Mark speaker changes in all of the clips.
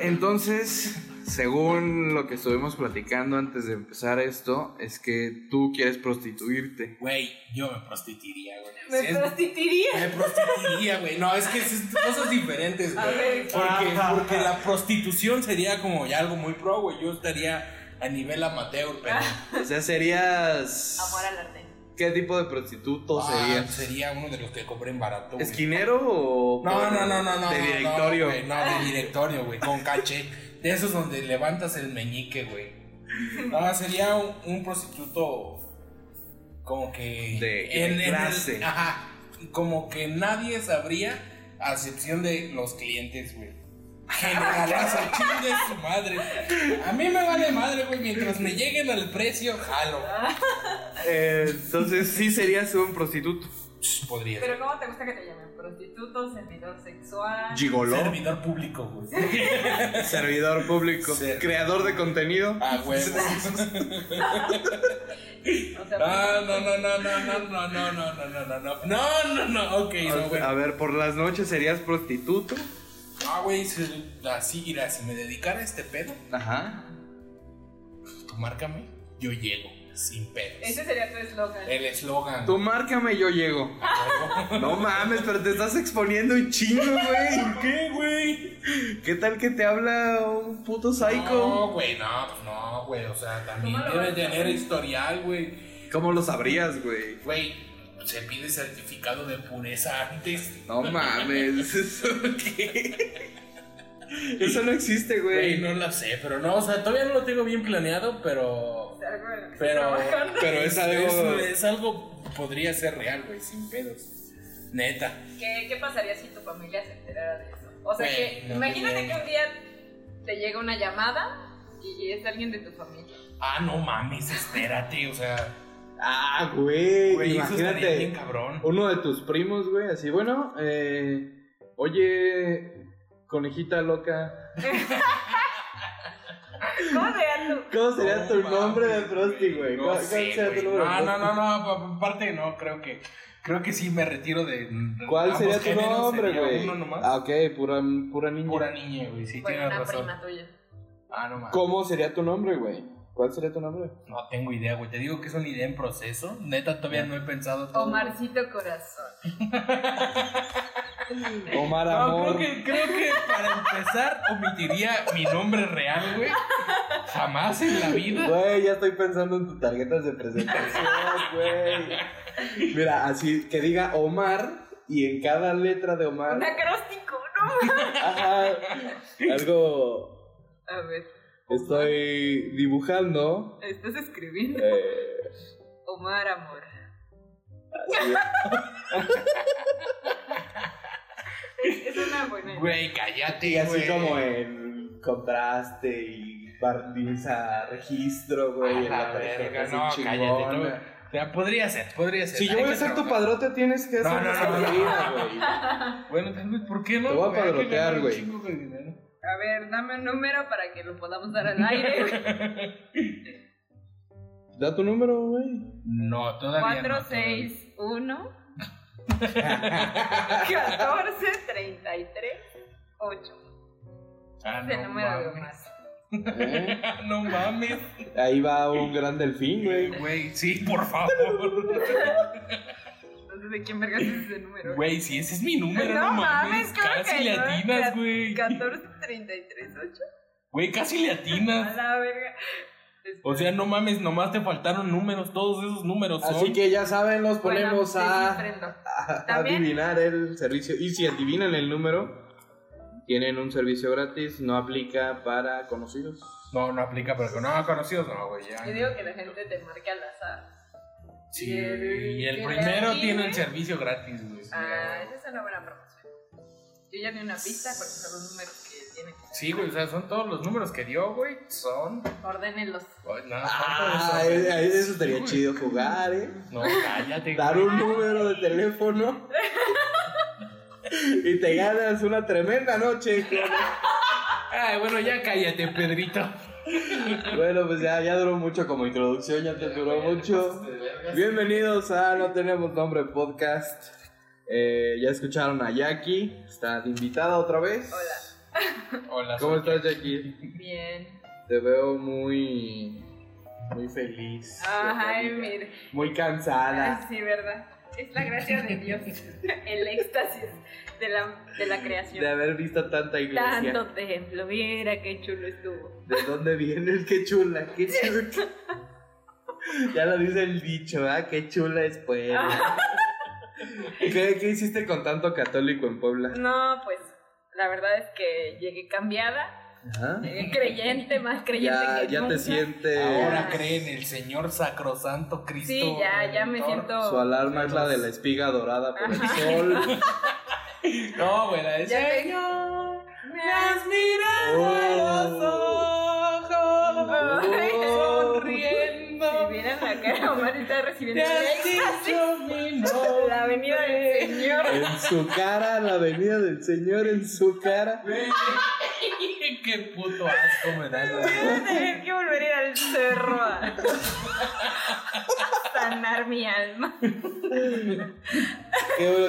Speaker 1: entonces, según lo que estuvimos platicando antes de empezar esto, es que tú quieres prostituirte.
Speaker 2: Güey, yo me prostituiría, güey.
Speaker 3: Me
Speaker 2: Es-
Speaker 3: prostituiría.
Speaker 2: Me prostituiría, güey. No, es que es cosas diferentes,
Speaker 3: A
Speaker 2: güey.
Speaker 3: ver.
Speaker 2: Porque, porque la prostitución sería como ya algo muy pro, güey. Yo estaría a nivel amateur, pero.
Speaker 3: Ah.
Speaker 1: O sea, serías.
Speaker 3: Amor al arte.
Speaker 1: ¿Qué tipo de prostituto
Speaker 2: Ah,
Speaker 1: serías?
Speaker 2: sería uno de los que cobren barato. güey.
Speaker 1: ¿Esquinero o.?
Speaker 2: No, no, no, no, no.
Speaker 1: De
Speaker 2: no,
Speaker 1: directorio.
Speaker 2: No, güey, no, de directorio, güey. Con caché. De esos donde levantas el meñique, güey. No, sería un, un prostituto como que.
Speaker 1: De- de clase.
Speaker 2: ajá. Como que nadie sabría, a excepción de los clientes, güey. Generalazo, chingue su madre. A mí me vale madre, güey. Mientras me lleguen al precio, jalo.
Speaker 1: Eh, entonces, sí serías un prostituto.
Speaker 2: Ch, Podría ser.
Speaker 3: Pero ¿cómo te gusta que te llamen? Prostituto, servidor sexual.
Speaker 1: Gigoló.
Speaker 2: Servidor público, güey.
Speaker 1: Servidor público.
Speaker 2: Ser-
Speaker 1: Creador de contenido.
Speaker 2: Ah, güey.
Speaker 3: O sea,
Speaker 2: Ah, No, no, no, no, no, no, no, no, no, no, no, no, no, no, no, no, ok, no, güey.
Speaker 1: A ver, por las noches serías prostituto.
Speaker 2: Ah, güey, si- así, mira, si me dedicara a este pedo,
Speaker 1: Ajá.
Speaker 2: tú márcame, yo llego, sin pedos.
Speaker 3: Ese sería tu eslogan.
Speaker 2: El eslogan.
Speaker 1: Tú márcame, yo llego. No mames, pero te estás exponiendo un chingo, güey.
Speaker 2: qué, güey?
Speaker 1: ¿Qué tal que te habla un puto
Speaker 2: No,
Speaker 1: psycho?
Speaker 2: güey, no, pues no, güey, o sea, también
Speaker 3: ¿Cómo lo
Speaker 2: debe
Speaker 3: vas a
Speaker 2: tener
Speaker 3: hacer?
Speaker 2: historial, güey.
Speaker 1: ¿Cómo lo sabrías, güey?
Speaker 2: Güey, se pide certificado de pureza antes.
Speaker 1: No mames, ¿eso qué? Eso no existe,
Speaker 2: Güey,
Speaker 1: güey.
Speaker 2: no lo sé, pero no, o sea, todavía no lo tengo bien planeado, pero...
Speaker 3: O sea, algo en lo que
Speaker 2: Pero,
Speaker 3: estoy trabajando.
Speaker 1: Pero es algo-
Speaker 2: Es, es algo. Podría ser real, güey, sin pedos. Neta.
Speaker 3: ¿Qué, qué pasaría si tu familia se enterara de eso? O sea,
Speaker 2: Güey,
Speaker 3: que
Speaker 2: no,
Speaker 3: imagínate
Speaker 2: no.
Speaker 3: que un día te llega una llamada y es alguien de tu familia.
Speaker 2: Ah, no mames, espérate, o sea.
Speaker 1: Ah, güey.
Speaker 2: Güey, eso estaría bien
Speaker 1: imagínate.
Speaker 2: cabrón.
Speaker 1: Uno de tus primos, güey, así, bueno, eh, oye, conejita loca.
Speaker 3: ¿Cómo sería tu?
Speaker 1: ¿Cómo sería
Speaker 2: No
Speaker 1: tu nombre de
Speaker 2: mames,
Speaker 1: Frosty, güey?
Speaker 2: No,
Speaker 1: ¿Cuál, cuál
Speaker 2: sé,
Speaker 1: sería tu
Speaker 2: güey.
Speaker 1: nombre de Frosty?
Speaker 2: no, no, no, no, pa- pa- aparte no, creo que. Creo que sí me retiro de.
Speaker 1: ¿Cuál
Speaker 2: ambos
Speaker 1: sería tu
Speaker 2: géneros,
Speaker 1: nombre,
Speaker 2: sería
Speaker 1: güey?
Speaker 2: Uno nomás.
Speaker 1: Ah, ok, pura, pura niña.
Speaker 2: Pura niña, güey, sí
Speaker 3: Bueno,
Speaker 2: tienes
Speaker 3: una
Speaker 2: razón.
Speaker 3: prima tuya.
Speaker 2: Ah, no mames.
Speaker 1: ¿Cómo sería tu nombre, güey? ¿Cuál sería tu nombre?
Speaker 2: No tengo idea, güey. Te digo que es una idea en proceso. Neta, todavía no he pensado todo.
Speaker 3: Omarcito Corazón.
Speaker 1: Omar
Speaker 2: No,
Speaker 1: Amor.
Speaker 2: creo que, creo que para empezar omitiría mi nombre real, güey. Jamás en la vida.
Speaker 1: Güey, ya estoy pensando en tus tarjetas de presentación, güey. Mira, así que diga Omar y en cada letra de Omar,
Speaker 3: Un acróstico, ¿no?
Speaker 1: ajá, algo
Speaker 3: A ver,
Speaker 1: estoy dibujando.
Speaker 3: estás escribiendo.
Speaker 1: eh,
Speaker 3: Omar Amor.
Speaker 1: así.
Speaker 3: Es, es una buena idea.
Speaker 2: Güey, cállate,
Speaker 1: y así
Speaker 2: güey.
Speaker 1: como en contraste y barniza registro,
Speaker 2: A
Speaker 1: güey. en
Speaker 2: la
Speaker 1: tarjeta,
Speaker 2: verga,
Speaker 1: así
Speaker 2: no, cállate.
Speaker 1: chingona.
Speaker 2: güey. O sea, podría ser, podría ser.
Speaker 1: Si yo
Speaker 2: Hay
Speaker 1: voy
Speaker 2: que
Speaker 1: a ser tu
Speaker 2: trabajar.
Speaker 1: padrote, tienes que
Speaker 2: No,
Speaker 1: ser
Speaker 2: no, no,
Speaker 1: mi
Speaker 2: no.
Speaker 1: vida, güey.
Speaker 2: Bueno, tal vez, ¿por qué no?
Speaker 1: Te voy a
Speaker 2: güey? Hay que
Speaker 1: padrotear,
Speaker 2: ganar un
Speaker 1: güey.
Speaker 2: chingo de dinero.
Speaker 3: A ver, dame un número para que lo podamos dar al aire.
Speaker 1: Da tu número, güey.
Speaker 2: No, todavía no.
Speaker 3: 4, 6, 1. 14, 33, 8.
Speaker 2: Ah,
Speaker 3: Es
Speaker 2: no
Speaker 3: el número de
Speaker 2: mames. Ah,
Speaker 3: Omar.
Speaker 1: ¿Eh?
Speaker 2: No mames.
Speaker 1: Ahí va un gran delfín, güey.
Speaker 2: Güey, sí, por favor.
Speaker 3: Entonces, ¿de quién vergas es ese número?
Speaker 2: Güey, si ese es mi número, no,
Speaker 3: No mames, creo
Speaker 2: Casi
Speaker 3: que
Speaker 2: le
Speaker 3: no.
Speaker 2: atinas, güey.
Speaker 3: 14, 33, 8.
Speaker 2: Güey, casi le
Speaker 3: A
Speaker 2: atinas.
Speaker 3: la verga.
Speaker 2: O sea, no mames, nomás te faltaron números, todos esos números son.
Speaker 1: Así que ya saben, los
Speaker 3: Bueno,
Speaker 1: ponemos
Speaker 3: sí, sí,
Speaker 1: a,
Speaker 3: prendo.
Speaker 1: a- a
Speaker 3: También-
Speaker 1: adivinar el servicio. Y si adivinan el número, tienen un servicio gratis, no aplica para conocidos.
Speaker 2: No, no aplica, pero con no conocidos, no, güey, ya.
Speaker 3: Yo digo que la gente te marque al azar.
Speaker 2: Sí,
Speaker 3: Y el-
Speaker 2: y
Speaker 3: y
Speaker 2: el
Speaker 3: el
Speaker 2: primero
Speaker 3: gratis,
Speaker 2: tiene
Speaker 3: güey.
Speaker 2: el servicio gratis, güey. sí,
Speaker 3: Ah,
Speaker 2: güey.
Speaker 3: esa es una buena promoción. Yo ya di una pista porque son los números que tienen.
Speaker 2: Sí, güey, o sea, son todos los números que dio, güey. Son.
Speaker 3: Ordenenlos.
Speaker 2: Ay, no,
Speaker 1: Ah,
Speaker 2: falta
Speaker 1: eh, eh, eso
Speaker 2: Sí,
Speaker 1: estaría
Speaker 2: güey.
Speaker 1: chido jugar, eh.
Speaker 2: No, cállate.
Speaker 1: Dar
Speaker 2: güey.
Speaker 1: un número de teléfono. Y te ganas una tremenda noche.
Speaker 4: Ay, bueno, ya cállate, Pedrito.
Speaker 1: Bueno, pues ya, ya duró mucho como introducción, ya te duró mucho. Bienvenidos a No Tenemos Nombre Podcast. Eh, ya escucharon a Jackie, está de invitada otra vez. Hola.
Speaker 2: Hola.
Speaker 1: ¿Cómo estás, Jackie?
Speaker 3: Bien.
Speaker 1: Te veo muy. muy feliz.
Speaker 3: Ay, mire.
Speaker 1: Muy cansada.
Speaker 3: Ay, sí, verdad. Es la gracia de Dios. El éxtasis de la, de la
Speaker 1: De
Speaker 3: creación.
Speaker 1: haber visto tanta iglesia.
Speaker 3: Tanto templo. Mira qué chulo estuvo.
Speaker 1: ¿De dónde vienes? Qué chula, qué chula. Ya lo dice el dicho, ¿ah? Qué chula es Puebla. ¿Qué, qué hiciste con tanto católico en Puebla?
Speaker 3: No, pues la verdad es que llegué cambiada.
Speaker 1: Ajá.
Speaker 3: llegué creyente, más creyente
Speaker 1: Ya,
Speaker 3: que
Speaker 1: ya
Speaker 3: nunca.
Speaker 1: te sientes.
Speaker 2: Ahora cree en el Señor Sacrosanto Cristo.
Speaker 3: Sí, ya, ya me
Speaker 2: Redentor.
Speaker 3: siento.
Speaker 1: Su alarma es la de la espiga dorada por
Speaker 3: Ajá.
Speaker 1: el sol.
Speaker 2: No, güey, la de
Speaker 3: Ya me-
Speaker 2: Señor.
Speaker 3: Me
Speaker 2: Me has mirado a los ojos.
Speaker 3: Ay, Si
Speaker 2: Sonriendo.
Speaker 3: vieran la cara, Omar está recibiendo
Speaker 2: Te
Speaker 3: el
Speaker 2: has
Speaker 3: éxtasis.
Speaker 2: dicho mi
Speaker 3: La avenida del
Speaker 2: nombre.
Speaker 3: Señor.
Speaker 1: En su cara, la venida del Señor en su cara.
Speaker 2: Güey, Qué puto asco me da. güey.
Speaker 3: Voy a tener que volver a ir al cerro a sanar mi alma.
Speaker 1: Qué bueno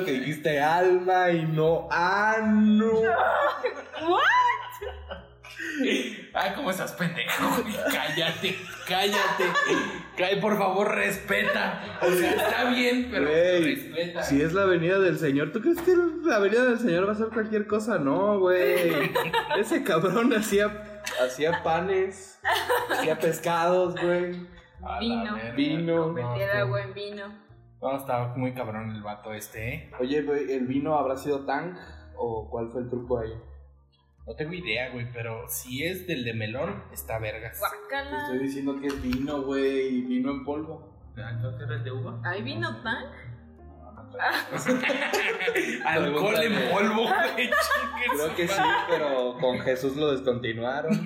Speaker 1: que dijiste alma y no ano.
Speaker 2: Ay, cómo estás pendejo. güey. Cállate, cállate. Cállate, por favor, respeta. O sea, está bien, pero
Speaker 1: Güey,
Speaker 2: respeta.
Speaker 1: Si es la avenida del señor, ¿tú crees que la avenida del señor va a ser cualquier cosa? No, güey. Ese cabrón hacía, hacía panes, hacía pescados, güey.
Speaker 2: A la
Speaker 3: Vino.
Speaker 2: verga.
Speaker 1: Vino.
Speaker 3: Metí el agua en vino.
Speaker 2: No, estaba muy cabrón el vato este, ¿eh?
Speaker 1: Oye, güey, ¿el vino habrá sido tang o cuál fue el truco ahí?
Speaker 2: No tengo idea, güey, pero si es del de melón, está vergas.
Speaker 1: Te estoy
Speaker 3: Guacala.
Speaker 1: diciendo que es vino, güey, vino en polvo.
Speaker 4: ¿Entonces eres de uva?
Speaker 3: ¿Hay vino tan?
Speaker 2: Alcohol en polvo, güey. chingue su
Speaker 1: Creo que sí,
Speaker 2: madre.
Speaker 1: pero con Jesús lo descontinuaron.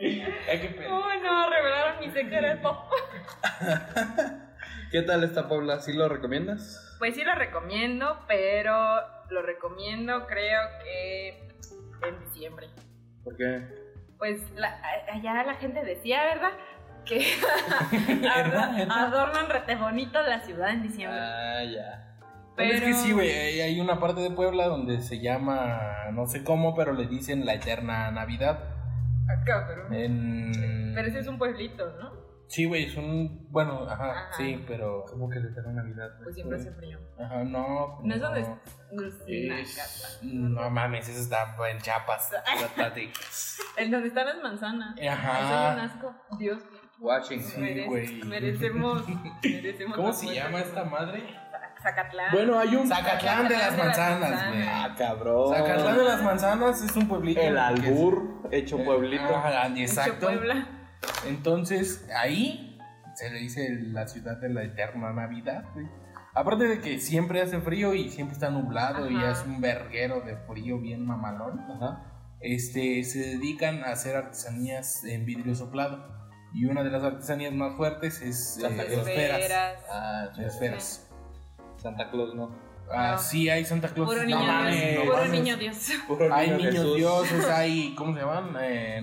Speaker 2: Ay, qué pedo.
Speaker 3: Oh no, revelaron mi secreto.
Speaker 1: ¿Qué tal está Puebla? ¿Sí lo recomiendas?
Speaker 3: Pues sí lo recomiendo, pero lo recomiendo creo que en diciembre.
Speaker 1: ¿Por qué?
Speaker 3: Pues la- a- allá la gente decía, ¿verdad? Que
Speaker 2: ¿Verdad? ¿verdad?
Speaker 3: adornan rete bonito la ciudad en diciembre.
Speaker 1: Ah, ya.
Speaker 2: Pero... pues Es que
Speaker 3: Pero-
Speaker 2: sí, güey, hay hay una parte de Puebla donde se llama, no sé cómo, pero le dicen la eterna Navidad.
Speaker 3: Cabrón.
Speaker 2: En...
Speaker 3: Pero ese es un pueblito, ¿no?
Speaker 2: Sí, güey, es un... Bueno, ajá,
Speaker 3: Ajá.
Speaker 2: sí, pero...
Speaker 1: ¿Cómo que le tengo Navidad? güey?
Speaker 3: Pues siempre hace frío.
Speaker 2: Ajá, no...
Speaker 3: No es donde
Speaker 2: no.
Speaker 3: Lucina, capa.
Speaker 2: Es- No mames, eso está en Chiapas. Trátate.
Speaker 3: En donde están las manzanas. Ay, soy un
Speaker 2: Ajá.
Speaker 3: asco. Dios,
Speaker 1: Washington.
Speaker 2: Ah. Sí,
Speaker 3: merece-
Speaker 2: güey.
Speaker 3: merecemos, merecemos.
Speaker 2: ¿Cómo
Speaker 3: la
Speaker 2: se
Speaker 3: muerte.
Speaker 2: llama esta madre?
Speaker 3: Zacatlán.
Speaker 1: Bueno, hay un
Speaker 2: Zacatlán de las manzanas, güey.
Speaker 1: Ah, cabrón.
Speaker 2: Zacatlán de las manzanas es un pueblito.
Speaker 1: El
Speaker 2: que-
Speaker 1: albur hecho pueblito.
Speaker 2: Ajá,
Speaker 3: Mucho
Speaker 2: exacto.
Speaker 3: Puebla.
Speaker 2: Entonces, ahí se le dice la ciudad de la eterna Navidad, güey. Aparte de que siempre hace frío y siempre está nublado y
Speaker 3: Ajá.
Speaker 2: hace un verguero de frío bien mamalón, este, se dedican a hacer artesanías en vidrio soplado. Y una de las artesanías más fuertes es
Speaker 1: Las
Speaker 2: eh, esferas.
Speaker 3: Esferas.
Speaker 1: Ah,
Speaker 2: Las esferas.
Speaker 1: Santa Claus no.
Speaker 2: Ah,
Speaker 3: No.
Speaker 2: sí, hay Santa Claus.
Speaker 3: Puro
Speaker 2: No
Speaker 3: niño
Speaker 2: mames,
Speaker 3: Dios.
Speaker 2: no
Speaker 3: Puro
Speaker 2: mames.
Speaker 3: niño Dios.
Speaker 1: Puro
Speaker 2: Hay
Speaker 1: niño
Speaker 2: niños
Speaker 1: Jesús.
Speaker 2: dioses, hay, ¿cómo se llaman? Eh,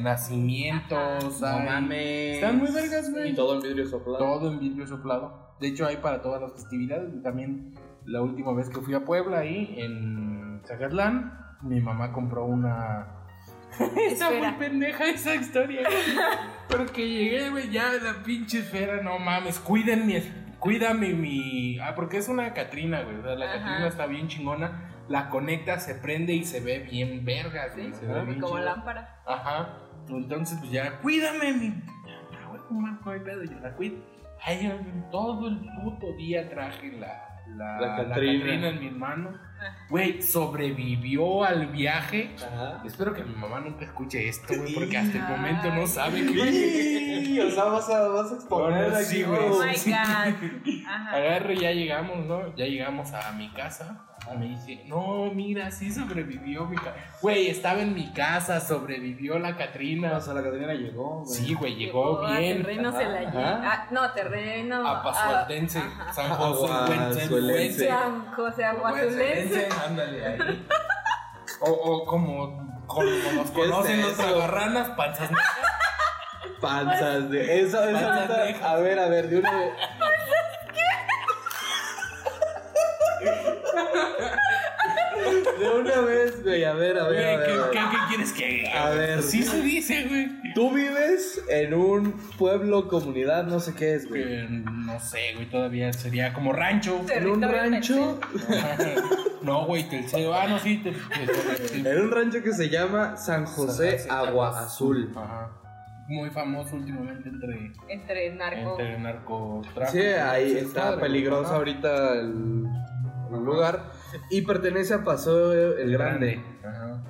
Speaker 2: nacimientos,
Speaker 1: No
Speaker 2: hay-
Speaker 1: mames.
Speaker 2: Están muy vergas, güey.
Speaker 1: Y todo en vidrio soplado.
Speaker 2: Todo en vidrio soplado. De hecho, hay para todas las festividades. También la última vez que fui a Puebla, ahí en Zacatlán, mi mamá compró una. Está muy
Speaker 3: Esfera.
Speaker 2: pendeja esa historia, güey. Pero que llegué, güey, ya la pinche esfera, no mames. Cuiden mi. es- Cuídame mi. Ah, porque es una Catrina, güey. O sea, la
Speaker 3: Ajá.
Speaker 2: Catrina está bien chingona. La conecta, se prende y se ve bien vergas, güey.
Speaker 3: Sí,
Speaker 2: se ve bien
Speaker 3: Como
Speaker 2: chingona.
Speaker 3: lámpara.
Speaker 2: Ajá. Entonces, pues ya, cuídame, mi. "Ah, Pero, güey, no mames, no hay pedo, yo la cuido. Ay, yo todo el puto día traje la. La,
Speaker 1: La
Speaker 2: la
Speaker 1: Catrina.
Speaker 2: Catrina en mi mano. Güey, sobrevivió al viaje.
Speaker 1: Ajá.
Speaker 2: Espero que mi mamá nunca escuche esto, güey, porque hasta el momento no sabe que.
Speaker 1: Sí, o sea, vas a, vas a exponer
Speaker 2: Bueno, sí,
Speaker 1: aquí.
Speaker 2: güey.
Speaker 3: Oh
Speaker 1: güey.
Speaker 3: my god. Ajá.
Speaker 2: Agarro y ya llegamos, ¿no? Ya llegamos a mi casa. Ah, Me dice, no, mira, sí sobrevivió mi ca- Güey, estaba en mi casa, sobrevivió la
Speaker 1: O
Speaker 2: Catrina.
Speaker 1: sea, la Catarina llegó, güey.
Speaker 2: Sí, güey, llegó
Speaker 3: a
Speaker 2: bien.
Speaker 3: ah, Terreno se la
Speaker 1: Ajá.
Speaker 3: lleva. Ah, no, terreno. ah,
Speaker 2: A Pasualdense,
Speaker 3: ajá.
Speaker 2: San Josué,
Speaker 1: Aguasuelense.
Speaker 3: Blanco, o sea, guasulense.
Speaker 5: Ándale ahí.
Speaker 2: O, o como, como nos
Speaker 1: ¿Qué es
Speaker 2: conocen los
Speaker 1: eso?
Speaker 2: tragarranas, panzas negras.
Speaker 1: Panzas de. Eso, eso
Speaker 2: Panzas
Speaker 1: está-
Speaker 2: negras.
Speaker 1: A ver, a ver, de una vez. De una vez, güey, a ver, a
Speaker 2: Güey,
Speaker 1: ver, a ver.
Speaker 2: ¿qué,
Speaker 1: a ver.
Speaker 2: qué, qué quieres que haga?
Speaker 1: A
Speaker 2: güey?
Speaker 1: ver.
Speaker 2: Pues Sí se dice, güey.
Speaker 1: Tú vives en un pueblo, comunidad, no sé qué es, güey.
Speaker 2: Que, No sé, güey, todavía sería como rancho.
Speaker 1: En un
Speaker 3: Territorio
Speaker 1: rancho.
Speaker 2: No, güey, Telceo. Ah, no, sí, Telceo.
Speaker 1: En un rancho que se llama San José Agua Azul.
Speaker 2: Ajá. Muy famoso últimamente entre,
Speaker 3: Entre narco.
Speaker 2: entre el narcotráfico.
Speaker 1: Sí, ahí está
Speaker 2: Padre,
Speaker 1: peligroso
Speaker 2: ajá.
Speaker 1: ahorita el, el lugar. Y pertenece a Paso el Grande.
Speaker 2: Ajá.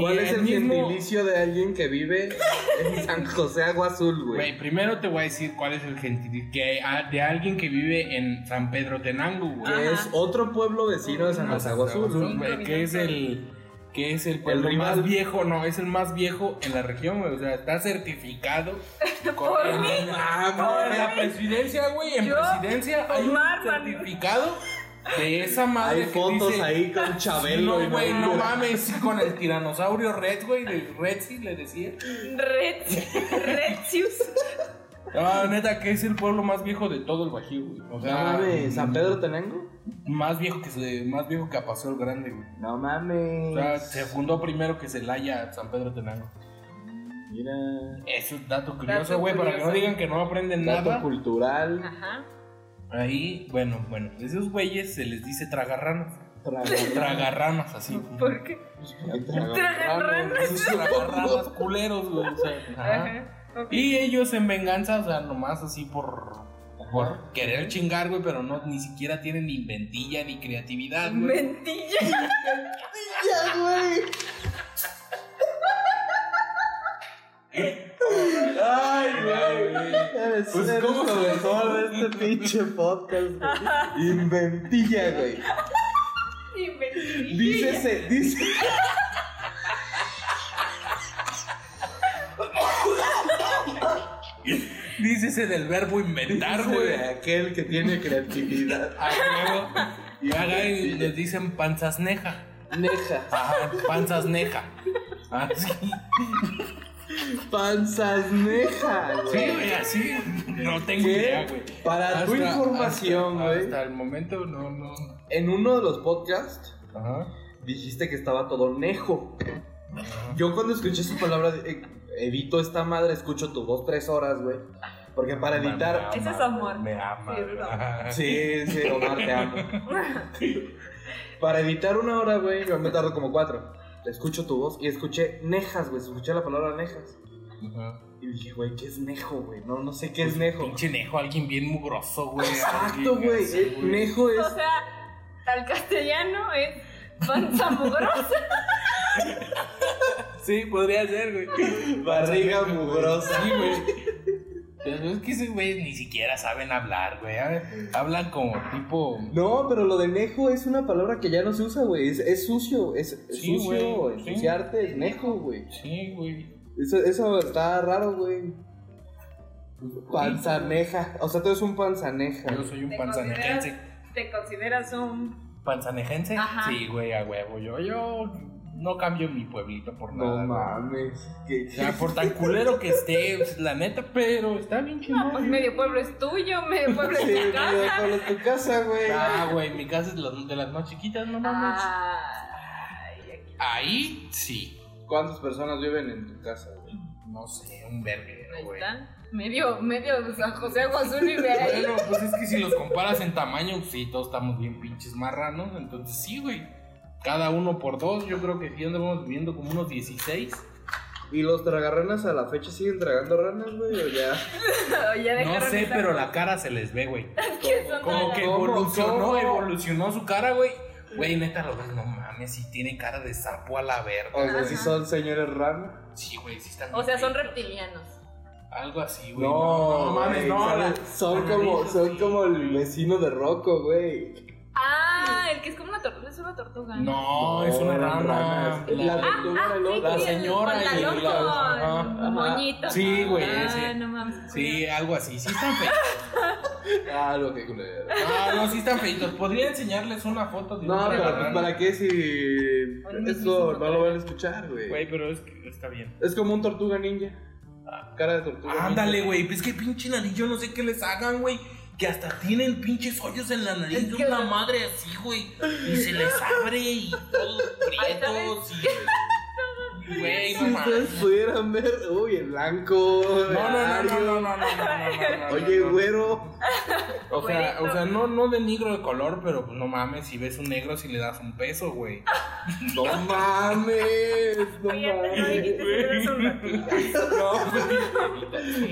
Speaker 1: ¿Cuál
Speaker 2: Y
Speaker 1: es el
Speaker 2: mismo-
Speaker 1: gentilicio de alguien que vive en San José Agua Azul, güey?
Speaker 2: Güey, primero te voy a decir cuál es el gentilicio que a- de alguien que vive en San Pedro Tenango, güey.
Speaker 1: Que es otro pueblo vecino de San José Agua
Speaker 2: Güey,
Speaker 1: Azul.
Speaker 2: que es el que es el pueblo
Speaker 1: rival.
Speaker 2: más viejo, no, es el más viejo en la región, güey. O sea, está certificado
Speaker 3: Por
Speaker 2: el-
Speaker 3: mí.
Speaker 2: Ah,
Speaker 3: Por
Speaker 2: en la presidencia, güey, en
Speaker 3: Yo,
Speaker 2: presidencia hay un
Speaker 3: Omar, man.
Speaker 2: certificado de esa madre
Speaker 1: Hay
Speaker 2: que
Speaker 1: fotos
Speaker 2: dice,
Speaker 1: ahí con Chabelo. y
Speaker 2: no, güey, no
Speaker 1: Maduro.
Speaker 2: mames, con el tiranosaurio Red, güey, de Redsi le decía.
Speaker 3: Red. Redsius.
Speaker 2: No, Ah, neta, que es el pueblo más viejo de todo el Bajío, güey. O
Speaker 1: No
Speaker 2: sea, mm,
Speaker 1: mames, Ah, ¿San Pedro Tenango?
Speaker 2: más viejo que se- más viejo que Apaseo el Grande, güey.
Speaker 1: No
Speaker 2: O sea, se
Speaker 1: mames.
Speaker 2: fundó primero que Celaya, San Pedro Tenango.
Speaker 1: Mira.
Speaker 2: Es un dato curioso,
Speaker 3: Dato
Speaker 2: güey, para que no
Speaker 3: curioso.
Speaker 2: digan que no aprenden
Speaker 1: Dato
Speaker 2: nada.
Speaker 1: cultural.
Speaker 3: Ajá.
Speaker 2: Ahí, bueno, bueno, esos güeyes se les dice tragarranos.
Speaker 1: Traga.
Speaker 2: Tragarranos, así.
Speaker 3: ¿Por qué? Tragarranas.
Speaker 2: Esos tragarranos culeros, güey. o sea, ajá.
Speaker 3: Ajá. ok.
Speaker 2: Y ellos en venganza, o sea, nomás así por, por querer chingar, güey, pero no, ni siquiera tienen ni inventilla ni creatividad, güey.
Speaker 3: Mentilla.
Speaker 1: Ya, güey. Ay, güey. Eres,
Speaker 2: Pues,
Speaker 1: eres
Speaker 2: ¿cómo
Speaker 1: lo
Speaker 2: se-
Speaker 1: mejor de este pinche podcast, güey. Inventilla, güey.
Speaker 3: Y mentilla.
Speaker 1: Dícese, dice.
Speaker 2: Dícese del verbo inventar,
Speaker 1: dice de
Speaker 2: güey.
Speaker 1: aquel que tiene creatividad.
Speaker 2: A huevo. Y acá les dicen panzas neja.
Speaker 1: Neja.
Speaker 2: Ajá, panzas neja. Ah, Así.
Speaker 1: Panzas neja,
Speaker 2: Sí,
Speaker 1: güey.
Speaker 2: güey, así. No tengo idea, güey.
Speaker 1: Que para tu
Speaker 2: Hasta-
Speaker 1: información,
Speaker 2: hasta-
Speaker 1: güey,
Speaker 2: Hasta el momento, no, no.
Speaker 1: en uno de los podcasts
Speaker 2: Ajá.
Speaker 1: dijiste que estaba todo nejo. Yo cuando escuché esa palabra, eh, edito esta madre, escucho tu voz tres horas, güey. Porque para editar...
Speaker 3: Ese es amor.
Speaker 2: Me ama.
Speaker 3: Sí, es amor.
Speaker 2: Ajá.
Speaker 1: Sí, sí, Omar, te amo. Para editar una hora, güey, yo me tardo como cuatro. Escucho tu voz y escuché nejas, güey. Escuché la palabra nejas.
Speaker 2: Ajá.
Speaker 1: Y dije, güey, ¿qué es nejo, güey? No, no sé qué es nejo.
Speaker 2: Pues, Pinche nejo, alguien bien mugroso, güey.
Speaker 1: Exacto,
Speaker 2: Alguien
Speaker 1: güey.
Speaker 2: así,
Speaker 1: eh, Nejo es...
Speaker 3: O sea, al castellano es panza mugrosa.
Speaker 2: Sí, podría ser, güey.
Speaker 1: Barriga mugrosa.
Speaker 2: Sí, güey. Pero es que esos güeyes ni siquiera saben hablar, güey. Hablan como tipo.
Speaker 1: No, pero lo de nejo es una palabra que ya no se usa, güey. Es, es sucio, es, es
Speaker 2: Sí,
Speaker 1: sucio,
Speaker 2: güey, sí.
Speaker 1: ensuciarte, es nejo, güey.
Speaker 2: Sí, güey.
Speaker 1: Eso, eso está raro, güey. Panzaneja. O sea, tú eres un panzaneja.
Speaker 2: Yo soy un
Speaker 3: ¿Te
Speaker 2: panzanejense.
Speaker 3: ¿Te consideras un.?
Speaker 2: ¿Panzanejense?
Speaker 3: Ajá.
Speaker 2: Sí, güey, a huevo. Yo, yo no cambio mi pueblito por
Speaker 1: No
Speaker 2: nada. güey.
Speaker 1: mames. ¿Qué,
Speaker 2: O sea, por tan culero que esté, pues, la neta, pero está bien chingón.
Speaker 3: No, pues medio pueblo es tuyo, medio pueblo
Speaker 1: Sí,
Speaker 3: es tu
Speaker 1: güey,
Speaker 3: casa.
Speaker 1: ¿cuál es tu casa, güey?
Speaker 2: Ah, güey, mi casa es la- de las más chiquitas, no mames.
Speaker 3: Ah. Ay, aquí.
Speaker 2: Ahí sí.
Speaker 1: ¿Cuántas personas viven en tu casa, güey?
Speaker 2: No sé, un verguero,
Speaker 3: Ahí
Speaker 2: güey.
Speaker 3: está. Medio, medio San José Aguazul y de ahí.
Speaker 2: Bueno, pues es que si los comparas en tamaño, pues sí, todos estamos bien pinches marranos. Entonces sí, güey. Cada uno por dos, yo creo que sí andamos viviendo como unos 16.
Speaker 1: ¿Y los tragarranas a la fecha siguen tragando ranas, güey? ¿O ya?
Speaker 3: O ya
Speaker 2: No
Speaker 3: dejaron
Speaker 2: sé,
Speaker 3: esa-
Speaker 2: pero la cara se les ve, güey.
Speaker 3: ¿Qué son
Speaker 2: Como
Speaker 3: todas
Speaker 2: que
Speaker 3: las-
Speaker 1: ¿Cómo? ¿Cómo?
Speaker 2: evolucionó, evolucionó su cara, güey. Güey, neta, lo ves, no mames, si tiene cara de sapo a la
Speaker 1: O
Speaker 2: verga.
Speaker 1: sea, si
Speaker 3: Ajá.
Speaker 1: son señores ranas.
Speaker 2: Sí, güey, sí están.
Speaker 3: O sea, son
Speaker 2: bien
Speaker 3: reptilianos.
Speaker 2: feitos. Algo así, güey.
Speaker 1: No,
Speaker 2: no mames,
Speaker 1: güey,
Speaker 2: no.
Speaker 1: ¿sabes?
Speaker 2: la-
Speaker 1: son
Speaker 2: la
Speaker 1: como
Speaker 2: nariz,
Speaker 1: son
Speaker 2: sí.
Speaker 1: como el vecino de Rocco, güey.
Speaker 3: Ah, el que es como una tortuga, es una tortuga.
Speaker 2: No, es una
Speaker 1: eran
Speaker 2: rana.
Speaker 1: ranas. La
Speaker 3: Ah.
Speaker 1: tortuga era el
Speaker 3: sí,
Speaker 1: otro.
Speaker 2: la
Speaker 3: sí, el
Speaker 2: señora y
Speaker 3: pantalón
Speaker 2: la-
Speaker 3: con
Speaker 2: ajá.
Speaker 3: moñito.
Speaker 2: Sí, güey,
Speaker 3: Ah,
Speaker 2: sí.
Speaker 3: no mames.
Speaker 2: Sí, algo así. Sí están feitos.
Speaker 1: Ah, lo que culero.
Speaker 2: No, Ah, no, sí están feitos. Podría enseñarles una foto de
Speaker 1: No,
Speaker 2: una
Speaker 1: pero
Speaker 2: rana.
Speaker 1: pues, ¿para qué si
Speaker 3: Bueno,
Speaker 1: eso
Speaker 3: sí, sí,
Speaker 1: no lo van a escuchar, güey?
Speaker 2: Güey, pero es que está bien.
Speaker 1: Es como un tortuga ninja. Cara de tortuga. ninja.
Speaker 2: Ándale, güey. pues Es que pinche nariz, yo no sé qué les hagan, güey. Que hasta tienen pinches hoyos en la nariz de una madre así, güey. Y se les abre y todos prietos y. Güey, no
Speaker 1: Si ustedes
Speaker 2: mames.
Speaker 1: pudieran ver, uy, el blanco.
Speaker 2: No, no, no,
Speaker 1: Ario.
Speaker 2: no, no, no, no, no, no, no,
Speaker 1: Oye,
Speaker 2: no.
Speaker 1: güero.
Speaker 2: O sea,
Speaker 3: Güerito.
Speaker 2: o sea, no, no de negro de color, pero pues no mames, si ves un negro si le das un peso, güey.
Speaker 1: No mames. No
Speaker 3: Oye, pero no
Speaker 1: mames.
Speaker 3: dijiste que eres un ratito.
Speaker 2: pues,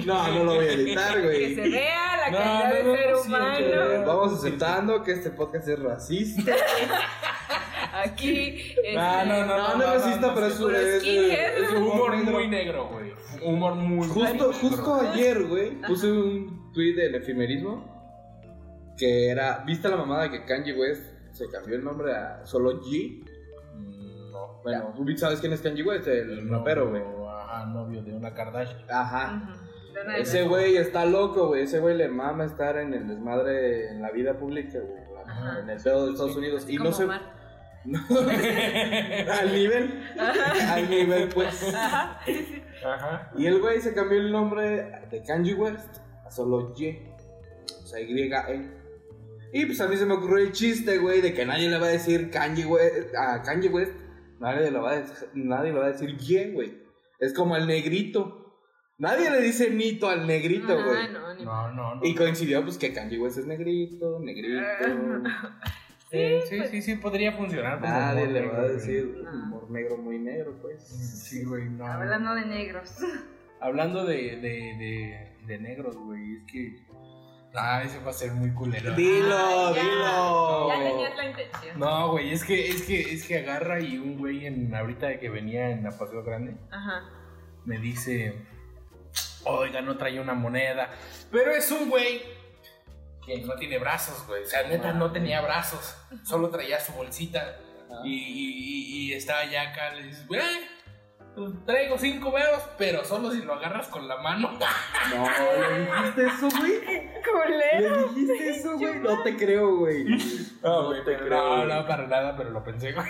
Speaker 1: No, no lo voy a editar,
Speaker 3: Que
Speaker 1: güey.
Speaker 3: se vea la
Speaker 2: No,
Speaker 3: calidad
Speaker 2: no,
Speaker 3: del
Speaker 2: no,
Speaker 3: ser
Speaker 2: sí,
Speaker 1: Eh,
Speaker 3: humano.
Speaker 1: Vamos aceptando que este podcast es racista.
Speaker 3: Aquí. este,
Speaker 2: No, Ah, no, no,
Speaker 1: No, no es racista, pero es un.
Speaker 3: Pero
Speaker 1: es-
Speaker 3: skinhead.
Speaker 1: es un
Speaker 2: Humor
Speaker 1: negro.
Speaker 2: muy negro, güey. Humor muy
Speaker 1: Justo,
Speaker 2: negro.
Speaker 1: justo ayer, güey, puse un tweet del efimerismo que era, ¿viste la mamada que Kanye West se cambió el nombre a solo G?
Speaker 2: No,
Speaker 1: Bueno, tú sabes quién es Kanye West, el rapero, güey.
Speaker 2: Ajá, novio de una Kardashian.
Speaker 1: Ajá.
Speaker 3: Ujú. De nada.
Speaker 1: Ese güey está loco, güey. Ese güey le mama estar en el desmadre en la vida pública, güey.
Speaker 2: Ajá.
Speaker 1: En el pedo de Estados Unidos.
Speaker 3: Así
Speaker 1: Y no
Speaker 3: como
Speaker 1: sé.
Speaker 3: Omar.
Speaker 1: Al nivel. Al nivel, pues.
Speaker 3: Ajá.
Speaker 2: Ajá.
Speaker 1: Y el güey se cambió el nombre de Kanye West a solo Y. O sea, Y-E. Y pues a mí se me ocurrió el chiste, güey, de que nadie le va a decir Kanye West. A Kanye West, nadie le va a, dec- nadie le va a decir Y, güey. Es como el negrito. Nadie le dice Nito al negrito,
Speaker 3: Ajá,
Speaker 1: güey.
Speaker 3: Ah, no, ni-
Speaker 2: No, no, no.
Speaker 1: Y coincidió, pues, que Kanye West es negrito,
Speaker 3: Ah,
Speaker 1: negrito.
Speaker 2: Sí, sí, sí, sí, podría funcionar. como
Speaker 1: Nadie
Speaker 2: humor
Speaker 1: le pues. Ah, va a
Speaker 2: negro, güey.
Speaker 1: decir
Speaker 3: No.
Speaker 1: humor negro muy negro, pues.
Speaker 2: Sí, güey, no.
Speaker 3: Hablando de negros.
Speaker 2: Hablando de, de, de, de negros, güey, es que. Ah, ese va a ser muy culero.
Speaker 1: Dilo,
Speaker 3: Ay, ya.
Speaker 1: dilo.
Speaker 3: Ya tenías la intención.
Speaker 2: No, güey, es que, es que, es que agarra y un güey en ahorita que venía en la Paseo Grande
Speaker 3: Ajá.
Speaker 2: me dice. Oiga, no trae una moneda. Pero es un güey que no tiene brazos, güey. O sea, neta no tenía brazos. Solo traía su bolsita.
Speaker 1: Ajá.
Speaker 2: Y, y, y- y está allá acá, le dices, güey, pues, traigo cinco veos, pero solo si lo agarras con la mano.
Speaker 1: No, ¿le dijiste eso, güey?
Speaker 3: Culero.
Speaker 1: ¿Le dijiste eso, güey? No te creo, güey.
Speaker 2: No,
Speaker 1: güey,
Speaker 2: pero
Speaker 1: te
Speaker 2: no,
Speaker 1: creo.
Speaker 2: no, para nada, pero lo pensé, güey.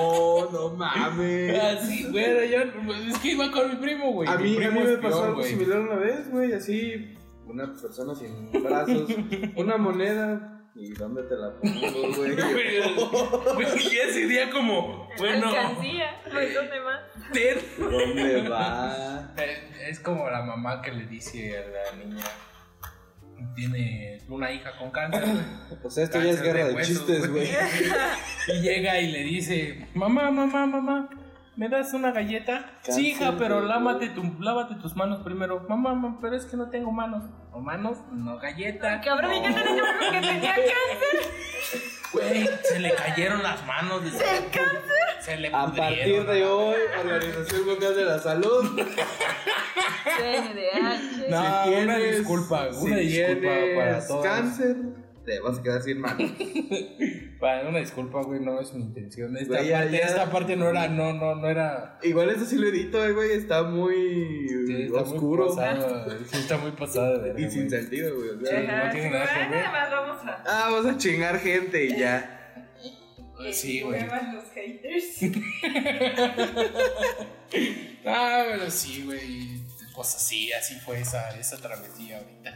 Speaker 1: No, no mames.
Speaker 2: Así, güey, yo, pues, es que iba con mi primo, Ah, güey.
Speaker 1: A
Speaker 2: Mi
Speaker 1: mí, a
Speaker 2: primo
Speaker 1: mí
Speaker 2: es
Speaker 1: me
Speaker 2: peor,
Speaker 1: pasó algo
Speaker 2: güey.
Speaker 1: similar una vez, güey, así. Una persona sin brazos, una moneda. ¿Y dónde te la pongo, güey?
Speaker 2: Güey, y ese día como, bueno,
Speaker 3: Alcancía. Pues dónde más.
Speaker 2: ten.
Speaker 1: ¿Dónde va?
Speaker 2: Eh, Es como la mamá que le dice a la niña, tiene una hija con cáncer, güey.
Speaker 1: O sea, esto ya es
Speaker 2: Cáncer
Speaker 1: guerra de,
Speaker 2: huesos,
Speaker 1: chistes, güey.
Speaker 2: Y llega y le dice, mamá, mamá, mamá, ¿me das una galleta?
Speaker 1: Cáncer
Speaker 2: sí, hija, pero
Speaker 1: de
Speaker 2: lávate, tu- lávate tus manos primero. Mamá, mamá, pero es que no tengo manos. O manos, no galleta.
Speaker 3: Que ahora me encanta el nombre porque tenía cáncer.
Speaker 2: Güey, se le cayeron las manos. Se, le pu- se le
Speaker 1: A partir
Speaker 2: pudrieron.
Speaker 1: de hoy, Organización Mundial de la Salud.
Speaker 3: CNDH.
Speaker 2: No,
Speaker 1: si
Speaker 2: una
Speaker 1: tienes-
Speaker 2: disculpa,
Speaker 1: si
Speaker 2: una disculpa
Speaker 1: tienes
Speaker 2: para todos.
Speaker 1: cáncer, te vas a quedar sin mano.
Speaker 2: Bueno, una disculpa, güey, no es mi intención. Esta,
Speaker 1: Güey, ya-
Speaker 2: parte,
Speaker 1: ya-
Speaker 2: esta parte no era, no, no, no era...
Speaker 1: Igual eso sí lo edito, eh, güey, está muy
Speaker 2: sí, está muy
Speaker 1: Mm, oscuro
Speaker 2: pasado, sí, está muy pasada de verga,
Speaker 1: y sin
Speaker 2: güey.
Speaker 1: sentido, güey. o sea.
Speaker 2: Sí. no tiene nada que ver.
Speaker 3: Nada más vamos a.
Speaker 1: Ah, vamos a chingar gente y ya.
Speaker 2: Sí, güey.
Speaker 3: Pruebas los haters.
Speaker 2: Ah, pero sí, güey. Pues así, así fue esa, esa travesía ahorita.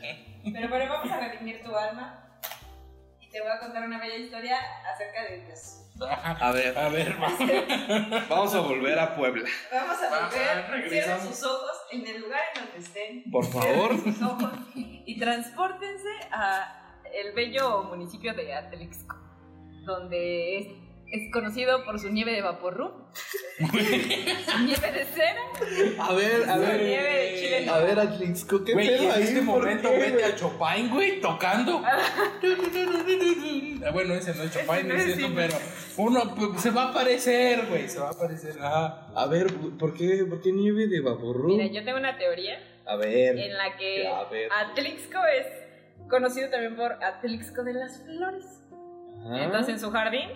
Speaker 6: Pero, pero vamos a redimir tu alma y te voy a contar una bella historia acerca de Dios.
Speaker 2: A ver. A ver, va.
Speaker 1: Vamos a volver a Puebla.
Speaker 6: Vamos a
Speaker 2: Vamos,
Speaker 6: volver, cierren
Speaker 2: regresamos.
Speaker 6: sus ojos en el lugar en donde estén,
Speaker 1: Por favor.
Speaker 6: cierren sus ojos
Speaker 3: Y transpórtense a el bello municipio de Atelixco, donde es, es conocido por su nieve de vaporru, su nieve de cera,
Speaker 1: A ver, a
Speaker 3: su
Speaker 1: ver.
Speaker 3: nieve de chile.
Speaker 1: A ver, Atlixco, ¿qué
Speaker 2: Güey, y
Speaker 1: pedo
Speaker 2: en
Speaker 1: ahí?
Speaker 2: este
Speaker 1: ¿Por
Speaker 2: momento
Speaker 1: qué,
Speaker 2: vete
Speaker 1: güey?
Speaker 2: a Chopin, güey, tocando. Ah, bueno, ese no es Chopin,
Speaker 3: no
Speaker 2: es
Speaker 3: es
Speaker 2: cierto,
Speaker 3: Chopin.
Speaker 2: pero uno pues, se va a aparecer, güey, se va a aparecer. Ah,
Speaker 1: A ver, ¿por qué, por qué nieve de baburru?
Speaker 3: Mira, yo tengo una teoría
Speaker 1: A ver.
Speaker 3: en la que
Speaker 1: A ver.
Speaker 3: Atlixco es conocido también por Atlixco de las Flores. Ah, Entonces en su jardín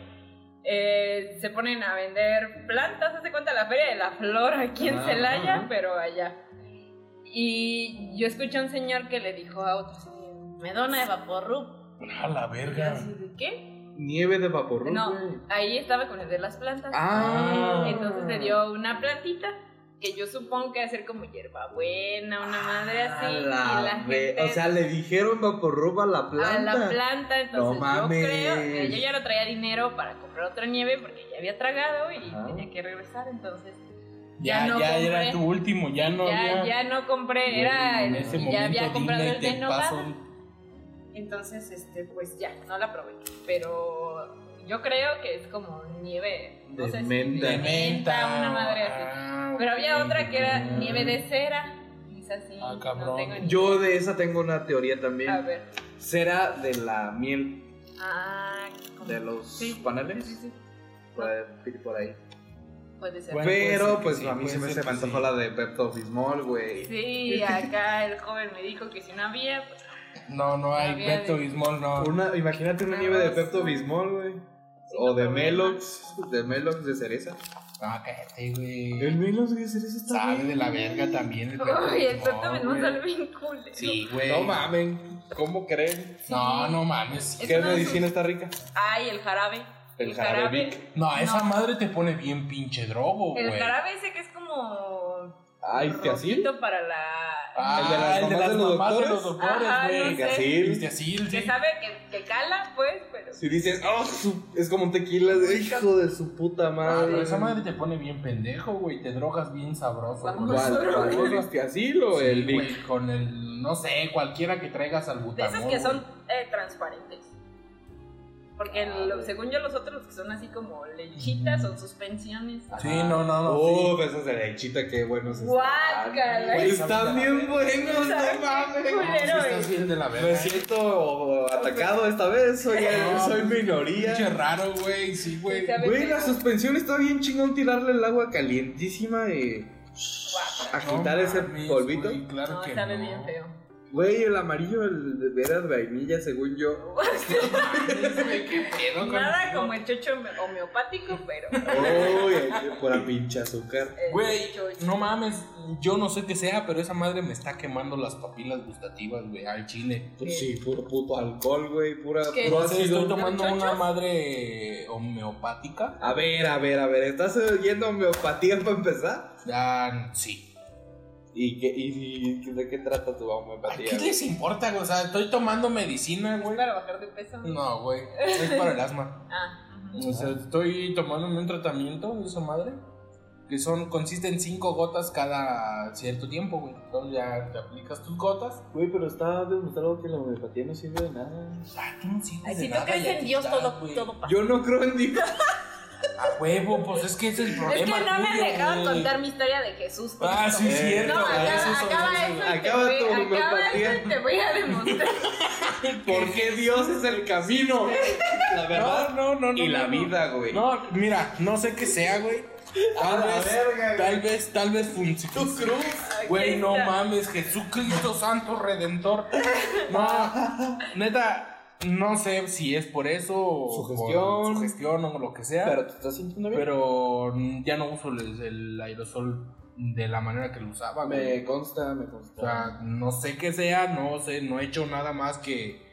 Speaker 3: eh, se ponen a vender plantas, hace cuenta la feria de la flor aquí en
Speaker 7: Ah,
Speaker 3: Celaya,
Speaker 7: ajá.
Speaker 3: pero allá. Y yo escuché a un señor que le dijo a otro señor, Medona de Vaporrup.
Speaker 2: A la
Speaker 3: Y
Speaker 2: verga.
Speaker 3: así de, ¿Qué?
Speaker 1: Ah, Nieve de vapor.
Speaker 3: No, ahí estaba con el de las plantas.
Speaker 1: Ah.
Speaker 3: Entonces le dio una plantita que yo supongo que va a ser como hierbabuena, una madre así. y
Speaker 1: A
Speaker 3: la
Speaker 1: Ah, la ve-
Speaker 3: gente
Speaker 1: O sea, le dijeron vaporruba a la planta.
Speaker 3: a la planta,
Speaker 1: No
Speaker 3: entonces
Speaker 1: mames.
Speaker 3: yo creo, mira, yo ya no traía dinero para comprar otra nieve porque ya había tragado y
Speaker 1: Ajá.
Speaker 3: tenía que regresar, entonces
Speaker 2: Ya,
Speaker 3: Ya no
Speaker 2: ya era
Speaker 3: compré.
Speaker 2: tu último, ya no.
Speaker 3: ya, ya no compré, era
Speaker 2: En
Speaker 3: el,
Speaker 2: ese
Speaker 3: ya
Speaker 2: momento
Speaker 3: había comprado
Speaker 2: digna y
Speaker 3: el de
Speaker 2: te paso
Speaker 3: Novada, entonces este pues ya, no la probé, pero yo creo que es como nieve, no
Speaker 1: De
Speaker 3: sé si-
Speaker 1: menta.
Speaker 2: de
Speaker 3: de menta, una madre así.
Speaker 2: Ah,
Speaker 3: Pero había
Speaker 2: ok.
Speaker 3: otra que era nieve de cera, es así,
Speaker 2: Ah,
Speaker 3: no
Speaker 2: cabrón.
Speaker 3: tengo ni
Speaker 1: Yo de esa tengo una teoría también.
Speaker 3: a ver.
Speaker 1: Será de la miel
Speaker 3: Ah, como-
Speaker 1: de los
Speaker 3: Sí. Sí, sí,
Speaker 1: paneles.
Speaker 3: sí,
Speaker 1: Por, por ahí.
Speaker 3: Puede ser.
Speaker 2: Bueno, puede ser
Speaker 1: Pero
Speaker 2: que
Speaker 1: pues
Speaker 2: sí,
Speaker 1: a mí
Speaker 2: puede
Speaker 1: se me,
Speaker 2: ser
Speaker 1: se me
Speaker 2: que
Speaker 1: antojó
Speaker 2: sí.
Speaker 1: la de Pepto Bismol, güey.
Speaker 3: Sí, acá el joven me dijo que si no había, pues,
Speaker 2: No, no hay.
Speaker 3: Había de-
Speaker 2: Beto Bismol, no.
Speaker 1: Una, imagínate una
Speaker 3: Ah,
Speaker 1: nieve de
Speaker 3: sí.
Speaker 1: Pepto Bismol, güey.
Speaker 3: Sí,
Speaker 1: O
Speaker 3: no
Speaker 1: de
Speaker 3: problema.
Speaker 1: Melox, de Melox de cereza.
Speaker 2: Ah, cállate, güey.
Speaker 1: El Melox de cereza está
Speaker 2: Sabe
Speaker 1: bien.
Speaker 2: de la verga también el Beto
Speaker 3: Uy, el
Speaker 2: Bismol,
Speaker 3: Pepto Bismol
Speaker 2: güey.
Speaker 3: sale bien cool.
Speaker 2: Sí, güey.
Speaker 1: No mamen, ¿cómo creen?
Speaker 2: No, no mames.
Speaker 3: Es
Speaker 1: ¿Qué
Speaker 3: una de sus-
Speaker 1: medicina está rica?
Speaker 3: Ay, el jarabe.
Speaker 1: El jarabe Vic.
Speaker 2: No, esa madre te pone bien pinche drogo, Oh, güey.
Speaker 3: El jarabe ese que es como
Speaker 1: Ay, ¿qué así?
Speaker 3: rojito para la
Speaker 1: El de
Speaker 2: Ah,
Speaker 1: las
Speaker 2: el de
Speaker 1: mamás
Speaker 2: las
Speaker 1: de los
Speaker 2: mamás de los
Speaker 1: doctores.
Speaker 2: doctores,
Speaker 3: Ajá,
Speaker 2: güey.
Speaker 3: no sé.
Speaker 1: Gasil.
Speaker 2: Dice así, sí.
Speaker 3: que sabe que, que cala, pues, pero
Speaker 1: Si dices, "Oh, su-", es como un tequila, de hijo de su puta
Speaker 2: Ah, pero
Speaker 1: madre.
Speaker 2: esa madre te pone bien pendejo, güey. Te drogas bien sabroso.
Speaker 3: Vamos.
Speaker 2: con
Speaker 1: ¿Cuál?
Speaker 2: eso.
Speaker 1: ¿Cuál? ¿El Istiazil o
Speaker 2: Sí,
Speaker 1: este el
Speaker 2: güey,
Speaker 1: Vic?
Speaker 2: con el, no sé, cualquiera que traigas al
Speaker 3: de
Speaker 2: butamol.
Speaker 3: esos que
Speaker 2: güey.
Speaker 3: son eh, transparentes. Porque el-
Speaker 2: Ah,
Speaker 3: según yo los otros los que son así como lechitas o suspensiones.
Speaker 2: Ah, Sí, no, no, no.
Speaker 1: Oh, de esas de lechita, qué buenos están.
Speaker 3: Guácala.
Speaker 1: Güey, Están bien buenos, no
Speaker 3: Saben
Speaker 1: mames.
Speaker 3: qué
Speaker 2: sí. No, sí
Speaker 3: culero,
Speaker 2: estás
Speaker 3: güey.
Speaker 2: bien de la verga.
Speaker 1: Me siento atacado esta vez, soy,
Speaker 2: No,
Speaker 1: soy
Speaker 2: pues, Pinche
Speaker 1: minoría.
Speaker 2: raro, güey. Sí, güey.
Speaker 3: Sí, sabe
Speaker 1: Güey,
Speaker 3: feo.
Speaker 1: la suspensión está bien chingón tirarle el agua calientísima y agitar
Speaker 2: No
Speaker 1: ese
Speaker 2: mames,
Speaker 1: polvito.
Speaker 2: güey, claro
Speaker 3: No,
Speaker 2: que
Speaker 3: sabe
Speaker 2: no.
Speaker 3: bien feo.
Speaker 1: Güey, el amarillo el, de- era de vainilla, según yo.
Speaker 2: Mames, güey, qué pedo con
Speaker 3: Nada
Speaker 2: eso.
Speaker 3: como el chocho homeopático, pero.
Speaker 1: Uy, pura pinche azúcar.
Speaker 3: el
Speaker 2: Güey,
Speaker 3: chocho.
Speaker 2: no mames, yo no sé qué sea, pero esa madre me está quemando las papilas gustativas, güey, al chile.
Speaker 1: Pues sí, puro puto alcohol, güey, pura
Speaker 3: ¿Qué?
Speaker 1: puro
Speaker 2: No sé, estoy
Speaker 1: ácido.
Speaker 2: tomando
Speaker 3: ¿Chochos?
Speaker 2: una madre homeopática.
Speaker 1: A ver, a ver, a ver, ¿estás oyendo homeopatía para empezar?
Speaker 2: Ah, sí.
Speaker 1: ¿Y, qué, y, y de qué trata tu
Speaker 2: ¿A
Speaker 1: homeopatía?
Speaker 2: qué les importa, güey? O sea, estoy tomando medicina, güey.
Speaker 3: Para bajar de peso.
Speaker 2: No, güey, es para el asma.
Speaker 3: Ah, ujú.
Speaker 2: O sea, estoy tomando un tratamiento de esa madre. Que son, consiste en cinco gotas cada cierto tiempo, güey. Entonces ya te aplicas tus gotas.
Speaker 1: Güey, pero está demostrado que la homeopatía no sirve de nada.
Speaker 2: Ah, tú no sientes
Speaker 3: Ay,
Speaker 2: de
Speaker 3: si tú
Speaker 2: nada
Speaker 3: crees
Speaker 2: y
Speaker 3: en
Speaker 2: aquí
Speaker 3: Dios,
Speaker 2: estás,
Speaker 3: todo,
Speaker 2: güey.
Speaker 3: todo pasa.
Speaker 1: Yo no creo en Dios.
Speaker 2: A huevo, pues es que ese es el
Speaker 3: Es
Speaker 2: problema.
Speaker 3: que no me han
Speaker 2: tuyo,
Speaker 3: dejado
Speaker 2: güey.
Speaker 3: contar mi historia de Jesús.
Speaker 2: Ah, sí,
Speaker 1: Eh,
Speaker 2: cierto.
Speaker 3: No,
Speaker 2: güey,
Speaker 3: acaba,
Speaker 2: eso es-
Speaker 3: acaba
Speaker 2: eso es-
Speaker 3: eso. y te
Speaker 1: Acaba
Speaker 3: voy-
Speaker 1: tu
Speaker 3: acaba eso y
Speaker 1: homeopatía.
Speaker 3: te voy a demostrar.
Speaker 1: Porque Dios es el camino. La
Speaker 2: No, no, no, no.
Speaker 1: y la
Speaker 2: no.
Speaker 1: vida, güey. Ah,
Speaker 2: No, mira, no sé qué sea, güey. Tal
Speaker 1: A la
Speaker 2: vez,
Speaker 1: verga, güey.
Speaker 2: tal vez, tal vez
Speaker 1: Tu
Speaker 2: funcione.
Speaker 1: cruz.
Speaker 2: Güey,
Speaker 3: Aquí
Speaker 2: no
Speaker 3: está.
Speaker 2: mames, Jesucristo Santo Redentor. No, neta, no sé si es por eso o
Speaker 1: Sugestión.
Speaker 2: por sugestión o lo que sea.
Speaker 1: Pero te estás sintiendo bien.
Speaker 2: Pero mm, ya no uso el, el aerosol de la manera que lo usaba, güey.
Speaker 1: me consta, me
Speaker 2: O
Speaker 1: consta.
Speaker 2: sea, no sé qué sea, no sé, no he hecho nada más que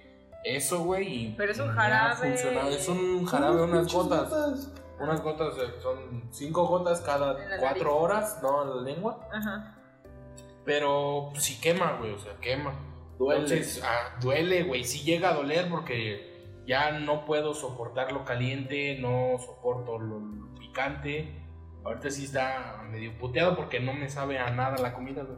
Speaker 2: eso, güey. y
Speaker 3: Pero es un
Speaker 2: me ha
Speaker 3: jarabe.
Speaker 2: funcionado. Es un jarabe, unas
Speaker 1: Pinches
Speaker 2: gotas. Unas gotas, eh, son cinco gotas cada
Speaker 3: En la
Speaker 2: cuatro
Speaker 3: nariz.
Speaker 2: horas, no en la lengua.
Speaker 3: Ajá.
Speaker 2: Pero pues, sí quema, güey, o sea, quema.
Speaker 1: Duele.
Speaker 2: Entonces, ah, duele, güey, sí llega a doler porque ya no puedo soportar lo caliente, no soporto lo picante. Ahorita sí está medio puteado porque no me sabe a nada la comida, güey.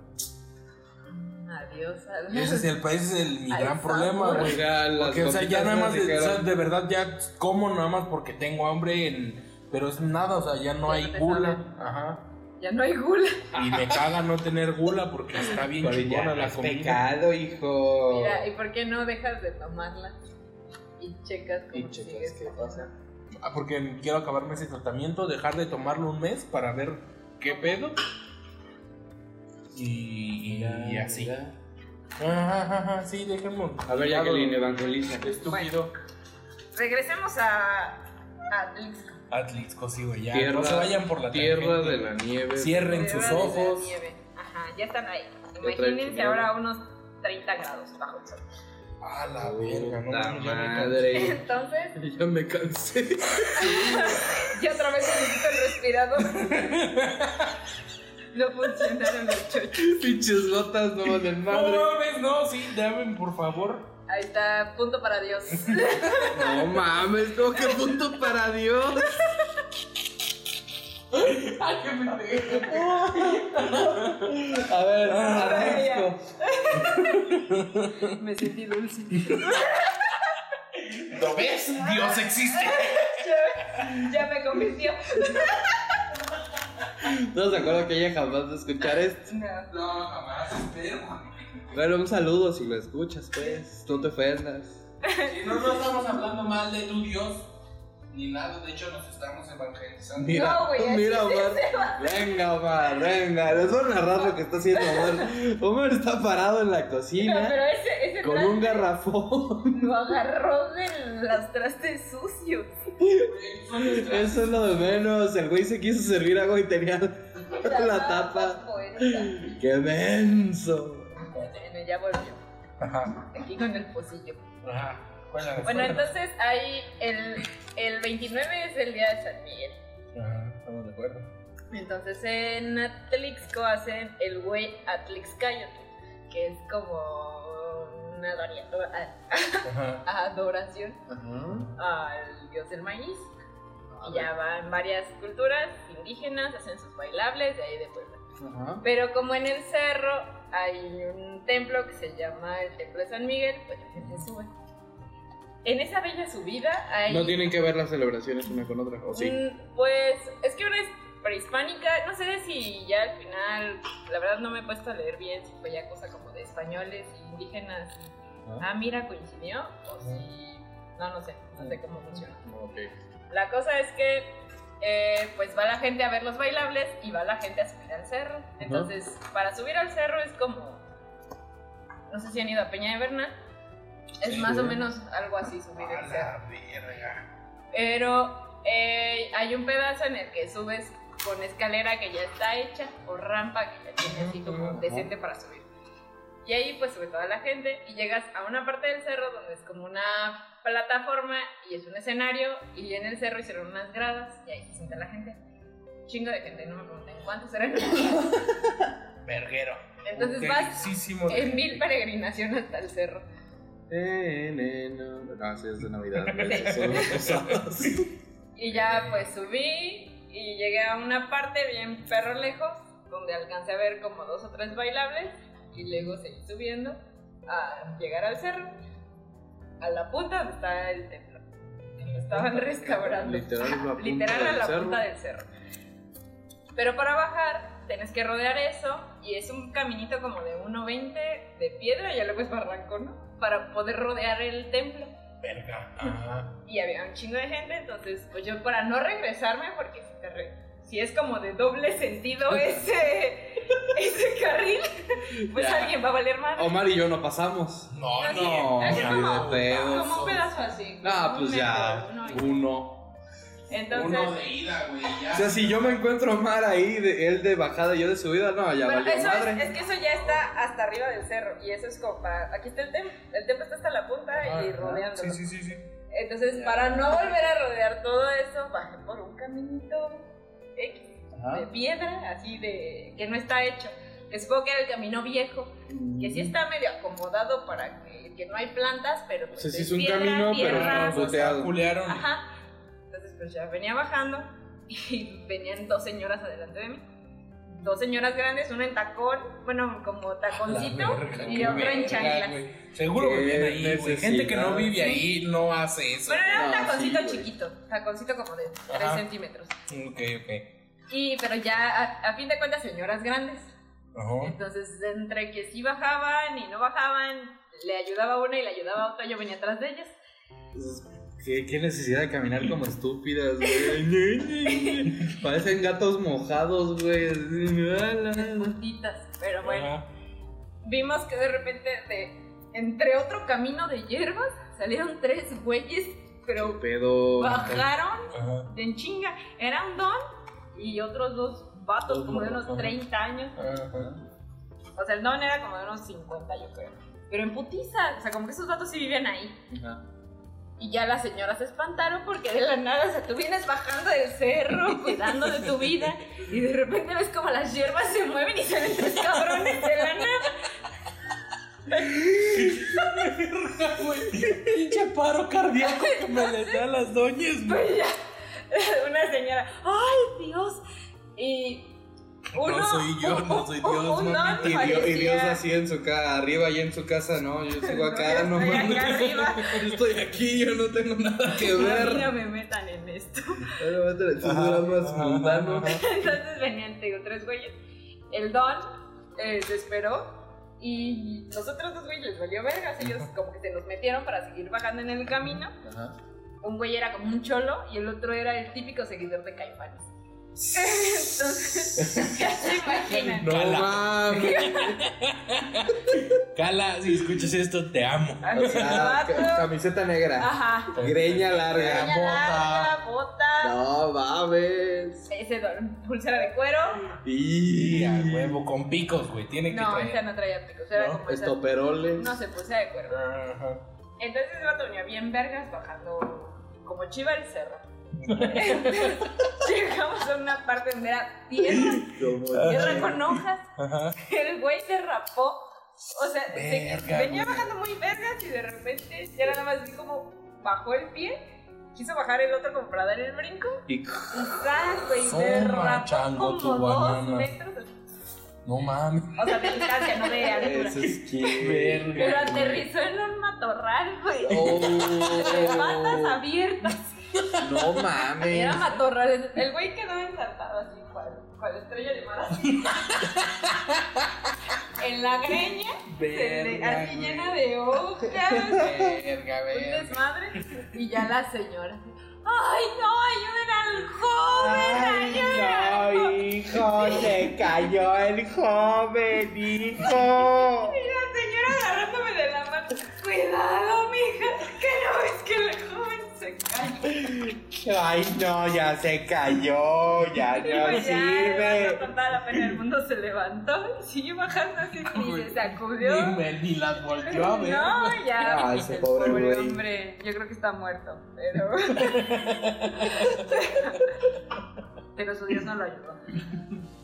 Speaker 3: Mm, Adiós.
Speaker 2: Ese es el país, es el, mi
Speaker 3: Al
Speaker 2: gran
Speaker 3: sabor.
Speaker 2: problema, güey.
Speaker 1: Oiga, Ah, las
Speaker 2: Porque, o sea,
Speaker 1: gotitas
Speaker 2: ya nada
Speaker 1: me
Speaker 2: más, de, o
Speaker 1: dijeron-
Speaker 2: sea, de verdad, ya como nada más porque tengo hambre, en- pero es nada, o sea, ya no
Speaker 3: Ya
Speaker 2: hay
Speaker 3: no te
Speaker 2: gula.
Speaker 3: sabe.
Speaker 2: Ajá.
Speaker 3: Ya no hay gula.
Speaker 2: Y me caga no tener gula porque está bien
Speaker 1: Pero ya
Speaker 2: chingona
Speaker 1: no
Speaker 2: la
Speaker 1: es
Speaker 2: comida.
Speaker 1: pecado, hijo.
Speaker 3: Mira, ¿y por qué no dejas de tomarla? Y checas cómo
Speaker 1: Y checas
Speaker 3: sigues
Speaker 1: qué pasa.
Speaker 2: Ah, Porque quiero acabarme ese tratamiento, dejar de tomarlo un mes para ver qué pedo. Y,
Speaker 1: Mira,
Speaker 2: y así.
Speaker 1: mira.
Speaker 2: Ajá, ajá, ajá, sí, dejemos.
Speaker 1: A ver, Jacqueline, evangeliza.
Speaker 2: Estúpido.
Speaker 8: Regresemos a. a Tlixco.
Speaker 2: Atlixco, sí, güey. Ya.
Speaker 1: Tierra-
Speaker 2: no se vayan por la
Speaker 1: Tierra
Speaker 2: tangente,
Speaker 1: de
Speaker 2: güey.
Speaker 1: la nieve.
Speaker 2: Cierren sus
Speaker 8: Tierra de la
Speaker 2: ojos.
Speaker 8: nieve.
Speaker 3: Ajá, ya están ahí.
Speaker 1: trae
Speaker 3: Imagínense
Speaker 1: chinero.
Speaker 3: ahora a unos 30 grados bajo el sol.
Speaker 2: A la verga, no
Speaker 1: Puta
Speaker 2: mames, ya me cansé.
Speaker 1: madre.
Speaker 8: Entonces,
Speaker 1: Ya me cansé.
Speaker 3: Ya otra vez necesito el respirador. No funcionaron los chochos.
Speaker 1: Pinches notas, no del madre.
Speaker 2: No mames, no, sí, dame por favor.
Speaker 3: Ahí está, punto para Dios.
Speaker 1: No mames, como que punto para Dios. A ver, Atlixco.
Speaker 3: Me sentí dulce.
Speaker 2: ¿Lo ves? Dios existe.
Speaker 3: Ya me convirtió.
Speaker 1: No se acuerda que ella jamás va a escuchar esto.
Speaker 2: No, jamás, espero.
Speaker 1: Bueno, un saludo si lo escuchas, pues. No te ofendas.
Speaker 2: No, no estamos hablando mal de tu Dios ni nada, de hecho nos estamos evangelizando.
Speaker 1: Mira,
Speaker 3: No, güey, así
Speaker 1: mira,
Speaker 3: sí
Speaker 1: Omar. Venga, Omar, venga. Les voy a narrar lo que está haciendo Omar. Omar está parado en la
Speaker 3: No,
Speaker 1: cocina
Speaker 3: pero ese, ese
Speaker 1: con un garrafón.
Speaker 3: lo agarró de las trastes sucios.
Speaker 1: Eso es lo de menos. El güey se quiso servir agua y tenía la tapa.
Speaker 3: poética.
Speaker 1: ¡Qué menso!
Speaker 3: Bueno, ya volvió.
Speaker 2: Ajá,
Speaker 3: Aquí con el pocillo.
Speaker 2: ajá. Cuéntanos,
Speaker 3: Bueno,
Speaker 2: cuéntanos.
Speaker 3: entonces ahí el, el 29 es el día de San Miguel.
Speaker 2: Ajá, estamos de acuerdo.
Speaker 3: Entonces en Atlixco hacen el güey Atlixcayo, que es como una adoria- a-
Speaker 2: Ajá.
Speaker 3: adoración al dios del maíz. Y ya van varias culturas indígenas, hacen sus bailables de ahí de Puebla.
Speaker 1: Ajá.
Speaker 3: Pero como en el cerro hay un templo que se llama el Templo de San Miguel, pues la gente sube. En esa bella subida hay...
Speaker 1: No tienen que ver las celebraciones una con otra, ¿o sí?
Speaker 3: Mm, Pues es que una es prehispánica, no sé si ya al final, la verdad no me he puesto a leer bien si fue ya cosa como de españoles e indígenas.
Speaker 1: Ah.
Speaker 3: Ah, mira, coincidió, o si. No, no sé, no sé cómo funciona.
Speaker 1: Ok.
Speaker 3: La cosa es que, eh, pues va la gente a ver los bailables y va la gente a subir al cerro. Entonces, para subir al cerro es como. No sé si han ido a Peña de Bernal. Es
Speaker 2: Sí,
Speaker 3: más o
Speaker 2: güey.
Speaker 3: menos algo así subir
Speaker 2: A
Speaker 3: al cerro.
Speaker 2: Ah, la verga.
Speaker 3: Pero eh, hay un pedazo en el que subes con escalera que ya está hecha o rampa que ya tiene así como
Speaker 2: Ujú.
Speaker 3: decente para subir. Y ahí pues sube toda la gente y llegas a una parte del cerro donde es como una plataforma y es un escenario y en el cerro hicieron unas gradas y ahí se sienta la gente. Chingo de gente, no me pregunten cuántos eran.
Speaker 2: Verguero.
Speaker 3: Entonces
Speaker 2: Un
Speaker 3: vas
Speaker 2: felicísimo de-
Speaker 3: En mil peregrinación hasta el cerro.
Speaker 1: Eh, neno. No, sí, es de Navidad. güey, Son los rosados.
Speaker 3: Y ya pues subí y llegué a una parte bien perro lejos, donde alcancé a ver como dos o tres bailables y luego seguí subiendo a llegar al cerro, a la punta donde está el templo. Lo estaban restaurando.
Speaker 1: Literal, la punta
Speaker 3: Literal a
Speaker 1: del
Speaker 3: la
Speaker 1: cerro.
Speaker 3: punta del cerro. Pero para bajar tenés que rodear eso y es un caminito como de 1.20 de piedra, ya luego es barranco, ¿no? Para poder rodear el templo
Speaker 2: Verga. Ajá.
Speaker 3: y había un chingo de gente, entonces pues yo para no regresarme, porque si, te re- si es como de doble sentido ese, ese carril, pues
Speaker 1: Ya. Oh,
Speaker 3: alguien va a valer más.
Speaker 1: Omar y yo no pasamos.
Speaker 2: No,
Speaker 3: Así,
Speaker 2: no.
Speaker 3: así
Speaker 2: ya.
Speaker 1: ni
Speaker 3: como,
Speaker 1: de pedo.
Speaker 3: Ah, como un pedazo así.
Speaker 1: Ah,
Speaker 3: un
Speaker 1: pues
Speaker 3: metro,
Speaker 1: ya.
Speaker 3: uno y-
Speaker 1: Uno.
Speaker 3: Entonces,
Speaker 2: Uno de ida, güey. Ya.
Speaker 1: O sea, si yo me encuentro a Omar ahí, de- él de bajada y yo de subida, no, ya
Speaker 3: bueno,
Speaker 1: valió
Speaker 3: eso es,
Speaker 1: madre.
Speaker 3: es que eso ya está hasta arriba del cerro y eso es como para, aquí está el templo, el templo está hasta la punta
Speaker 1: Ah,
Speaker 3: y
Speaker 2: Ajá.
Speaker 3: rodeándolo.
Speaker 2: Sí, sí, sí, sí.
Speaker 3: Entonces, para no volver a rodear todo eso, bajé por un caminito X. de piedra, así de que no está hecho. Que supongo que era el camino viejo, que sí está medio acomodado para que, que no hay plantas, pero
Speaker 1: O
Speaker 3: pues
Speaker 1: sea, sí
Speaker 3: de
Speaker 1: es un
Speaker 3: piedra,
Speaker 1: camino, pero pues,
Speaker 3: tierra. pues,
Speaker 1: está puteado.
Speaker 2: Culearon.
Speaker 3: Ajá. Entonces pues ya venía bajando y venían dos señoras adelante de mí. Dos señoras grandes, una en tacón, bueno, como taconcito y
Speaker 2: Qué
Speaker 3: otra en
Speaker 2: verga,
Speaker 3: chanclas.
Speaker 2: güey. Seguro
Speaker 1: Qué
Speaker 2: que viene ahí, güey. Gente que no
Speaker 1: necesidad.
Speaker 2: vive ahí no hace eso.
Speaker 3: Bueno, era un
Speaker 1: No, sí,
Speaker 3: taconcito
Speaker 1: güey.
Speaker 3: chiquito, taconcito como de 3
Speaker 2: Ajá.
Speaker 3: centímetros.
Speaker 2: Ok, ok.
Speaker 3: Y pero ya, a- a fin de cuentas, señoras grandes.
Speaker 2: Ajá.
Speaker 3: Entonces, entre que sí bajaban y no bajaban, le ayudaba una y le ayudaba otra, yo venía atrás de ellas.
Speaker 1: ¿Qué, qué necesidad de caminar como estúpidas, güey. Parecen gatos mojados, güey.
Speaker 3: Juntitas, pero bueno.
Speaker 2: Ajá.
Speaker 3: Vimos que de repente, de, entre otro camino de hierbas, salieron tres güeyes pero
Speaker 1: ¿Qué pedo?
Speaker 3: bajaron
Speaker 2: Ajá.
Speaker 3: de en chinga. Era un don y otros dos vatos
Speaker 1: Dos
Speaker 3: como de unos
Speaker 2: morros,
Speaker 3: 30 años.
Speaker 2: Ajá.
Speaker 3: O sea, el don era como de unos 50, yo creo. Pero en putiza, o sea, como que esos vatos sí vivían ahí.
Speaker 1: Ajá.
Speaker 3: Y ya las señoras se espantaron porque de la nada, o sea, tú vienes bajando del cerro, cuidando de tu vida, y de repente ves como las hierbas se mueven y salen tres cabrones de la nada.
Speaker 2: Güey, Pinche paro cardíaco que me les da a las doñas, güey.
Speaker 3: Pues ya, una señora, ¡ay, Dios! Y uno...
Speaker 1: no soy yo, no soy
Speaker 3: un-
Speaker 1: Dios,
Speaker 3: un
Speaker 1: no,
Speaker 3: don
Speaker 1: y, Dios, y
Speaker 3: parecía-
Speaker 1: Dios así en su casa, arriba y en su casa, no, yo sigo acá, no,
Speaker 3: No, yo estoy
Speaker 1: mames.
Speaker 3: aquí arriba.
Speaker 1: Yo estoy aquí, yo no tengo nada que
Speaker 3: A mí
Speaker 1: ver.
Speaker 3: no me metan en esto.
Speaker 1: Ahora va a tener sus dramas mundanos.
Speaker 3: Entonces venían, te digo, tres güeyes. El don eh, se esperó y los otros dos güeyes les valió vergas. Ellos como que se los metieron para seguir bajando en el camino. Un güey era como un cholo y el otro era el típico seguidor de Caifanes. Entonces, ya se imaginan.
Speaker 1: No
Speaker 2: Cala.
Speaker 1: mames.
Speaker 2: Cala, si escuchas esto, te amo.
Speaker 1: O sea, ca-
Speaker 3: Ah, Vato,
Speaker 1: camiseta negra,
Speaker 3: Ajá.
Speaker 1: greña larga.
Speaker 3: Greña larga, bota.
Speaker 1: No mames.
Speaker 3: Ese don, pulsera de cuero.
Speaker 1: Y
Speaker 2: Sí, a huevo, con picos, güey. Tiene que
Speaker 3: No, esa
Speaker 2: traer.
Speaker 3: no traía picos. Era
Speaker 2: No,
Speaker 3: como esas-
Speaker 1: estoperoles.
Speaker 3: No sé, pulsera de cuero.
Speaker 2: Ajá.
Speaker 3: Entonces el vato venía bien vergas bajando como chiva el cerro. Llegamos a una parte donde era tierra,
Speaker 1: Como-
Speaker 3: tierra con hojas.
Speaker 2: Ajá.
Speaker 3: El güey se rapó. O sea, se-
Speaker 2: Verga,
Speaker 3: venía
Speaker 2: güey.
Speaker 3: bajando muy vergas y de repente ya nada más vi como bajó el pie. Quiso bajar el otro como para dar el brinco.
Speaker 1: Y-
Speaker 3: Y ¡zas, güey! Se
Speaker 2: Toma,
Speaker 3: rapó
Speaker 2: chango,
Speaker 3: como
Speaker 2: tu
Speaker 3: dos
Speaker 2: banana.
Speaker 3: metros.
Speaker 2: No mames.
Speaker 3: O sea, de distancia, no de altura.
Speaker 1: Eso es que.
Speaker 2: Verga.
Speaker 3: Pero
Speaker 2: güey.
Speaker 3: aterrizó en un matorral, güey.
Speaker 1: Oh.
Speaker 3: De patas abiertas.
Speaker 1: No
Speaker 3: Era
Speaker 1: mames.
Speaker 3: matorral. El güey quedó ensartado así, cual, cual estrella de mar. así. en la greña, se le-
Speaker 2: Verga,
Speaker 3: así
Speaker 2: güey.
Speaker 3: llena de hojas.
Speaker 2: Verga,
Speaker 3: un
Speaker 2: verga.
Speaker 3: desmadre. Y ya la señora. ¡Ay, no! ¡Ayuden al joven! ¡Ayuden! al joven".
Speaker 1: hijo, se cayó el joven, hijo.
Speaker 3: Y la señora agarrándome de la mano. ¡Cuidado, mija! Que no ves que el joven se cae.
Speaker 1: Ay, no, ya se cayó, ya
Speaker 3: Y pues ya, el vato con toda la pena del mundo se levantó y siguió bajando así y se sacudió.
Speaker 2: Ni, me- ni las volteó a ver.
Speaker 3: No, ya.
Speaker 1: Ah, ese pobre güey.
Speaker 3: hombre. Yo creo que está muerto, pero. pero su Dios no lo ayudó.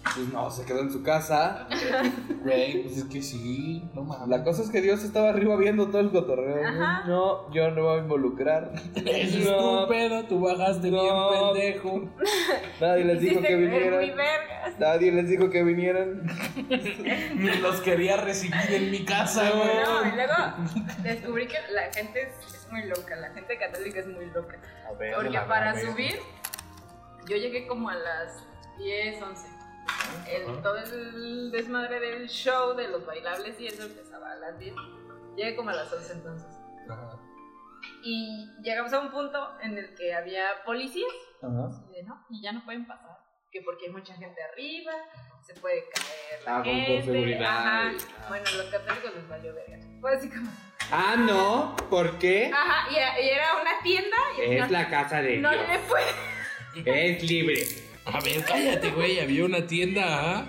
Speaker 1: Pues no, se quedó en su casa.
Speaker 2: Güey, pues es que sí. No mames.
Speaker 1: La cosa es que Dios estaba arriba viendo todo el cotorreo.
Speaker 3: Ajá.
Speaker 1: No, yo no me voy a involucrar.
Speaker 2: Es
Speaker 1: No.
Speaker 2: tu pedo, tú bajaste
Speaker 1: No.
Speaker 2: bien pendejo.
Speaker 1: Nadie les dijo
Speaker 3: Hiciste
Speaker 1: que
Speaker 3: creer muy
Speaker 1: vinieran.
Speaker 3: vergas.
Speaker 1: Nadie les dijo que vinieran.
Speaker 2: Ni los quería recibir en mi casa,
Speaker 1: Ah,
Speaker 2: güey.
Speaker 3: No, y luego descubrí que la gente es, es muy loca, la gente católica es muy loca.
Speaker 1: A ver,
Speaker 3: Porque
Speaker 1: la
Speaker 3: para
Speaker 1: verga.
Speaker 3: subir, yo llegué como a las 10, 11. El, todo el desmadre del show, de los bailables y eso empezaba a las 10. Llegué como a las 11 entonces. Y llegamos a un punto en el que había policías. Y de, no, y ya no pueden pasar. Que porque hay mucha gente arriba, se puede caer la
Speaker 1: Ah, con- con
Speaker 3: gente.
Speaker 1: seguridad.
Speaker 3: Ajá.
Speaker 1: Ah.
Speaker 3: Bueno, los católicos les valió verga. Fue así como.
Speaker 1: Ah, no, ¿por qué?
Speaker 3: Ajá, y, y era una tienda y Ah, no,
Speaker 1: Es la casa de
Speaker 3: no
Speaker 1: Dios.
Speaker 3: le fue.
Speaker 1: Es libre.
Speaker 2: A ver, cállate, güey. Había una tienda, ¿ah?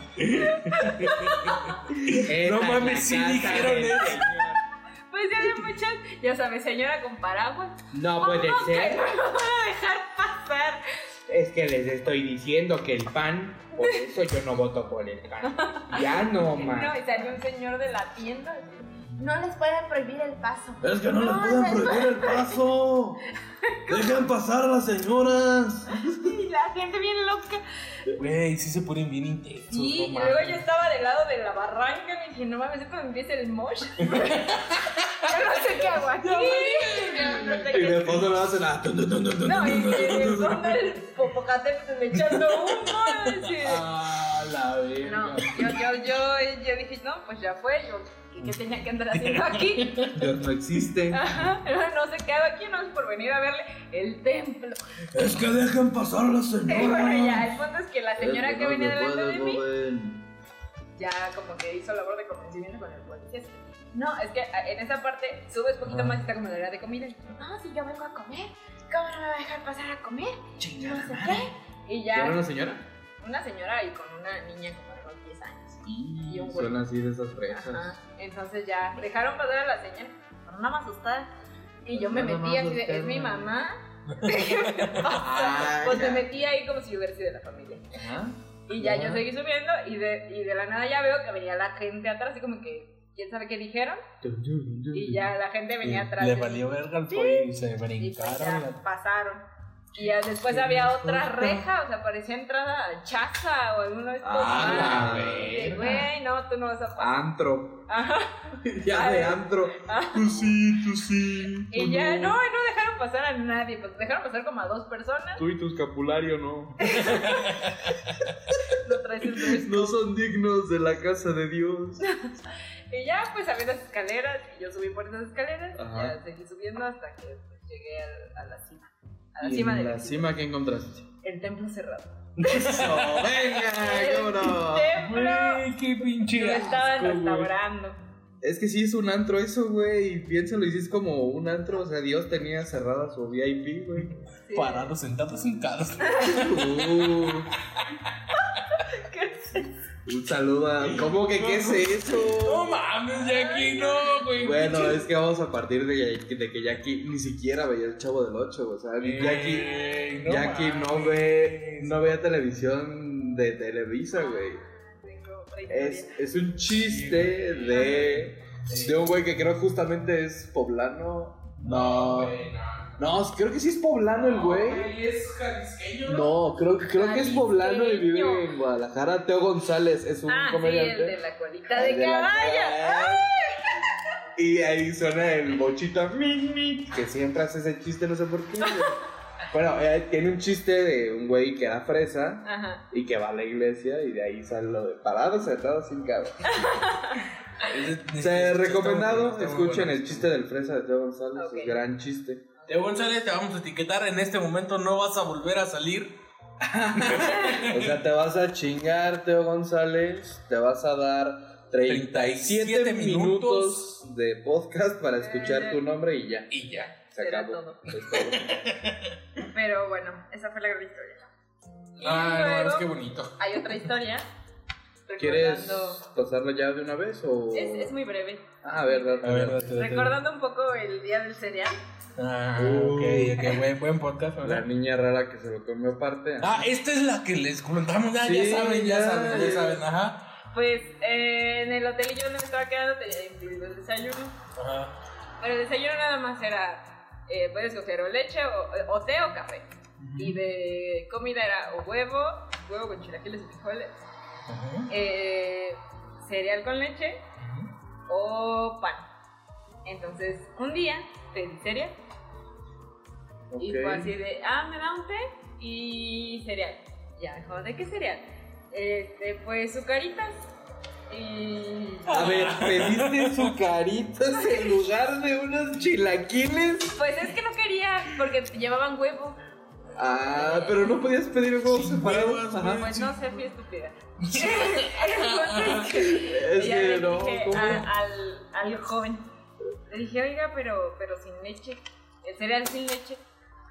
Speaker 1: Esta
Speaker 2: No
Speaker 1: es
Speaker 2: mames,
Speaker 1: la
Speaker 2: sí
Speaker 1: casa
Speaker 2: dijeron
Speaker 1: del
Speaker 2: eso.
Speaker 1: Señor.
Speaker 3: Pues ya había muchas, ya sabes, señora con paraguas.
Speaker 1: No puede
Speaker 3: ¿Cómo que
Speaker 1: ser.
Speaker 3: No lo van a dejar pasar.
Speaker 1: Es que les estoy diciendo que el pan, por eso yo no voto por el pan. Ya no
Speaker 3: No,
Speaker 1: más.
Speaker 3: y salió un señor de la tienda. No les pueden prohibir el paso.
Speaker 1: ¿Eh?
Speaker 9: Es que no les
Speaker 3: No,
Speaker 9: pueden
Speaker 3: no, no.
Speaker 9: prohibir el paso. Dejen pasar a las señoras.
Speaker 3: Y la gente bien loca.
Speaker 2: Güey, sí se ponen bien intensos.
Speaker 3: Sí, y
Speaker 2: no
Speaker 3: luego
Speaker 2: mames.
Speaker 3: yo estaba del lado de la barranca y dije, no mames, esto me empieza el mosh. yo no sé qué hago aquí. No, no sé
Speaker 9: Y de
Speaker 3: qué-
Speaker 9: fondo le hacen la. tun, tun, tun, tun, tun,
Speaker 3: No, y
Speaker 9: tun,
Speaker 3: de-
Speaker 9: tun,
Speaker 3: de
Speaker 9: tun, tun.
Speaker 3: fondo el popocatépetl me echando humo. así de-
Speaker 1: Ah, la
Speaker 3: No, yo, yo, yo, yo dije, no, pues ya fue, yo, ¿qué, qué tenía que andar haciendo aquí?
Speaker 1: Dios no existe.
Speaker 3: Ajá, no sé qué hago aquí, no es por venir a verle el templo.
Speaker 9: Es que dejen pasar a las
Speaker 3: Y bueno, ya,
Speaker 9: señoras.
Speaker 3: el punto es que la señora
Speaker 9: Es
Speaker 3: que
Speaker 9: no
Speaker 3: venía
Speaker 9: se
Speaker 3: delante
Speaker 9: puede,
Speaker 3: de mí,
Speaker 9: joven.
Speaker 3: ya como que hizo labor de convencimiento con el policía. así, ah, No, es que a- en esa parte subes poquito más y está como la hora de comida. No, si yo vengo a comer. ¿cómo no me va a dejar pasar a comer? No
Speaker 10: Chingada
Speaker 3: sé
Speaker 10: madre.
Speaker 3: qué. Y
Speaker 1: ¿Era
Speaker 3: ya,
Speaker 1: una señora?
Speaker 3: una señora y con una niña como de unos 10 años. Y un güey.
Speaker 1: Son así de esas
Speaker 3: Ajá.
Speaker 1: fresas.
Speaker 3: Entonces ya dejaron pasar a la señora. Pero nada más asustada. Y yo me
Speaker 1: Nada
Speaker 3: metí
Speaker 1: más
Speaker 3: así de, es
Speaker 1: asustada.
Speaker 3: mi mamá. Déjeme pasar. Pues me metí ahí como si yo hubiera sido de la familia.
Speaker 1: Ajá.
Speaker 3: Y ya
Speaker 1: Ajá.
Speaker 3: yo seguí subiendo y de, y de la nada ya veo que venía la gente atrás, así como que, quién sabe qué dijeron. Y ya la gente venía atrás.
Speaker 2: Le
Speaker 3: de mí.
Speaker 2: valió verga al pollo y se
Speaker 3: Y pues ya
Speaker 2: brincaron.
Speaker 3: pasaron. Y ya después había otra reja, o sea, parecía entrada a chaza o alguno de estos.
Speaker 1: Ah,
Speaker 3: Ah,
Speaker 1: la
Speaker 3: de,
Speaker 1: verga. Ah,
Speaker 3: Güey, no, tú no vas a pasar.
Speaker 1: Antro.
Speaker 3: Ajá.
Speaker 1: Ya de antro. Tú sí, tú sí.
Speaker 3: Y
Speaker 1: tú
Speaker 3: ya, no, y no dejaron pasar a nadie, pues dejaron pasar como a dos personas.
Speaker 1: Tú y tu escapulario no.
Speaker 3: Lo traes en tu-
Speaker 1: No son dignos de la casa de Dios.
Speaker 3: Y ya, pues había las escaleras, y yo subí por esas escaleras,
Speaker 1: Ajá.
Speaker 3: y ya seguí subiendo hasta que pues, llegué al- a, la cima. A la
Speaker 1: ¿Y
Speaker 3: cima
Speaker 1: en
Speaker 3: del
Speaker 1: la cima que encontraste.
Speaker 3: el templo cerrado.
Speaker 1: Eso, venga, cómo no.
Speaker 3: templo
Speaker 2: Güey, qué pinche.
Speaker 3: que lo estaban
Speaker 2: asco, güey.
Speaker 3: restaurando.
Speaker 1: Es que sí es un antro eso, güey. Y piénsalo, y sí es como un antro. O sea, Dios tenía cerrada su VIP, güey.
Speaker 3: Sí.
Speaker 2: Parados, sentados, sentados.
Speaker 1: Uh,
Speaker 3: ¿Qué es eso?
Speaker 1: un saludo a. ¿Cómo que qué es
Speaker 2: No
Speaker 1: eso?
Speaker 2: mames, Jackie, no, güey.
Speaker 1: Bueno,
Speaker 2: Pinche-
Speaker 1: es que vamos a partir de, de que Jackie ni siquiera veía el chavo del 8. O sea, Jackie,
Speaker 2: Güey,
Speaker 1: Jackie no
Speaker 2: mames.
Speaker 1: ve. No veía televisión de Televisa, güey.
Speaker 3: Tengo otra historia.
Speaker 1: Es, es un chiste de, de un güey que creo justamente es poblano. No. No, creo que sí es poblano el Ah. güey.
Speaker 2: ¿Es jalisqueño?
Speaker 1: No, creo, creo que es poblano y vive
Speaker 3: Jalisqueño.
Speaker 1: en Guadalajara. Teo González es un
Speaker 3: ah, sí, el
Speaker 1: comediante.
Speaker 3: de la colita de,
Speaker 1: El de la-
Speaker 3: caballo.
Speaker 1: Y ahí suena el bochita "Min, min", que siempre hace ese chiste, no sé por qué. güey. Bueno, eh, tiene un chiste de un güey que era fresa
Speaker 3: Ah. Ajá.
Speaker 1: y que va a la iglesia y de ahí sale lo de parado, sentado, sin cabo. Se recomendado, escuchen el chiste del fresa de Teo González,
Speaker 3: Ok.
Speaker 1: es gran chiste.
Speaker 2: De González te vamos a etiquetar. En este momento no vas a volver a salir.
Speaker 1: O sea, te vas a chingar, Teo González, te vas a dar 37,
Speaker 2: 37
Speaker 1: minutos de podcast para escuchar tu nombre y ya,
Speaker 2: Y ya.
Speaker 1: se
Speaker 3: Eh, Será
Speaker 1: acabó.
Speaker 3: todo.
Speaker 1: Es todo.
Speaker 3: Pero bueno, esa fue la gran historia. Y
Speaker 2: Ah, no,
Speaker 3: luego
Speaker 2: es que bonito.
Speaker 3: hay otra historia.
Speaker 1: ¿Quieres
Speaker 3: Recordando.
Speaker 1: pasarla ya de una vez o...?
Speaker 3: Es, es muy breve.
Speaker 1: Ah, verdad.
Speaker 3: Recordando un poco el día del cereal.
Speaker 2: Ah,
Speaker 1: Uh.
Speaker 2: ok, ok, buen, buen podcast. ¿verdad?
Speaker 1: La niña rara que se lo comió aparte.
Speaker 2: Ah, esta es la que les comentamos. Ya, ya
Speaker 1: Sí,
Speaker 2: saben, ya,
Speaker 1: ya.
Speaker 2: saben, ya saben. Ajá.
Speaker 3: Pues eh, en el hotelillo donde me estaba quedando tenía incluido el desayuno.
Speaker 2: Ajá.
Speaker 3: Pero el desayuno nada más era, eh, puedes coger o leche o, o té o café. Y de comida era o huevo, huevo con chilaquiles y frijoles,
Speaker 2: Ajá.
Speaker 3: eh, cereal con leche o pan. Entonces un día pedí cereal
Speaker 1: Ok.
Speaker 3: Y fue así de, ah, me da un té y cereal. Ya, dijo, ¿de qué cereal? Este, pues sucaritas. Y.
Speaker 1: A ver, pediste su caritas en lugar de unos chilaquiles.
Speaker 3: Pues es que no quería, porque llevaban huevo.
Speaker 1: Ah, pero no podías pedir un huevo
Speaker 2: Sin
Speaker 1: separado.
Speaker 2: huevos,
Speaker 1: Ajá.
Speaker 3: Pues no sé, fui estúpida. Entonces,
Speaker 1: Es
Speaker 3: ya le
Speaker 1: que no,
Speaker 3: dije "Ah,
Speaker 1: ¿cómo?
Speaker 3: a- al, al joven. Le dije, oiga, pero, pero sin leche. El cereal sin leche.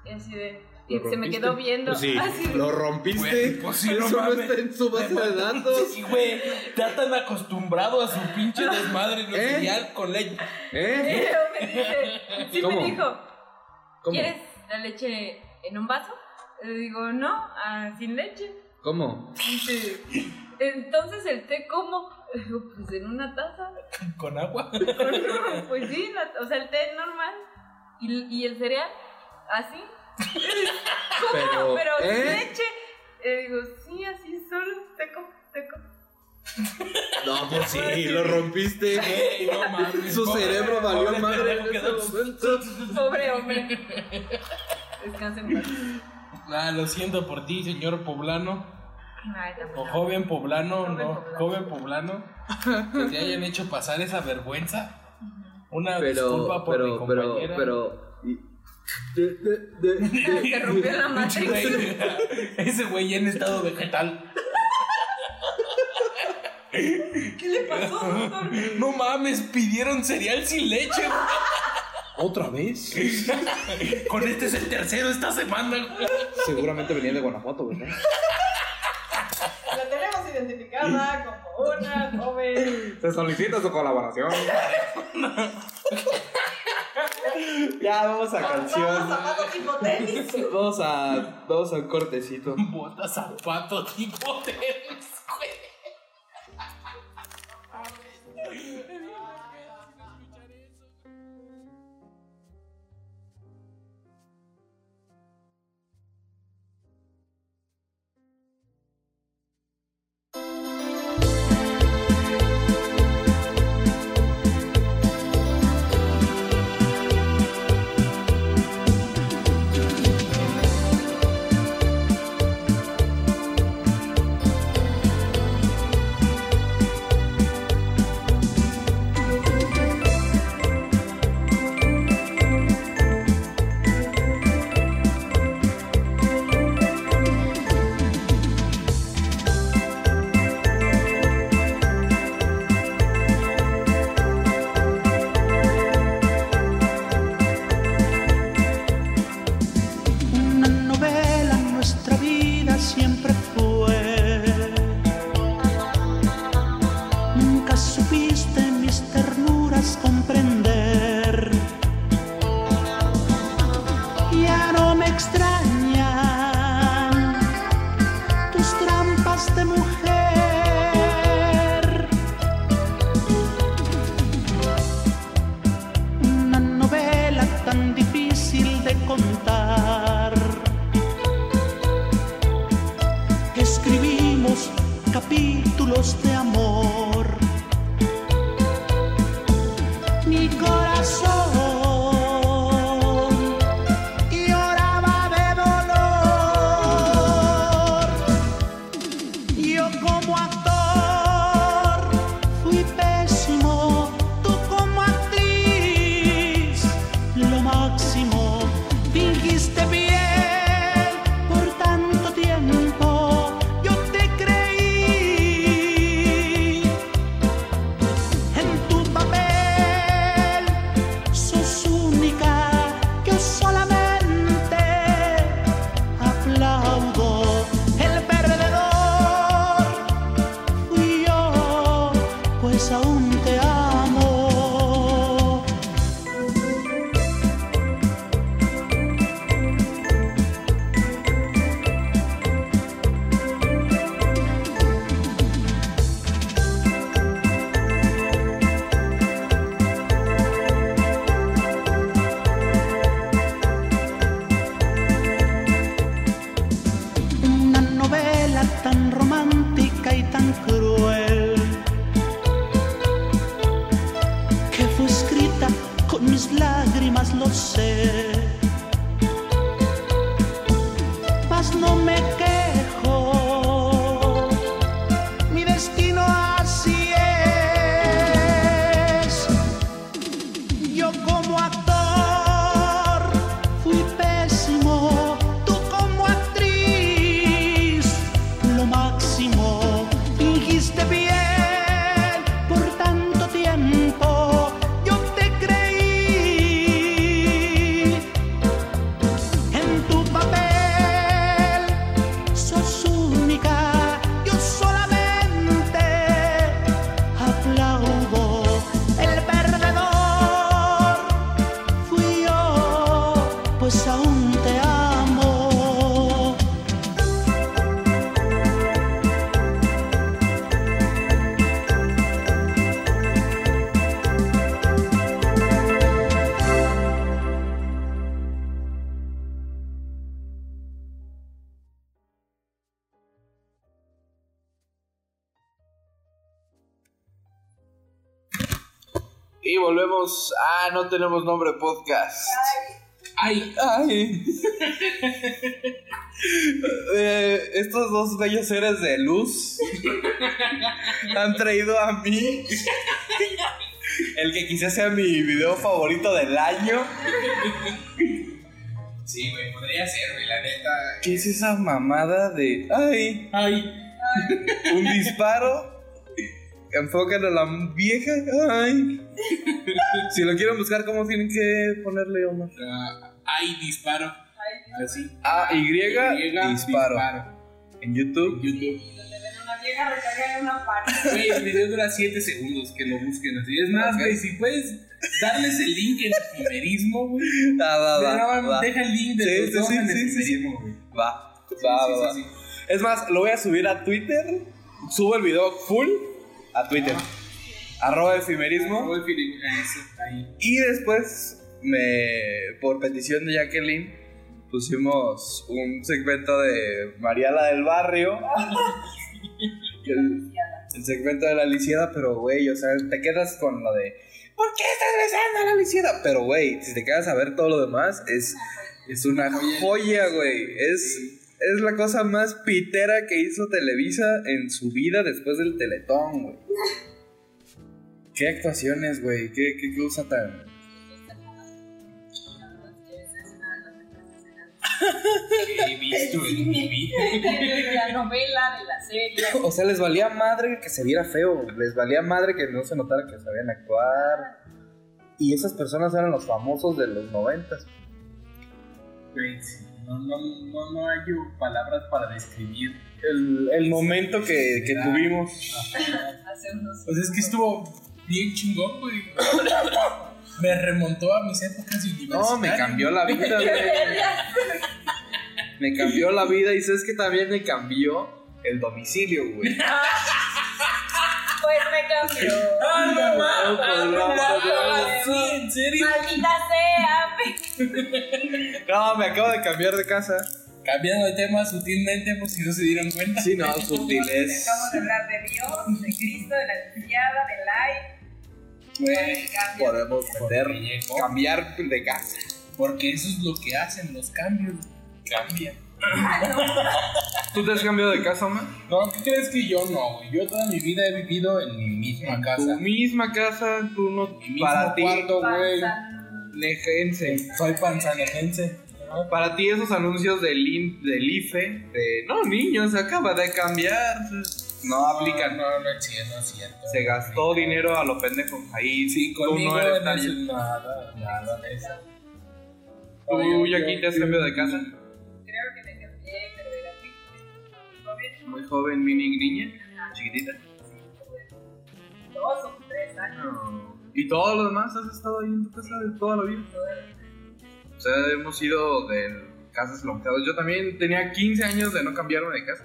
Speaker 3: Y así de. Y
Speaker 1: ¿Lo
Speaker 3: se me
Speaker 1: rompiste?
Speaker 3: quedó viendo.
Speaker 1: Pues sí,
Speaker 3: así de-
Speaker 1: lo rompiste.
Speaker 2: Güey, pues sí, no
Speaker 1: Eso no
Speaker 2: mames.
Speaker 1: está en su base de datos.
Speaker 2: Sí, güey, está tan acostumbrado a su pinche desmadre no
Speaker 1: ¿Eh?
Speaker 2: cereal con leche.
Speaker 1: ¿Eh?
Speaker 3: me dice- sí
Speaker 1: ¿Cómo?
Speaker 3: me dijo,
Speaker 1: ¿Cómo?
Speaker 3: ¿Quieres la leche en un vaso? Le digo, no, ah, sin leche.
Speaker 1: ¿Cómo?
Speaker 3: Dice, Entonces el té, ¿cómo? Le digo, pues en una taza.
Speaker 2: Con agua.
Speaker 3: Pues sí, la- o sea, el té normal. Y, y el cereal, así.
Speaker 1: Pero,
Speaker 3: Pero sin
Speaker 1: ¿eh?
Speaker 3: leche. Le digo, sí, así, solo teco, teco.
Speaker 1: No, pues sí, lo rompiste.
Speaker 2: Güey, no mames.
Speaker 1: Su
Speaker 2: Pobre-
Speaker 1: cerebro valió
Speaker 2: pobre
Speaker 1: madre
Speaker 2: cerebro
Speaker 1: en ese
Speaker 2: quedó-
Speaker 1: momento.
Speaker 3: Pobre hombre. Descansa en paz.
Speaker 2: Ah, lo siento por ti, señor poblano.
Speaker 3: Ay, la
Speaker 2: O
Speaker 3: buena.
Speaker 2: joven poblano,
Speaker 3: Joven
Speaker 2: no.
Speaker 3: poblano.
Speaker 2: Joven poblano. Que te hayan hecho pasar esa vergüenza. Una
Speaker 1: Pero,
Speaker 2: disculpa por mi
Speaker 1: pero, pero,
Speaker 2: compañera.
Speaker 1: pero. y- de- de- de- de-
Speaker 3: Se rompió la
Speaker 2: Pinche
Speaker 3: matriz.
Speaker 2: güey, Ese güey ya en estado vegetal.
Speaker 3: ¿Qué le pasó, doctor?
Speaker 2: No mames, pidieron cereal sin leche. güey.
Speaker 9: ¿Otra vez?
Speaker 2: Con este es el tercero esta semana, güey.
Speaker 9: Seguramente venían de Guanajuato, ¿verdad?
Speaker 1: La tenemos identificada como una joven.
Speaker 9: Se solicita su colaboración. ya, vamos a
Speaker 1: Con
Speaker 9: canción.
Speaker 1: zapato tipo tenis.
Speaker 9: Vamos a, vamos a un cortecito.
Speaker 2: Bota, zapato, tipo tenis, güey.
Speaker 11: Una novela nuestra vida siempre fue. Nunca supiste mis ternuras comprender. Ya no me extrañan tus trampas de mujer. una novela tan difícil de contar. Escribimos capítulos de amor. Mi corazón lloraba de dolor. Yo como actor fui pésimo, tú como actriz lo máximo. Fingiste bien por tanto tiempo, yo te creí. En tu papel sos única, yo solamente aplaudo. El perdedor fui yo, pues aún te amo. una novela tan romántica y tan cruel que fue escrita con mis lágrimas, lo sé. Mas no me quejo, mi destino así es. Yo como actor fui pésimo, tú como actriz lo máximo. Fingiste bien por tanto tiempo, yo te creí. En tu papel sos única, yo solamente aplaudo. El perdedor fui yo, pues aún te amo.
Speaker 9: Y volvemos a No Tenemos Nombre Podcast.
Speaker 2: Ay,
Speaker 9: Ay. Eh, estos dos bellos seres de luz han traído a mí el que quizás sea mi video favorito del año.
Speaker 2: sí, güey, podría ser, güey, la neta.
Speaker 9: ¿Qué es esa mamada de... Ay,
Speaker 2: Ay,
Speaker 9: un disparo enfocan a la vieja. Ay. si lo quieren buscar, ¿cómo tienen que ponerle, Omar?
Speaker 2: Ah, Ay, disparo. Así.
Speaker 9: A, Y,
Speaker 2: Llega
Speaker 9: disparo. En YouTube.
Speaker 2: YouTube.
Speaker 1: Donde ven a una vieja recargada en una pared.
Speaker 2: Güey, el video dura 7 segundos que lo busquen así. Es más, güey, si puedes darles el link en el primerismo, güey.
Speaker 9: Da, da, da,
Speaker 2: graba-
Speaker 9: va.
Speaker 2: Deja el link de
Speaker 9: Sí,
Speaker 2: los
Speaker 9: sí,
Speaker 2: dos
Speaker 9: sí,
Speaker 2: en el
Speaker 9: sí, sí, sí.
Speaker 2: primerismo, güey.
Speaker 9: Va,
Speaker 2: Sí,
Speaker 9: va,
Speaker 2: sí,
Speaker 9: va, va.
Speaker 2: sí, sí.
Speaker 9: Es más, lo voy a subir a Twitter. Subo el video full a Twitter. Arroba efimerismo.
Speaker 2: Voy a fin- a eso, ahí.
Speaker 9: Y después, me, por petición de Jacqueline, pusimos un segmento de Mariala del Barrio. el, el segmento de la lisiada, pero güey, o sea, te quedas con lo de ¿Por qué estás besando a la lisiada? Pero güey, si te quedas a ver todo lo demás, es, es una joya, güey. Es, es la cosa más pitera que hizo Televisa en su vida después del Teletón, güey. Qué actuaciones, güey. Qué, qué cosa tan.
Speaker 2: He visto en mi vida.
Speaker 3: de la novela, de la serie.
Speaker 9: O sea, les valía madre que se viera feo. Les valía madre que no se notara que sabían actuar. Y esas personas eran los famosos de los noventas.
Speaker 2: Güey, sí. No, no, no, no hay palabras para describir. Ah,
Speaker 9: El, el momento que, que tuvimos.
Speaker 3: Hace unos.
Speaker 2: Pues es que estuvo bien chingón, güey. Me remontó a mis épocas universitarias.
Speaker 9: No, me cambió la vida, güey. Me cambió la vida y sabes que también me cambió el domicilio, güey.
Speaker 3: Pues me cambió.
Speaker 2: ¡Ah, no mames!
Speaker 9: Ah, no mames.
Speaker 2: Ah, sí, en serio.
Speaker 3: Maldita sea.
Speaker 9: No, me acabo de cambiar de casa.
Speaker 2: Cambiando de tema sutilmente, por si no se dieron cuenta.
Speaker 9: Sí, no,
Speaker 1: Porque
Speaker 9: sutiles.
Speaker 1: Acabamos de hablar de Dios, de Cristo, de la criada, de Lai.
Speaker 2: Güey,
Speaker 9: Podemos meter,
Speaker 2: Porque llegó.
Speaker 9: cambiar de casa.
Speaker 2: Porque eso es lo que hacen los cambios. Cambian.
Speaker 9: ¿Tú te has cambiado de casa, man?
Speaker 2: No, ¿qué crees que yo no, güey? Yo toda mi vida he vivido en mi misma
Speaker 9: Tu
Speaker 2: casa.
Speaker 9: misma casa, tú no.
Speaker 2: Mi mismo
Speaker 9: Para ti,
Speaker 2: cuarto, güey.
Speaker 9: nejense.
Speaker 2: Soy panzanejense.
Speaker 9: Para ti esos anuncios del, in- del IFE, de no niños, acaba de cambiar. No aplican.
Speaker 2: No, no es cierto, no es cierto.
Speaker 9: Se gastó dinero a lo pendejo. Ahí
Speaker 2: Sí,
Speaker 9: tú
Speaker 2: conmigo
Speaker 9: no
Speaker 2: no
Speaker 9: eres
Speaker 2: es
Speaker 9: nadie.
Speaker 2: nada, nada de eso.
Speaker 9: ¿Tú,
Speaker 2: Oye,
Speaker 9: ya
Speaker 2: yo-
Speaker 9: aquí te has
Speaker 2: yo-
Speaker 9: cambiado de casa?
Speaker 1: Creo que me cambié, pero era muy muy joven,
Speaker 9: Muy joven, mini niña, chiquitita.
Speaker 1: dos o tres años.
Speaker 9: ¿Y todos los demás has estado ahí en tu casa de toda la vida? O sea, hemos ido de casas longeadas. Yo también tenía 15 años de no cambiarme de casa.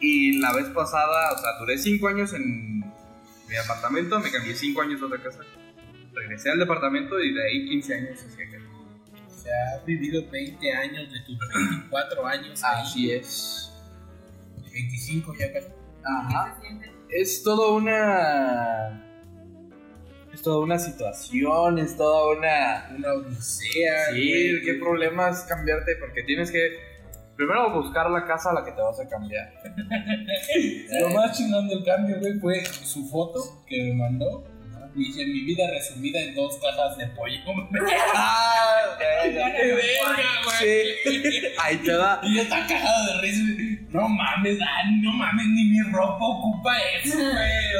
Speaker 9: Y la vez pasada, o sea, duré 5 años en mi apartamento, me cambié 5 años a otra casa. Regresé al departamento y de ahí 15 años hacia acá.
Speaker 2: O sea, has vivido 20 años de tus 24 años. ahí.
Speaker 9: es.
Speaker 2: 25 ya casi.
Speaker 9: Ajá. Es toda una. Es toda una situación, es toda una.
Speaker 2: Una odisea.
Speaker 9: Sí,
Speaker 2: güey.
Speaker 9: qué problema es cambiarte porque tienes que primero buscar la casa a la que te vas a cambiar.
Speaker 2: Lo más chingón del cambio, güey, fue su foto que me mandó. Dice mi vida resumida en dos cajas de pollo.
Speaker 9: ¡Ah!
Speaker 2: ¡Qué verga, güey!
Speaker 9: Ahí te va.
Speaker 2: Y yo estaba cagado de risa. güey. No mames, ah, no mames, ni mi ropa ocupa eso, güey. O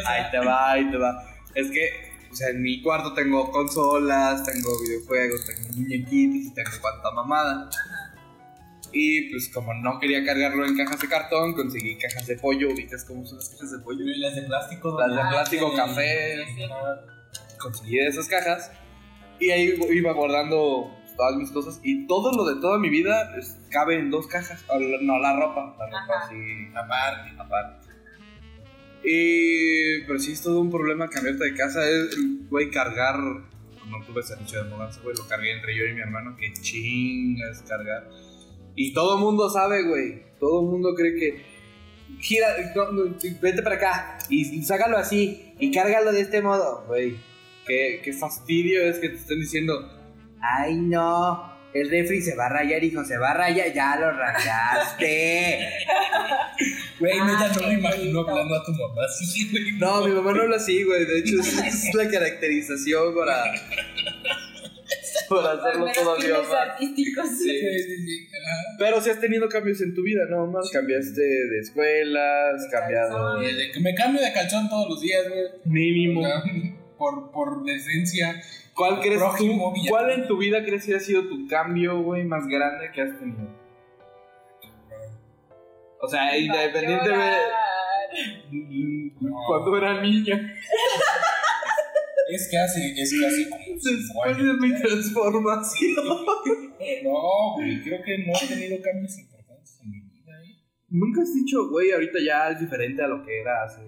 Speaker 2: sea,
Speaker 9: Ahí te va, ahí te va. Es que, o sea, en mi cuarto tengo consolas, tengo videojuegos, tengo muñequitos y tengo cuanta mamada. Y pues como no quería cargarlo en cajas de cartón, conseguí cajas de pollo. ¿Ubicas cómo son las cajas de pollo?
Speaker 2: güey, las de plástico.
Speaker 9: Las de plástico,
Speaker 2: güey.
Speaker 9: café.
Speaker 2: Ajá.
Speaker 9: conseguí de esas cajas y ahí iba guardando todas mis cosas y todo lo de toda mi vida pues, cabe en dos cajas, O la- no la ropa, la ropa sí aparte, aparte. Y pero sí es todo un problema cambiarte de casa, es güey cargar no tuve servicio de mudanza, güey, lo cargué entre yo y mi hermano, que chingas cargar. Y todo el mundo sabe, güey, todo el mundo cree que gira, no, no, vete para acá y sácalo así y cárgalo de este modo, güey. Qué, qué fastidio es que te estén diciendo, ay no, el refri se va a rayar, hijo, se va a rayar, ya lo rayaste.
Speaker 2: Güey, neta, no me
Speaker 3: qué
Speaker 2: imagino
Speaker 3: bonito.
Speaker 2: hablando a tu mamá así, güey.
Speaker 9: Ah, no, mi mamá no habla así, güey, de hecho es, es la caracterización para... Para hacerlo
Speaker 3: Primeros
Speaker 9: todavía
Speaker 3: fines
Speaker 9: más.
Speaker 3: artísticos.
Speaker 9: Sí.
Speaker 2: Sí, sí, sí. Ajá.
Speaker 9: Pero si has tenido cambios en tu vida, ¿no, Omar? Cambiaste de escuelas, cambiado.
Speaker 2: Desde que me cambio de calzón todos los días, güey.
Speaker 9: Mínimo.
Speaker 2: Por, por decencia.
Speaker 9: ¿Cuál crees
Speaker 2: Próximo
Speaker 9: tú?
Speaker 2: villano.
Speaker 9: ¿Cuál en tu vida crees que ha sido tu cambio, güey, más grande que has tenido? O sea, independientemente. Cuando era niña.
Speaker 2: Es que hace, es que hace como cinco
Speaker 9: Después
Speaker 2: años.
Speaker 9: de mi transformación.
Speaker 2: No, güey, creo que no he tenido cambios importantes en mi vida, eh.
Speaker 9: Nunca has dicho, güey, ahorita ya es diferente a lo que era hace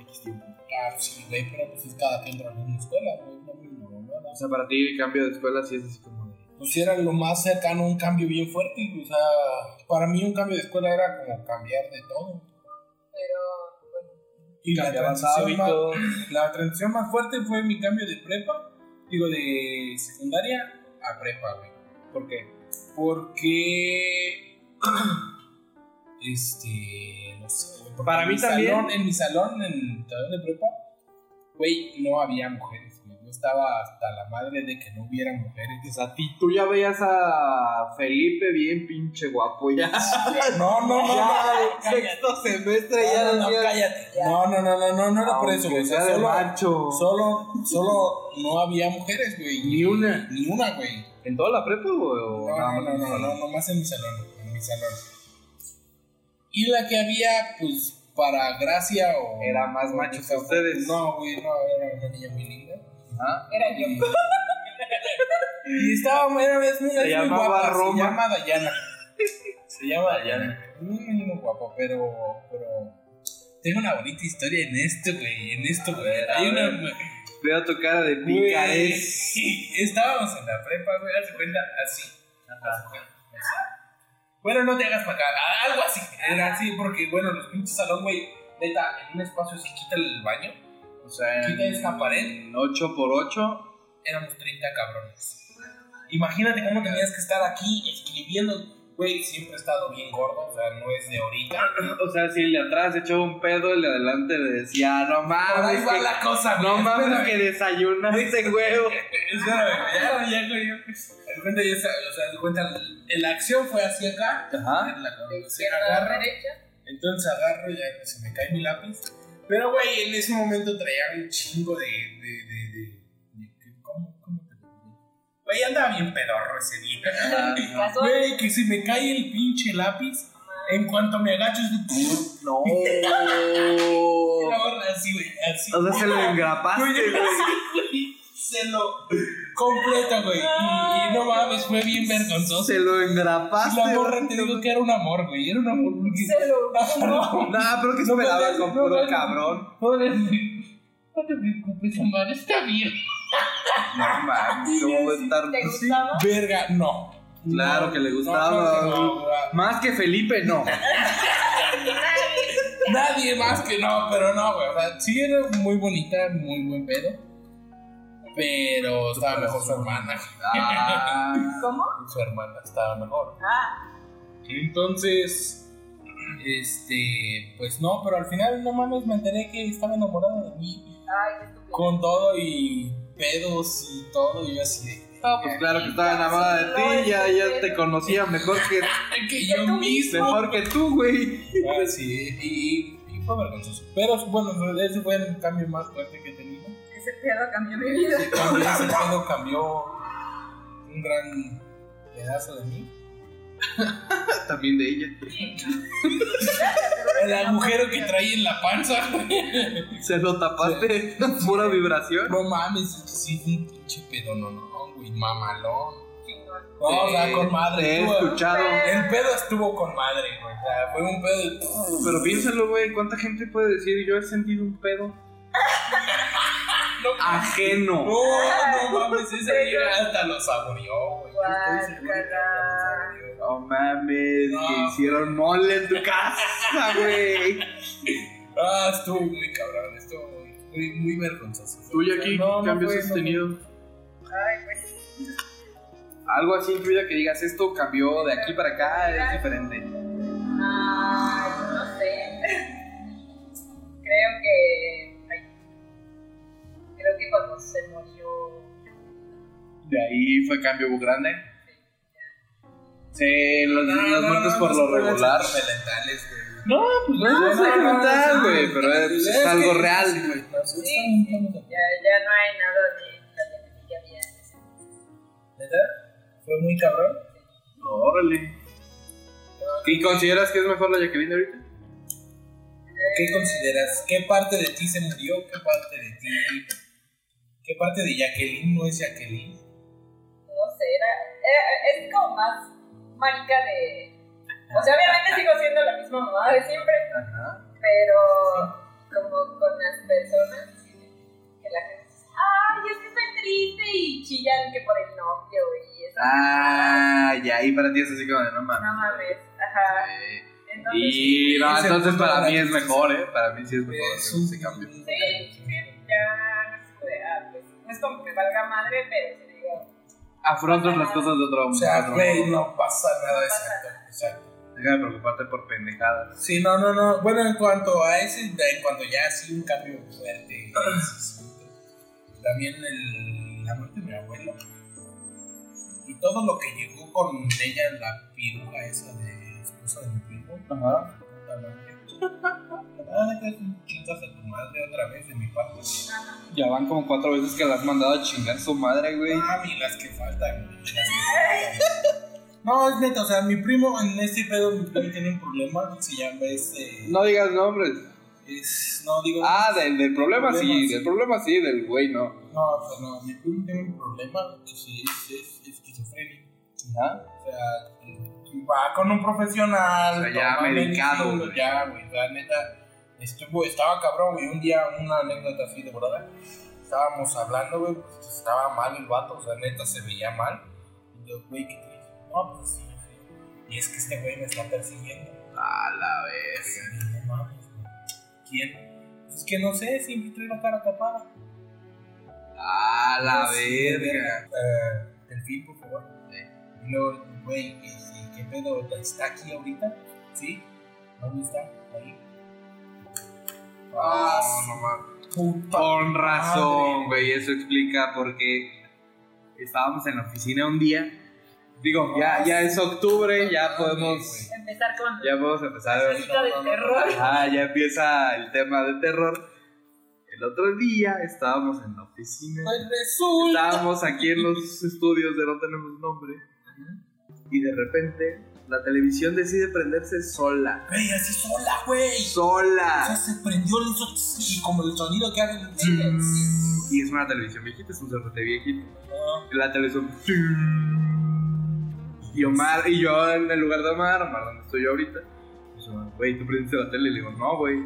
Speaker 9: X tiempo.
Speaker 2: Ah, sí, güey, pero pues es cada quien trabaja en una escuela, güey, no me ignoró nada.
Speaker 9: O sea, para ti el cambio de escuela sí es así como de.
Speaker 2: Pues era lo más cercano a un cambio bien fuerte, o sea, para mí un cambio de escuela era como cambiar de todo.
Speaker 3: Pero bueno,
Speaker 2: Y la
Speaker 9: Cambiabas
Speaker 2: transición, más,
Speaker 9: hábitos.
Speaker 2: la transición más fuerte fue mi cambio de prepa, digo, de secundaria a prepa, güey.
Speaker 9: ¿Por qué?
Speaker 2: Porque. este. No sé, güey, porque
Speaker 9: Para
Speaker 2: en
Speaker 9: mí
Speaker 2: mi
Speaker 9: también.
Speaker 2: salón- en mi salón, en salón de prepa, güey, no había mujeres, güey. Yo estaba hasta la madre de que no hubiera
Speaker 9: O
Speaker 2: mujeres.
Speaker 9: sea, ti- tú ya veías a Felipe bien pinche guapo ya.
Speaker 2: No, no, no, no.
Speaker 9: Ya,
Speaker 2: no,
Speaker 9: de sexto semestre ya
Speaker 2: No, no, no,
Speaker 9: decías,
Speaker 2: cállate. No, no, no, no, no, no era por eso,
Speaker 9: "Aunque
Speaker 2: güey. O sea,
Speaker 9: sea de
Speaker 2: solo,
Speaker 9: macho.
Speaker 2: solo, solo no había mujeres, güey.
Speaker 9: Ni una.
Speaker 2: Ni una, güey.
Speaker 9: ¿En toda la prepa o, o
Speaker 2: No,
Speaker 9: nada
Speaker 2: no,
Speaker 9: más
Speaker 2: no,
Speaker 9: en tu
Speaker 2: no,
Speaker 9: salón?
Speaker 2: no, nomás en mi salón, en mi salón. Y la que había, pues, para gracia o...
Speaker 9: Era más
Speaker 2: o
Speaker 9: macho que
Speaker 2: esa-
Speaker 9: ustedes. Ah.
Speaker 2: No, güey, no, era una niña muy linda.
Speaker 9: Ajá.
Speaker 2: Era yo. y estaba, era es muy, es
Speaker 9: Se
Speaker 2: muy
Speaker 9: llamaba
Speaker 2: guapa, se
Speaker 9: Roma.
Speaker 2: llama Dayana. Se llama
Speaker 9: Dayana.
Speaker 2: No me imagino guapa, pero, pero... Tengo una bonita historia en esto, güey, en esto, güey.
Speaker 9: ver, a
Speaker 2: Hay una...
Speaker 9: ver. Veo tu cara de
Speaker 2: Güey,
Speaker 9: picares.
Speaker 2: Estábamos en la prepa, güey, haz de cuenta, así. Haz de cuenta, así. Bueno, no te hagas para acá, a- algo así. Era así, porque, bueno, los pinches salón, güey, neta, en un espacio se quita el baño,
Speaker 9: O sea,
Speaker 2: quita esta pared,
Speaker 9: 8 por 8
Speaker 2: éramos 30 cabrones. Imagínate cómo tenías que estar aquí escribiendo. Güey, siempre he estado bien gordo, o sea, no es de ahorita.
Speaker 9: O sea, si el de atrás echó un pedo, el de adelante le decía, no
Speaker 2: Por ahí
Speaker 9: mames.
Speaker 2: va
Speaker 9: Ah, que-
Speaker 2: la cosa,
Speaker 9: No
Speaker 2: güey,
Speaker 9: mames
Speaker 2: espérame.
Speaker 9: que desayunaste huevo.
Speaker 2: Espérame, ya, ya, güey. ya. pues, Haz cuenta, ya sabes, o sea, haz cuenta, la acción fue hacia acá.
Speaker 9: Ajá.
Speaker 2: La cabeza,
Speaker 3: de
Speaker 2: agarro.
Speaker 3: izquierda a derecha.
Speaker 2: Entonces agarro y ya pues, se me cae mi lápiz. Pero, güey, en ese momento traía un chingo de. de, de, de- de- ¿cómo, ¿Cómo te lo digo? Güey, andaba bien pedorro ese día.
Speaker 3: Casual.
Speaker 2: Güey, que se me cae el pinche lápiz. En cuanto me agacho, es de.
Speaker 9: No.
Speaker 2: La
Speaker 9: O
Speaker 2: borra así, güey, así.
Speaker 9: sea, se lo engrapaste, güey.
Speaker 2: Se lo. Completo, güey. Y, y no mames, fue bien vergonzoso.
Speaker 9: Se lo
Speaker 2: Y la
Speaker 9: engrapaste.
Speaker 2: morra te digo que era un amor, güey. Era un amor. porque- Ah,
Speaker 3: Se lo
Speaker 9: No, pero que esperaba con
Speaker 2: no,
Speaker 9: puro
Speaker 2: no.
Speaker 9: cabrón.
Speaker 2: Pobre- No te preocupes, amor, está bien.
Speaker 9: No mames, ¿cómo va a estar?
Speaker 3: ¿Te
Speaker 9: Pues sí.
Speaker 3: gustaba?
Speaker 2: Verga, no.
Speaker 9: Claro que le gustaba.
Speaker 2: No, no, no, no.
Speaker 9: Más que Felipe, no.
Speaker 2: Nadie más que no, pero no, güey. O sea, sí era muy bonita, muy buen pedo. Pero estaba mejor su hermana.
Speaker 9: Ah.
Speaker 3: ¿Cómo?
Speaker 2: Su hermana estaba mejor.
Speaker 3: Ah.
Speaker 2: Entonces, este, pues no, pero al final no mames, me enteré que estaba enamorada de mí.
Speaker 3: Ay, qué estúpido.
Speaker 2: Con todo y pedos y todo, y yo así de.
Speaker 9: No, pues claro que estaba enamorada de ti, ya, ya te conocía mejor que,
Speaker 2: Que yo
Speaker 3: tú
Speaker 2: mismo.
Speaker 9: mejor que tú, güey.
Speaker 2: Ah, sí, y, y fue vergonzoso. Pero bueno, ese fue el cambio más fuerte que he tenido.
Speaker 3: Ese pedo cambió mi vida.
Speaker 2: También ese pedo cambió un gran pedazo de mí.
Speaker 9: También de ella.
Speaker 2: El agujero que traía en la panza.
Speaker 9: Se lo tapaste con pura vibración.
Speaker 2: No mames, es que sí, fue un pinche pedo, no, no, güey, mamalón.
Speaker 3: Chingón.
Speaker 2: No, o sea, con
Speaker 9: Te
Speaker 2: madre.
Speaker 9: he
Speaker 2: estuvo-
Speaker 9: escuchado.
Speaker 2: El pedo estuvo con madre, güey. O sea, fue un pedo de.
Speaker 9: Pero piénsalo, güey, ¿cuánta gente puede decir yo he sentido un pedo?
Speaker 2: No,
Speaker 9: Ajeno.
Speaker 2: no mames, ese día hasta lo saboreó, güey. Yo estoy seguro que hasta lo saboreó.
Speaker 9: No mames,
Speaker 2: No.
Speaker 9: que hicieron mole en tu casa, güey.
Speaker 2: Ah, estuvo muy cabrón, estuvo muy, muy, muy vergonzoso.
Speaker 9: ¿Tú, Jackie,
Speaker 2: No,
Speaker 9: qué
Speaker 2: no
Speaker 9: cambios
Speaker 2: fue,
Speaker 9: has
Speaker 2: no
Speaker 9: tenido? Algo así en tu vida que digas, esto cambió de aquí para acá, es diferente.
Speaker 3: Ay, no sé. Creo que. ay. Creo que cuando se murió.
Speaker 9: De ahí fue cambio grande.
Speaker 3: Sí,
Speaker 9: Sí, los,
Speaker 2: No,
Speaker 9: los
Speaker 2: no,
Speaker 9: muertos
Speaker 2: no,
Speaker 9: por
Speaker 2: no
Speaker 9: lo
Speaker 2: se pueden
Speaker 9: regular.
Speaker 2: ser sentimentales, güey.
Speaker 9: No, pues no es sentimental, güey, pero es,
Speaker 2: Es
Speaker 9: es algo
Speaker 2: que-
Speaker 9: real, güey.
Speaker 2: Sí,
Speaker 3: Sí, sí, ya, ya no hay nada de la que había.
Speaker 2: ¿Neta? Fue muy cabrón.
Speaker 9: Órale. ¿Y consideras que es mejor la Jacqueline ahorita?
Speaker 2: ¿Qué consideras? ¿Qué parte de ti se murió? ¿Qué parte de ti? ¿Qué parte de Jacqueline no es Jacqueline?
Speaker 3: no sé, era, era- es como más marica de... O sea, obviamente sigo siendo la misma mamá de siempre, pero como con las personas que la gente dice, ay, es que estoy triste y chillan que por el novio y eso.
Speaker 9: Ah, ya, y para ti es así como de no
Speaker 3: No
Speaker 9: mames.
Speaker 3: mames, ajá.
Speaker 9: Eh,
Speaker 3: Entonces,
Speaker 9: Y no,
Speaker 2: Ese
Speaker 9: entonces
Speaker 2: punto
Speaker 9: para
Speaker 2: de
Speaker 9: mí
Speaker 2: la
Speaker 9: es
Speaker 2: tristeza.
Speaker 9: mejor, ¿eh? Para mí sí es mejor
Speaker 2: Es
Speaker 9: ese
Speaker 2: un
Speaker 9: cambio.
Speaker 3: sí, sí, ya no es como de, ah, pues, no es como que valga madre, pero sí digo,
Speaker 9: Afrontas las cosas de otro
Speaker 2: O
Speaker 9: hombre.
Speaker 2: sea, güey, no pasa nada, exacto. exacto.
Speaker 9: Deja de preocuparte por pendejadas.
Speaker 2: Sí, no, no, no. Bueno, en cuanto a ese, en cuanto ya sí un cambio fuerte. sí, sí. También el, la muerte de mi abuelo. Y todo lo que llegó con ella, la piruja esa de esposa de mi primo. Ajá. Ah, que chingas a tu madre otra vez de mi parte.
Speaker 9: Ya van como cuatro veces que la has mandado a chingar su madre, güey.
Speaker 2: Mami, las que faltan. güey, las que faltan. No, es neta, o sea, mi primo en este pedo, mi primo tiene un problema, se llama este...
Speaker 9: No digas nombres.
Speaker 2: Es, no, digo...
Speaker 9: Ah, del, del problema, sí,
Speaker 2: Problema, sí.
Speaker 9: del problema sí, del güey no.
Speaker 2: No, pues no, mi primo tiene un problema que sí es, es esquizofrenia. O sea, va con un profesional.
Speaker 9: O sea, ya
Speaker 2: toma
Speaker 9: medicado,
Speaker 2: medicina,
Speaker 9: güey.
Speaker 2: Ya, güey, la neta. Estuvo, estaba cabrón, güey. Un día, una anécdota así de verdad. Estábamos hablando, güey, pues estaba mal el vato, o sea, neta se veía mal. Y yo, güey, ¿qué te No, pues sí, sí. Y es que este güey me está persiguiendo.
Speaker 9: A la
Speaker 2: Sí,
Speaker 9: vez.
Speaker 2: no mames, güey. ¿Quién? Pues, Es que no sé, siempre trae la cara tapada.
Speaker 9: A la
Speaker 2: Sí,
Speaker 9: verga.
Speaker 2: verga. Eh, Delfín, por favor. Y luego, güey, ¿qué, qué pedo? ¿Está aquí ahorita? ¿Sí? ¿Dónde está? Ahí. Ah,
Speaker 9: No, no mames.
Speaker 2: puta.
Speaker 9: Con razón,
Speaker 2: madre.
Speaker 9: güey. Eso explica por qué estábamos en la oficina un día. Digo,
Speaker 2: Ah,
Speaker 9: ya, ya es octubre, ya podemos,
Speaker 3: empezar con
Speaker 9: ya podemos empezar a
Speaker 3: la
Speaker 9: ver
Speaker 3: película de terror.
Speaker 9: Ah, ya empieza el tema de terror. El otro día estábamos en la oficina.
Speaker 2: Pues resulta.
Speaker 9: Estábamos aquí en los estudios de No Tenemos Nombre. Y de repente la televisión decide prenderse sola.
Speaker 2: Güey, así sola, güey. O sea,
Speaker 9: ¡Sola!
Speaker 2: se prendió el so- y como el sonido que hace el.
Speaker 9: Mm, Y es una televisión viejita, es un CRT viejito.
Speaker 2: No,
Speaker 9: Y La televisión. mm, Y Omar, y yo en el lugar de Omar, Omar, donde estoy yo ahorita. pues, Omar, Güey, tú prendiste la tele. Le digo, no, güey.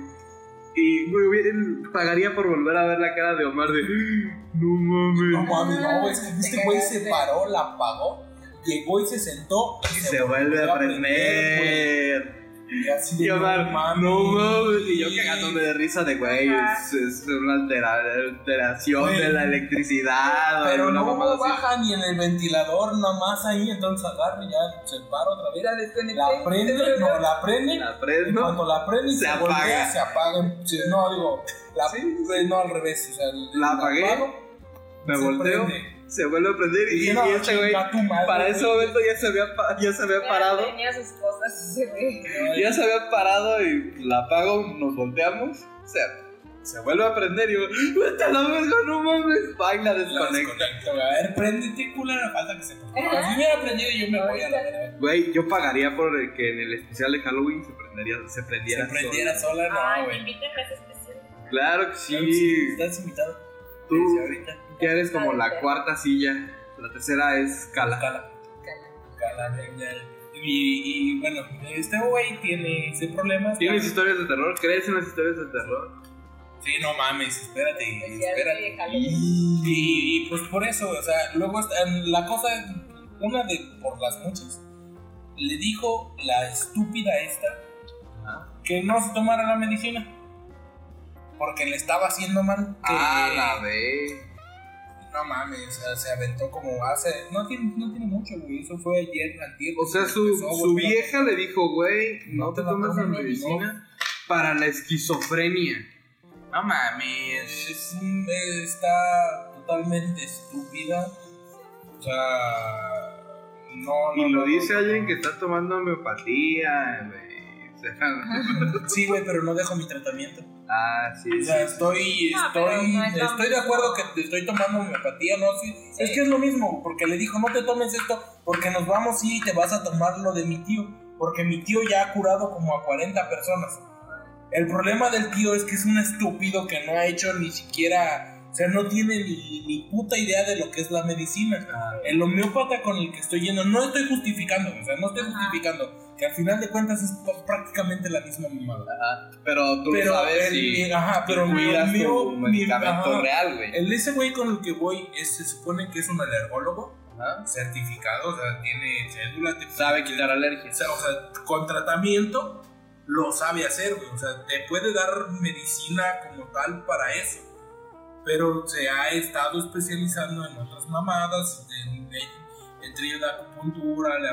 Speaker 9: Y, güey, hubiera- pagaría por volver a ver la cara de Omar de. No mames.
Speaker 2: No mames, no, güey. es que Este güey se paró, la apagó, llegó y se sentó.
Speaker 9: Y se vuelve a
Speaker 2: güey.
Speaker 9: prender.
Speaker 2: Y así de,
Speaker 9: Y Omar, no mames. Y yo cagándome de risa de güey.
Speaker 3: Ajá.
Speaker 9: Es, es una altera- alteración
Speaker 2: Güey.
Speaker 9: de la electricidad. o
Speaker 2: Pero no
Speaker 9: alguna Ah, mamada así.
Speaker 2: baja ni en el ventilador, nada más ahí. Entonces agarra y ya se para otra vez.
Speaker 3: La
Speaker 9: este
Speaker 3: desconecté.
Speaker 2: La prende, no, la prende.
Speaker 9: La
Speaker 2: y
Speaker 9: prendo.
Speaker 2: Cuando la prende y
Speaker 9: Se
Speaker 2: se, voltea,
Speaker 9: apaga.
Speaker 2: se apaga. Sí, No, digo, la prende, no al revés. O sea,
Speaker 9: La apagué,
Speaker 2: apago,
Speaker 9: Me
Speaker 2: se
Speaker 9: volteo.
Speaker 2: prende.
Speaker 9: Se vuelve a prender. Y,
Speaker 2: Dije, no,
Speaker 9: y este güey.
Speaker 2: chinga tu madre.
Speaker 9: Para ese momento ya se había, pa- ya se había
Speaker 3: Ya
Speaker 9: parado.
Speaker 3: Tenía sus cosas, se ve.
Speaker 9: Ya se había parado y la apago, nos volteamos. O sea, se vuelve a prender y yo, vete a la verga, no mames. Baila,
Speaker 2: La
Speaker 9: desconecta.
Speaker 2: desconecto, güey. A ver, prendete, culera, falta que se prenda. Si hubiera prendido, yo me voy a la verga.
Speaker 9: Güey, yo pagaría por el que en el especial de Halloween se, prendería,
Speaker 2: Se
Speaker 9: se prendiera.
Speaker 2: prendiera sola,
Speaker 3: Ay,
Speaker 2: no,
Speaker 3: me
Speaker 2: güey.
Speaker 3: inviten a ese especial.
Speaker 9: solo. Claro que
Speaker 2: Claro que sí,
Speaker 9: sí.
Speaker 2: Estás invitado.
Speaker 9: Tú
Speaker 2: Desde ahorita.
Speaker 9: ya eres como la cuarta silla. La tercera es Cala.
Speaker 2: Cala. Cala, ya. Y, y bueno, este güey tiene ese problema. está-
Speaker 9: ¿Tienes historias de terror? ¿Crees en las historias de terror?
Speaker 2: Sí, no mames, espérate,
Speaker 3: Especial
Speaker 2: espérate.
Speaker 3: de Halloween.
Speaker 2: Y, y, pues por eso, o sea, luego está- la cosa, una de por las noches, le dijo la estúpida esta que no se tomara la medicina porque le estaba haciendo mal. Que,
Speaker 9: Ah, vez.
Speaker 2: no mames, o sea, se aventó como hace, no tiene, no tiene mucho, güey, eso fue ayer, antier.
Speaker 9: O sea, su,
Speaker 2: Empezó,
Speaker 9: su
Speaker 2: güey,
Speaker 9: vieja le dijo, güey, no
Speaker 2: No
Speaker 9: te
Speaker 2: te la
Speaker 9: tomes la
Speaker 2: tomes,
Speaker 9: medicina para la esquizofrenia. No mames.
Speaker 2: es un- eh, está totalmente estúpida. O sea, No, no.
Speaker 9: Y lo
Speaker 2: no,
Speaker 9: dice
Speaker 2: no.
Speaker 9: alguien que está tomando homeopatía, güey. O sea,
Speaker 2: Sí, güey, pero no dejo mi tratamiento.
Speaker 9: ah, sí.
Speaker 2: O sea, estoy,
Speaker 3: No, pero
Speaker 2: estoy,
Speaker 3: no es lo
Speaker 2: estoy de
Speaker 3: mismo.
Speaker 2: acuerdo que te estoy tomando homeopatía, ¿no? Sí, Es que es lo mismo, porque le dijo, no te tomes esto, porque nos vamos y te vas a tomar lo de mi tío, porque mi tío ya ha curado como a 40 personas. El problema del tío es que es un estúpido que no ha hecho ni siquiera, o sea, no tiene ni, ni puta idea de lo que es la medicina.
Speaker 9: Ah.
Speaker 2: El homeópata con el que estoy yendo, no estoy justificando, o sea, no estoy justificando, que al final de cuentas es pues, prácticamente la misma mamada
Speaker 9: Pero tú
Speaker 2: pero
Speaker 9: sabes
Speaker 2: el-
Speaker 9: si
Speaker 2: ajá, pero mi-
Speaker 9: cuidas
Speaker 2: mi-
Speaker 9: tu
Speaker 2: mi-
Speaker 9: medicamento
Speaker 2: ajá. Eh,
Speaker 9: real, güey.
Speaker 2: El ese güey con el que voy es- se supone que es un alergólogo
Speaker 9: Ajá.
Speaker 2: certificado, o sea, tiene cédula, te-
Speaker 9: Sabe quitar
Speaker 2: o
Speaker 9: alergias.
Speaker 2: sea, o sea, con tratamiento lo sabe hacer, güey, o sea, te puede dar medicina como tal para eso. Pero se ha estado especializando en otras mamadas, en, en- entre ellos la acupuntura, la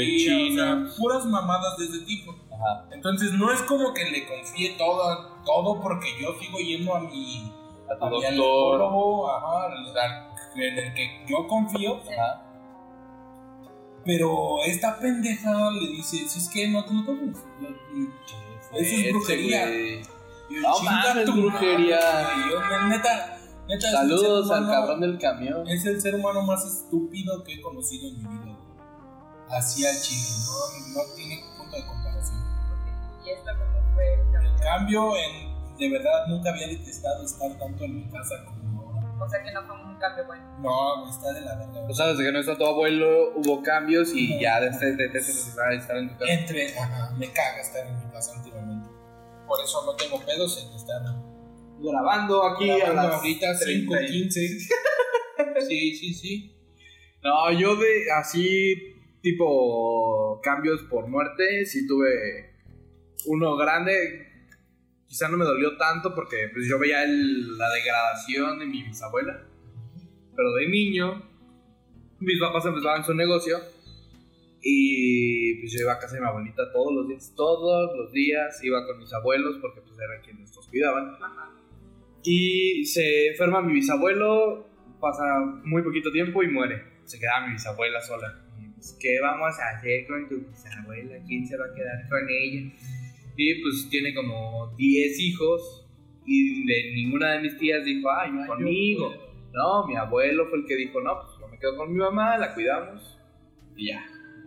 Speaker 2: homeopatía,
Speaker 9: china.
Speaker 2: o sea, puras mamadas de ese tipo.
Speaker 9: Ajá.
Speaker 2: Entonces no es como que le confíe todo, todo porque yo sigo yendo a mi,
Speaker 9: A tu
Speaker 2: a mi
Speaker 9: doctor.
Speaker 2: alergólogo, ajá, al- al- en el que yo confío.
Speaker 9: Ajá.
Speaker 2: Pero esta pendeja le dice, "Si es que no te lo tomes. Eso
Speaker 9: Este,
Speaker 2: es brujería.
Speaker 9: güey.
Speaker 2: Y yo,
Speaker 9: No
Speaker 2: "Chinga
Speaker 9: mames,
Speaker 2: tu madre".
Speaker 9: brujería.
Speaker 2: Y yo, "Ne- neta, neta, es el
Speaker 9: Saludos
Speaker 2: ser
Speaker 9: al
Speaker 2: humano-
Speaker 9: cabrón del camión.
Speaker 2: Es el ser humano más estúpido que he conocido en mi vida. güey. Así al chile, no, no tiene punto de comparación.
Speaker 3: Y esto como fue.
Speaker 2: En cambio, en, de verdad nunca había detestado estar tanto en mi casa como ahora.
Speaker 3: O sea que no fue un cambio bueno.
Speaker 2: No, güey, está de la verga.
Speaker 9: O
Speaker 2: güey.
Speaker 9: sea, desde que no está tu abuelo hubo cambios y ya desde detestas estar en tu casa.
Speaker 2: Entre, ajá, me caga estar en mi casa últimamente. Por eso no tengo pedos en estar
Speaker 9: Grabando aquí
Speaker 2: grabando
Speaker 9: a las
Speaker 2: ahorita
Speaker 9: 30 y-
Speaker 2: 5.15. sí, sí, sí.
Speaker 9: No, yo de así tipo cambios por muerte, sí tuve uno grande. Quizá no me dolió tanto porque pues, yo veía el- la degradación de mi bisabuela. Pero de niño, mis papás empezaban su negocio. Y pues yo iba a casa de mi abuelita todos los días, todos los días iba con mis abuelos porque pues eran quienes nos cuidaban. Y se enferma mi bisabuelo, pasa muy poquito tiempo y muere. Se queda mi bisabuela sola. Y, pues, ¿Qué vamos a hacer con tu bisabuela? ¿Quién se va a quedar con ella? Y pues tiene como 10 hijos y de ninguna de mis tías dijo, ay, conmigo. No, mi abuelo fue el que dijo, no, pues yo me quedo con mi mamá, la cuidamos y ya.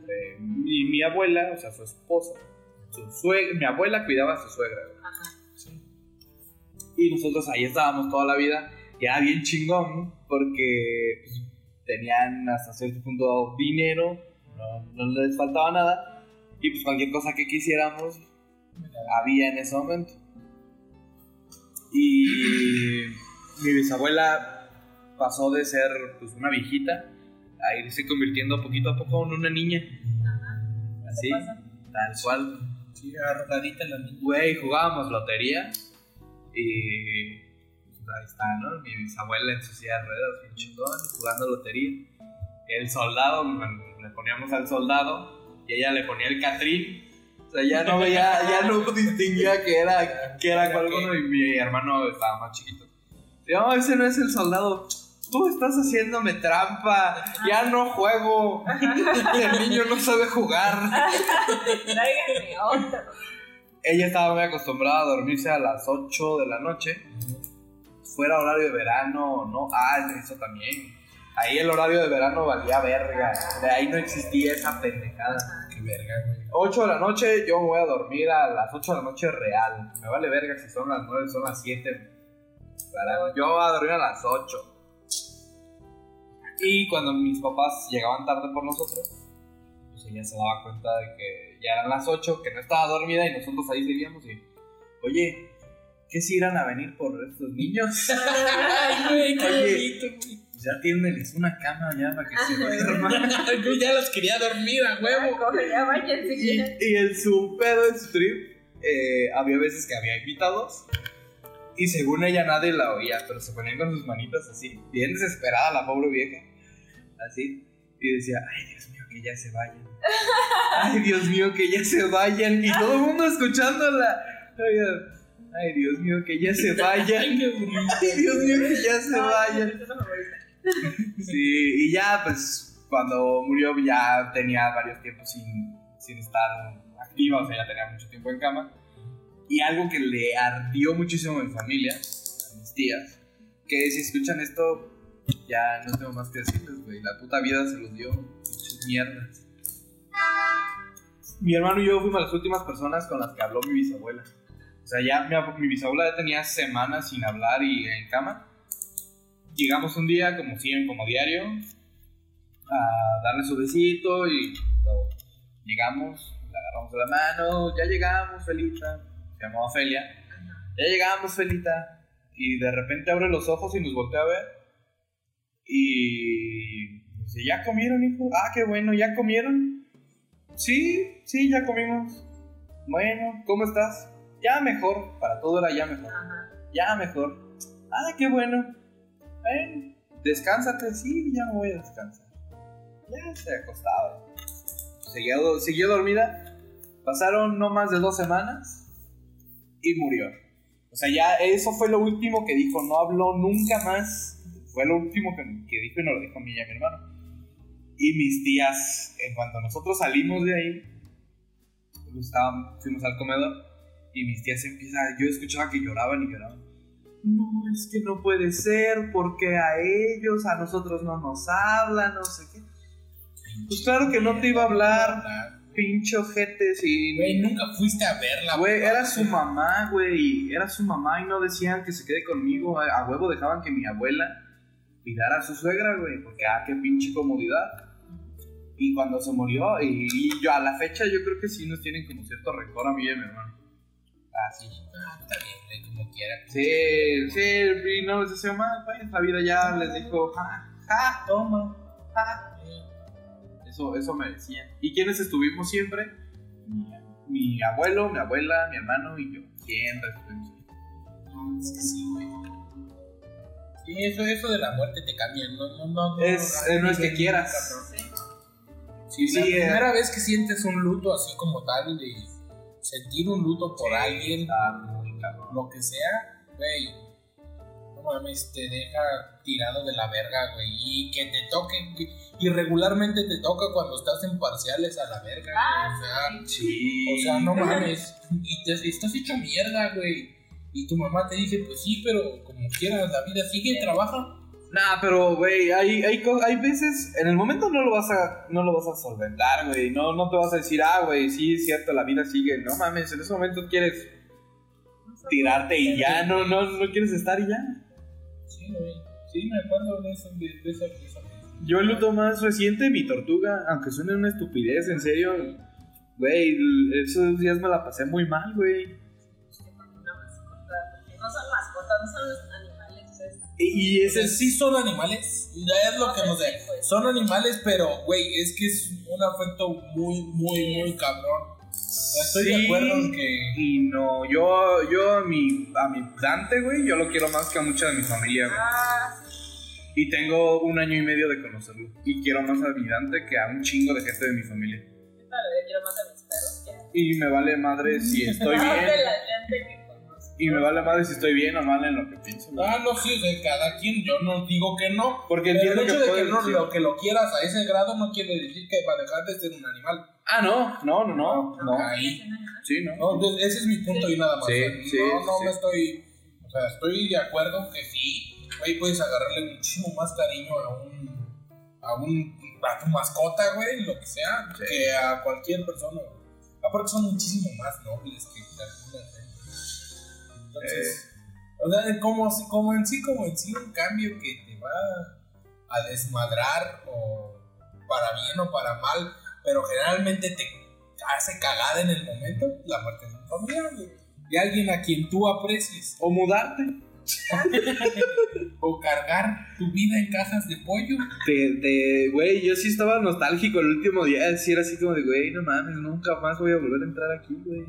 Speaker 9: Eh, y mi abuela, o sea, su esposa, su sueg- mi abuela cuidaba a su suegra. güey. Sí. Y nosotros ahí estábamos toda la vida, ya bien chingón, porque pues, tenían hasta cierto punto dinero, no, no les faltaba nada, y pues cualquier cosa que quisiéramos había en ese momento. Y mi bisabuela pasó de ser pues, una viejita a irse convirtiendo poquito a poco en una niña. Así, tal cual.
Speaker 2: Sí, arrogadita la niña.
Speaker 9: Güey, jugábamos lotería y pues, ahí está, ¿no? Mi bisabuela en su silla de ruedas, bien chingón, jugando lotería. El soldado, bueno, le poníamos al soldado y ella le ponía el catrín. O sea, ya no veía, ya no distinguía que era, que era cuál uno y mi hermano estaba más chiquito. No, ese no es el soldado. Tú estás haciéndome trampa. Ya no juego. El niño no sabe jugar.
Speaker 3: Tráiganme otro.
Speaker 9: Ella estaba muy acostumbrada a dormirse a las 8 de la noche. Fuera horario de verano, no. Ah, eso también. Ahí el horario de verano valía verga. De ahí no existía esa pendejada.
Speaker 2: Qué verga, güey.
Speaker 9: 8 de la noche, yo me voy a dormir a las 8 de la noche real. Me vale verga si son las 9, son las 7. Para- Yo voy a dormir a las 8. Y cuando mis papás llegaban tarde por nosotros, pues ella se daba cuenta de que ya eran las 8, que no estaba dormida y nosotros ahí seguíamos y, oye, ¿qué si irán a venir por estos niños?
Speaker 2: Ay, güey, qué
Speaker 9: Oye.
Speaker 2: bonito, güey.
Speaker 9: ya tiéndeles una cama ya para que se duerman.
Speaker 2: Yo ya las quería dormir a huevo.
Speaker 3: Coge, ya váyanse.
Speaker 9: y, y en su pedo en su trip, eh, había veces que había invitados y según ella nadie la oía, pero se ponían con sus manitas así, bien desesperada la pobre vieja, así, y decía, ay Dios mío, que ya se vayan. Ay Dios mío, que ya se vayan. Y todo el mundo escuchándola. Oiga, Ay Dios mío, que ya se vayan.
Speaker 2: Ay, qué bonito.
Speaker 9: Ay Dios mío, que ya se vayan. Sí, y ya, pues, cuando murió ya tenía varios tiempos sin, sin estar activa, o sea, ya tenía mucho tiempo en cama. Y algo que le ardió muchísimo a mi familia, a mis tías, que si escuchan esto, ya no tengo más que decirles, güey. La puta vida se los dio, pinches mierdas. Mi hermano y yo fuimos las últimas personas con las que habló mi bisabuela. O sea, ya mi, ab- mi bisabuela ya tenía semanas sin hablar y en cama. Llegamos un día, como siempre, como diario, a darle su besito y todo. Llegamos, la agarramos de la mano, ya llegamos, Felita. Se llamaba Felia. Ya llegamos, Felita. Y de repente abre los ojos y nos voltea a ver. Y dice, ¿ya comieron, hijo? Ah, qué bueno, ¿ya comieron? Sí, sí, ya comimos. Bueno, ¿cómo estás? Ya mejor, para todo era ya mejor. Ya mejor. Ah, qué bueno. Bueno, descánsate, sí, ya me voy a descansar. Ya se acostaba. Seguía, do- siguió dormida. Pasaron no más de dos semanas y murió. O sea, ya eso fue lo último que dijo. No habló nunca más. Fue lo último que, que dijo y no lo dijo a mí y a mi hermano. Y mis tías, en cuanto nosotros salimos de ahí, pues, estaban- fuimos al comedor y mis tías empiezan. Yo escuchaba que lloraban y lloraban. No, es que no puede ser, porque a ellos, a nosotros no nos hablan, no sé qué. Pues claro que no te iba a hablar, pinche ojete, si
Speaker 2: Güey, nunca fuiste a verla,
Speaker 9: Güey, era su mamá, güey. Era su mamá y no decían que se quede conmigo. A a huevo dejaban que mi abuela cuidara a su suegra, güey. Porque, ah, qué pinche comodidad. Y cuando se murió, y, y yo a la fecha, yo creo que sí nos tienen como cierto rencor a mí y a mi hermano. Ah, sí.
Speaker 2: Ah, está bien, güey, como quiera.
Speaker 9: Sí, sí, y no les deseo mal, güey. La vida ya les dijo, ja, ja, toma, ja. Eso, eso merecían. ¿Y quiénes estuvimos siempre? Mi, mi abuelo, mi abuela, mi hermano y yo. Siempre estuvimos ahí.
Speaker 2: No, es que sí, güey. Sí, eso, eso de la muerte te cambia, no, no, no. no,
Speaker 9: Es-
Speaker 2: no,
Speaker 9: eh, no es que
Speaker 2: nunca,
Speaker 9: quieras.
Speaker 2: cabrón.
Speaker 1: Sí.
Speaker 2: Sí,
Speaker 9: Sí,
Speaker 2: la
Speaker 9: eh.
Speaker 2: primera vez que sientes un luto así como tal, de sentir un luto por alguien,
Speaker 9: Está muy cabrón.
Speaker 2: lo que sea, güey, no mames, te deja tirado de la verga, güey, y que te toquen, que- y regularmente te toca cuando estás en parciales a la verga,
Speaker 1: Ah,
Speaker 2: güey, o sea,
Speaker 9: Sí.
Speaker 2: o sea, no mames, y te y estás hecho mierda, güey, y tu mamá te dice, pues sí, pero como quieras, la vida sigue, trabaja,
Speaker 9: Nah, pero, güey, hay, hay, co- hay veces, en el momento no lo vas a, no lo vas a solventar, güey. No, no te vas a decir, ah, güey, sí, es cierto, la vida sigue. No mames, en ese momento quieres tirarte y ya, no, no, no quieres estar y ya.
Speaker 2: sí, güey, sí, me acuerdo de eso, de, de esa de esa vez.
Speaker 9: Yo el luto más reciente, mi tortuga, aunque suene una estupidez, en serio, güey, l- esos días me la pasé muy mal, güey.
Speaker 1: Una mascota, porque no son mascotas, no son los animales. Es
Speaker 9: Y, y
Speaker 2: Es el-
Speaker 9: ese
Speaker 2: sí son animales, ya es lo que nos da. Son animales, pero, güey, es que es un afecto muy, muy, muy cabrón. Estoy de
Speaker 9: Sí.
Speaker 2: acuerdo en que...
Speaker 9: Y no, yo, yo a mi, a mi Dante, güey, yo lo quiero más que a mucha de mi familia, güey.
Speaker 2: Ah.
Speaker 9: Y tengo un año y medio de conocerlo. Y quiero más a mi Dante que a un chingo de gente de mi familia.
Speaker 1: claro, yo quiero más a mis perros que a
Speaker 9: Y me vale madre si estoy
Speaker 1: más
Speaker 9: bien.
Speaker 1: de la gente que conozco.
Speaker 9: Y me vale madre si estoy bien o mal en lo que pienso, güey.
Speaker 2: Ah, no, sí, o sea, cada quien, yo no digo que no.
Speaker 9: Porque
Speaker 2: Pero el
Speaker 9: entiendo
Speaker 2: hecho
Speaker 9: que
Speaker 2: de que
Speaker 9: puedes
Speaker 2: no,
Speaker 9: decir-
Speaker 2: lo, que lo quieras a ese grado no quiere decir que va a dejar de ser un animal.
Speaker 9: Ah, no, no, no, no. no.
Speaker 2: Ahí.
Speaker 9: Sí, no.
Speaker 2: No, entonces, ese es mi punto y nada más.
Speaker 9: Sí,
Speaker 2: O sea,
Speaker 9: sí,
Speaker 2: no, no
Speaker 9: sí.
Speaker 2: me estoy... O sea, estoy de acuerdo que sí, güey, puedes agarrarle muchísimo más cariño a un... A, un, a tu mascota, güey, lo que sea,
Speaker 9: Sí.
Speaker 2: que a cualquier persona. güey. Aparte son muchísimo más nobles que algunas gente. Entonces,
Speaker 9: Eh.
Speaker 2: o sea, como, si- como en sí, como en sí, un cambio que te va a desmadrar, o para bien o para mal, pero generalmente te hace cagada en el momento, la muerte de un familiar, güey, de alguien a quien tú aprecies,
Speaker 9: O mudarte.
Speaker 2: o cargar tu vida en cajas de pollo.
Speaker 9: Te, te, güey, yo sí estaba nostálgico el último día. Sí, era así como de, güey, no mames, nunca más voy a volver a entrar aquí, güey.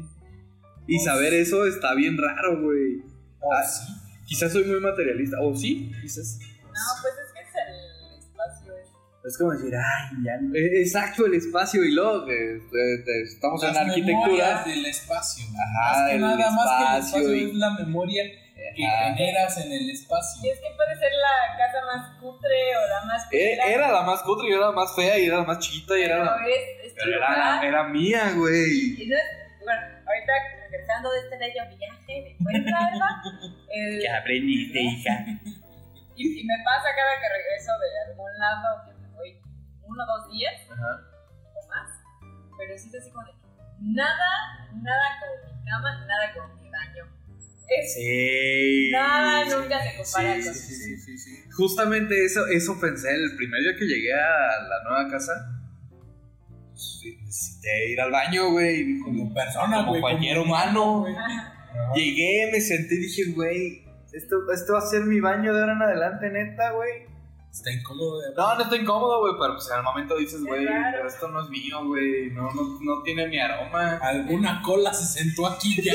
Speaker 9: Y saber eso está bien raro, güey. Ah,
Speaker 2: sí.
Speaker 9: Quizás soy muy materialista. O sí, quizás.
Speaker 1: No, pues es que es el espacio. es-
Speaker 9: Es como decir, ay, ya no. Eh, Exacto, el espacio y luego que, eh, te- estamos en
Speaker 2: Las
Speaker 9: arquitectura.
Speaker 2: memorias del espacio.
Speaker 9: Ajá,
Speaker 2: más que
Speaker 9: el
Speaker 2: nada, más que el
Speaker 9: espacio
Speaker 2: espacio
Speaker 9: y-
Speaker 2: es la memoria Picaneras en el
Speaker 3: Y
Speaker 2: espacio.
Speaker 3: es que puede ser la casa más cutre o la más.
Speaker 9: Era, Eh, E, era la más cutre y era la más fea y era la más chiquita y era la...
Speaker 3: Pero es, es
Speaker 9: Pero
Speaker 3: chingona.
Speaker 9: era, era mía, güey.
Speaker 3: Y no es- bueno, ahorita regresando de este bello viaje de Fuensalva, el-
Speaker 9: aprendiste, hija?
Speaker 3: y, y me pasa cada que regreso de algún lado, que me voy uno o dos días o más, pero sí es así como de nada, nada con mi cama, nada con mi baño. Es,
Speaker 9: Sí.
Speaker 3: Nada nunca se compara
Speaker 9: Sí,
Speaker 3: con
Speaker 9: sí, sí, sí, sí. Justamente eso, eso pensé el primer día que llegué a la nueva casa. Sí, Necesité ir al baño, güey.
Speaker 2: Como persona,
Speaker 9: Como
Speaker 2: güey.
Speaker 9: compañero
Speaker 2: humano, güey.
Speaker 9: Llegué, me senté y dije, güey, esto, esto va a ser mi baño de ahora en adelante, neta, güey.
Speaker 2: Está incómodo. güey.
Speaker 9: No, no está incómodo, güey, pero pues al momento dices, güey,
Speaker 3: raro.
Speaker 9: pero esto no es mío, güey. No, no, no tiene mi aroma.
Speaker 2: Alguna cola se sentó aquí ya.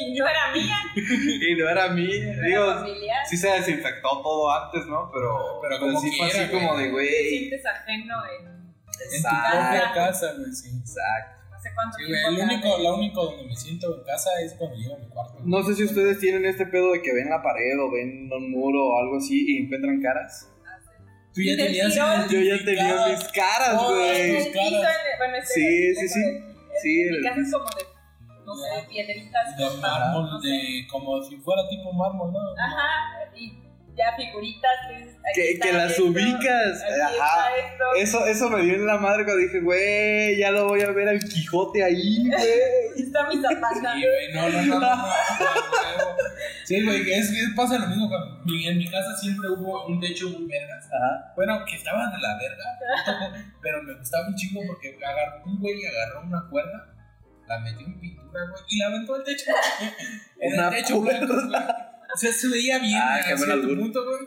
Speaker 3: y no era mía,
Speaker 9: Y no era mí.
Speaker 3: era
Speaker 9: Digo,
Speaker 3: familiar.
Speaker 9: sí se desinfectó todo antes, ¿no? Pero,
Speaker 2: Pero como
Speaker 9: sí fue
Speaker 2: quiera,
Speaker 9: así como de,
Speaker 3: Te
Speaker 9: güey.
Speaker 3: sientes ajeno en
Speaker 2: En tu
Speaker 9: exacto,
Speaker 2: propia casa, güey, sí.
Speaker 9: exacto.
Speaker 3: no sé cuánto
Speaker 2: Sí, güey,
Speaker 3: tiempo.
Speaker 2: el
Speaker 3: cada
Speaker 2: único,
Speaker 3: vez.
Speaker 2: lo único donde me siento en casa es cuando llego a mi cuarto.
Speaker 9: No sé si ustedes tienen este pedo de que ven la pared o ven un muro o algo así y encuentran caras.
Speaker 2: Tú ya
Speaker 3: Del
Speaker 2: tenías
Speaker 3: tirón.
Speaker 9: Yo ya tenía mis caras,
Speaker 2: Oh,
Speaker 9: güey.
Speaker 3: En
Speaker 2: tus
Speaker 3: el piso,
Speaker 2: caras.
Speaker 3: en el- bueno, este
Speaker 9: Sí,
Speaker 3: este
Speaker 9: sí, sí.
Speaker 3: como de-
Speaker 9: Sí,
Speaker 3: Mi
Speaker 9: el-
Speaker 3: casa es como de, no sé, piedritas.
Speaker 2: de
Speaker 3: con no
Speaker 2: mármol,
Speaker 3: sé.
Speaker 2: de como si fuera tipo mármol, ¿no?
Speaker 3: Ajá, y ya figuritas que, es- aquí
Speaker 9: Que,
Speaker 3: está
Speaker 9: que las
Speaker 3: esto,
Speaker 9: ubicas.
Speaker 3: aquí
Speaker 9: Ajá.
Speaker 3: está esto.
Speaker 9: Eso, eso me dio en la madre cuando dije, güey, ya lo voy a ver al Quijote ahí, güey.
Speaker 3: Está mi zapata.
Speaker 2: Sí, güey, no, no, no, no, no, no, huevo. Sí, güey, es que pasa lo mismo. con- En mi casa siempre hubo un techo muy vergas.
Speaker 9: Ajá.
Speaker 2: Bueno, que estaba de la verga, pero me gustaba un chingo porque agarró un güey agarró una cuerda, la metió en pintura, güey, y la aventó al techo. en
Speaker 9: Una
Speaker 2: el techo blanco,
Speaker 9: cuerda.
Speaker 2: güey. O sea, se veía bien
Speaker 9: Ah,
Speaker 2: a
Speaker 9: qué buen
Speaker 2: cierto
Speaker 9: albur.
Speaker 2: punto, güey.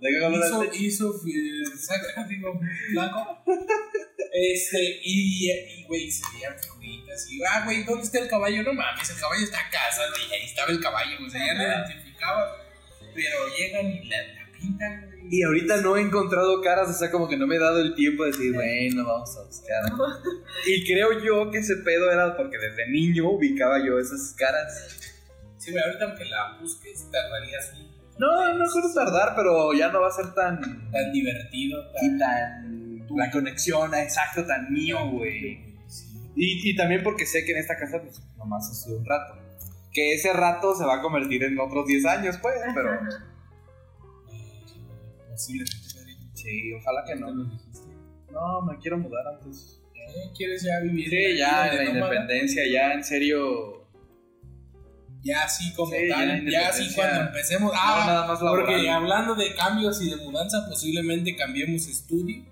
Speaker 9: De que como
Speaker 2: Hizo,
Speaker 9: la-
Speaker 2: hizo, eh, saca, digo, blanco. Este, y, y, güey, se veían figuritas. Y, ah, güey, ¿dónde está el caballo? No mames, el caballo está a casa, güey. Ahí estaba el caballo, o sea, ya lo identificaba. Pero llegan y la, la pintan, güey.
Speaker 9: Y ahorita no he encontrado caras, o sea, como que no me he dado el tiempo de decir, bueno, vamos a buscar. Y creo yo que ese pedo era porque desde niño ubicaba yo esas caras.
Speaker 2: Sí, güey, ahorita aunque la busques, tardarías un-
Speaker 9: No, no suelo tardar, pero ya no va a ser tan.
Speaker 2: tan divertido, tan.
Speaker 9: y tan. La conexión, exacto, tan mío, güey.
Speaker 2: eh, Sí.
Speaker 9: Y, y también porque sé que en esta casa, pues, nomás ha sido un rato. Que ese rato se va a convertir en otros 10 años, pues, pero...
Speaker 2: Eh, Posiblemente, Pedrito.
Speaker 9: Sí, ojalá que
Speaker 2: Ya
Speaker 9: no.
Speaker 2: lo dijiste.
Speaker 9: No, me quiero mudar antes.
Speaker 2: Eh, ¿Quieres ya vivir?
Speaker 9: Sí, ya, en la
Speaker 2: independencia
Speaker 9: independencia, ya, en serio...
Speaker 2: Ya así como
Speaker 9: Sí, ya
Speaker 2: tal, ya
Speaker 9: la
Speaker 2: así
Speaker 9: independencia.
Speaker 2: cuando empecemos.
Speaker 9: no,
Speaker 2: Ah,
Speaker 9: nada más laboral.
Speaker 2: porque hablando de cambios y de mudanza, posiblemente cambiemos estudio.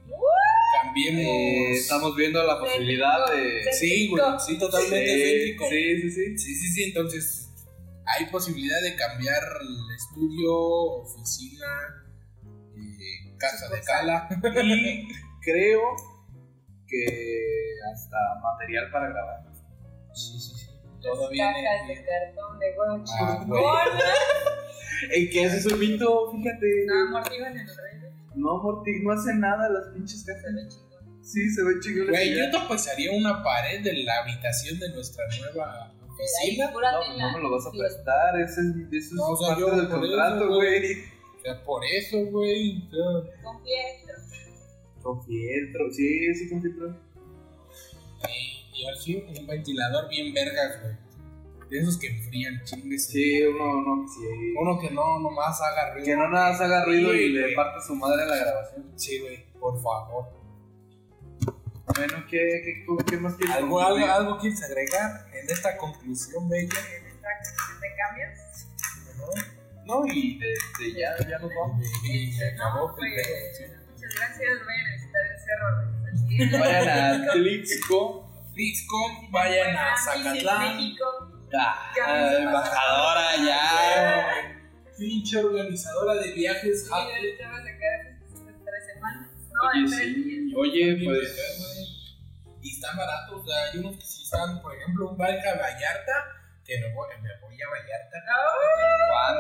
Speaker 2: Cambiemos.
Speaker 9: Eh, estamos viendo la posibilidad de...
Speaker 2: Sí, güey, sí, totalmente
Speaker 9: sí,
Speaker 2: céntrico.
Speaker 9: sí, sí, sí.
Speaker 2: Sí, sí, sí, entonces hay posibilidad de cambiar el estudio, oficina, eh, casa de cala.
Speaker 9: Y creo que hasta material para grabar.
Speaker 2: Sí, sí, sí. Todo viene.
Speaker 3: Cajas de cartón de huevo
Speaker 2: Ah, güey.
Speaker 3: chingona.
Speaker 9: En que ese es un mito, fíjate.
Speaker 3: No, amortiguan el rey.
Speaker 9: No, Morty, no hace nada las pinches cajas.
Speaker 3: Se ve chingón.
Speaker 9: Sí, se ve chingón.
Speaker 2: Güey, yo tapizaría una pared de la habitación de nuestra nueva
Speaker 3: Ahí
Speaker 2: oficina.
Speaker 3: figúrate
Speaker 9: No,
Speaker 3: en la-
Speaker 9: no me lo vas a
Speaker 3: sí.
Speaker 9: prestar, ese es, eso es
Speaker 2: No, o sea,
Speaker 9: parte
Speaker 2: yo
Speaker 9: del
Speaker 2: por
Speaker 9: contrato,
Speaker 2: eso,
Speaker 9: güey.
Speaker 2: O sea, Por eso, güey. o sea,
Speaker 3: Con fiesta.
Speaker 9: Con fieltro, sí, sí, con fieltro.
Speaker 2: Ey, Y así, un ventilador bien vergas, güey. De esos que enfrían, chingues.
Speaker 9: Sí, uno, uno, sí.
Speaker 2: Uno que no nomás haga ruido.
Speaker 9: Que no nada más haga ruido y
Speaker 2: Sí,
Speaker 9: le
Speaker 2: güey.
Speaker 9: parte su madre a la grabación.
Speaker 2: Sí, güey, por favor.
Speaker 9: Bueno, ¿qué, qué, cómo- qué más quieres?
Speaker 2: ¿Algo,
Speaker 9: concluir?
Speaker 2: algo, algo quieres agregar en esta conclusión, bella?
Speaker 3: ¿Te cambias?
Speaker 9: No, y de, de ya, ya nos vamos.
Speaker 2: Y se acabó,
Speaker 3: No,
Speaker 2: güey.
Speaker 3: pues, Muchas gracias, vayan a visitar el cerro. del Saltillo.
Speaker 9: Vayan a Tlixco.
Speaker 2: Discom, vayan a Zacatlán.
Speaker 3: México.
Speaker 9: Ah,
Speaker 3: Camisa
Speaker 9: embajadora, ya.
Speaker 2: Pinche organizadora de viajes.
Speaker 3: Y ahorita vas a sacar estas tres semanas. No,
Speaker 9: Oye,
Speaker 3: en tres días.
Speaker 9: sí. Oye,
Speaker 2: bien vergas,
Speaker 9: pues.
Speaker 2: güey. Y están baratos. O sea, hay unos que sí están, por ejemplo, un barca a Vallarta. Que me voy, me voy a Vallarta.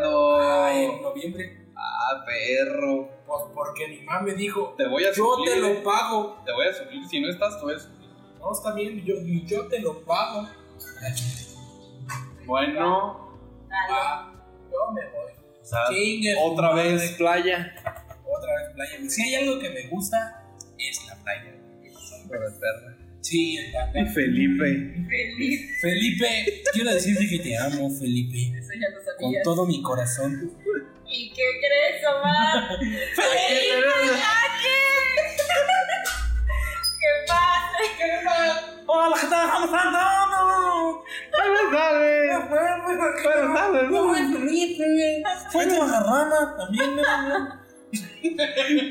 Speaker 9: ¿Cuándo?
Speaker 2: Ah, en noviembre.
Speaker 9: Ah, perro.
Speaker 2: Pues porque mi mamá me dijo,
Speaker 9: Te voy a
Speaker 2: yo
Speaker 9: suplir,
Speaker 2: te
Speaker 9: eh.
Speaker 2: lo pago.
Speaker 9: Te voy a subir, si no estás, tú eres.
Speaker 2: No, está bien, yo, yo te lo pago.
Speaker 9: Bueno,
Speaker 2: Va, yo me voy.
Speaker 9: O sea,
Speaker 2: Chingue su
Speaker 9: Ah, otra
Speaker 2: madre.
Speaker 9: vez playa.
Speaker 2: Otra vez playa. güey. Si hay algo que me gusta, es la playa. Sí, el café.
Speaker 9: Felipe.
Speaker 3: Feliz.
Speaker 2: Felipe, quiero decirte que te amo, Felipe.
Speaker 3: Eso ya lo
Speaker 2: Con
Speaker 3: sabía.
Speaker 2: todo mi corazón.
Speaker 3: ¿Y qué crees, Omar? ¡Feliz Navidad! ¿Qué pasa? ¿Qué pasa?
Speaker 12: ¡Hola, ¿qué tal? ¿Cómo están todos?
Speaker 9: Buenas tardes. Buenas tardes.
Speaker 12: Fue tu rama también, ¿no?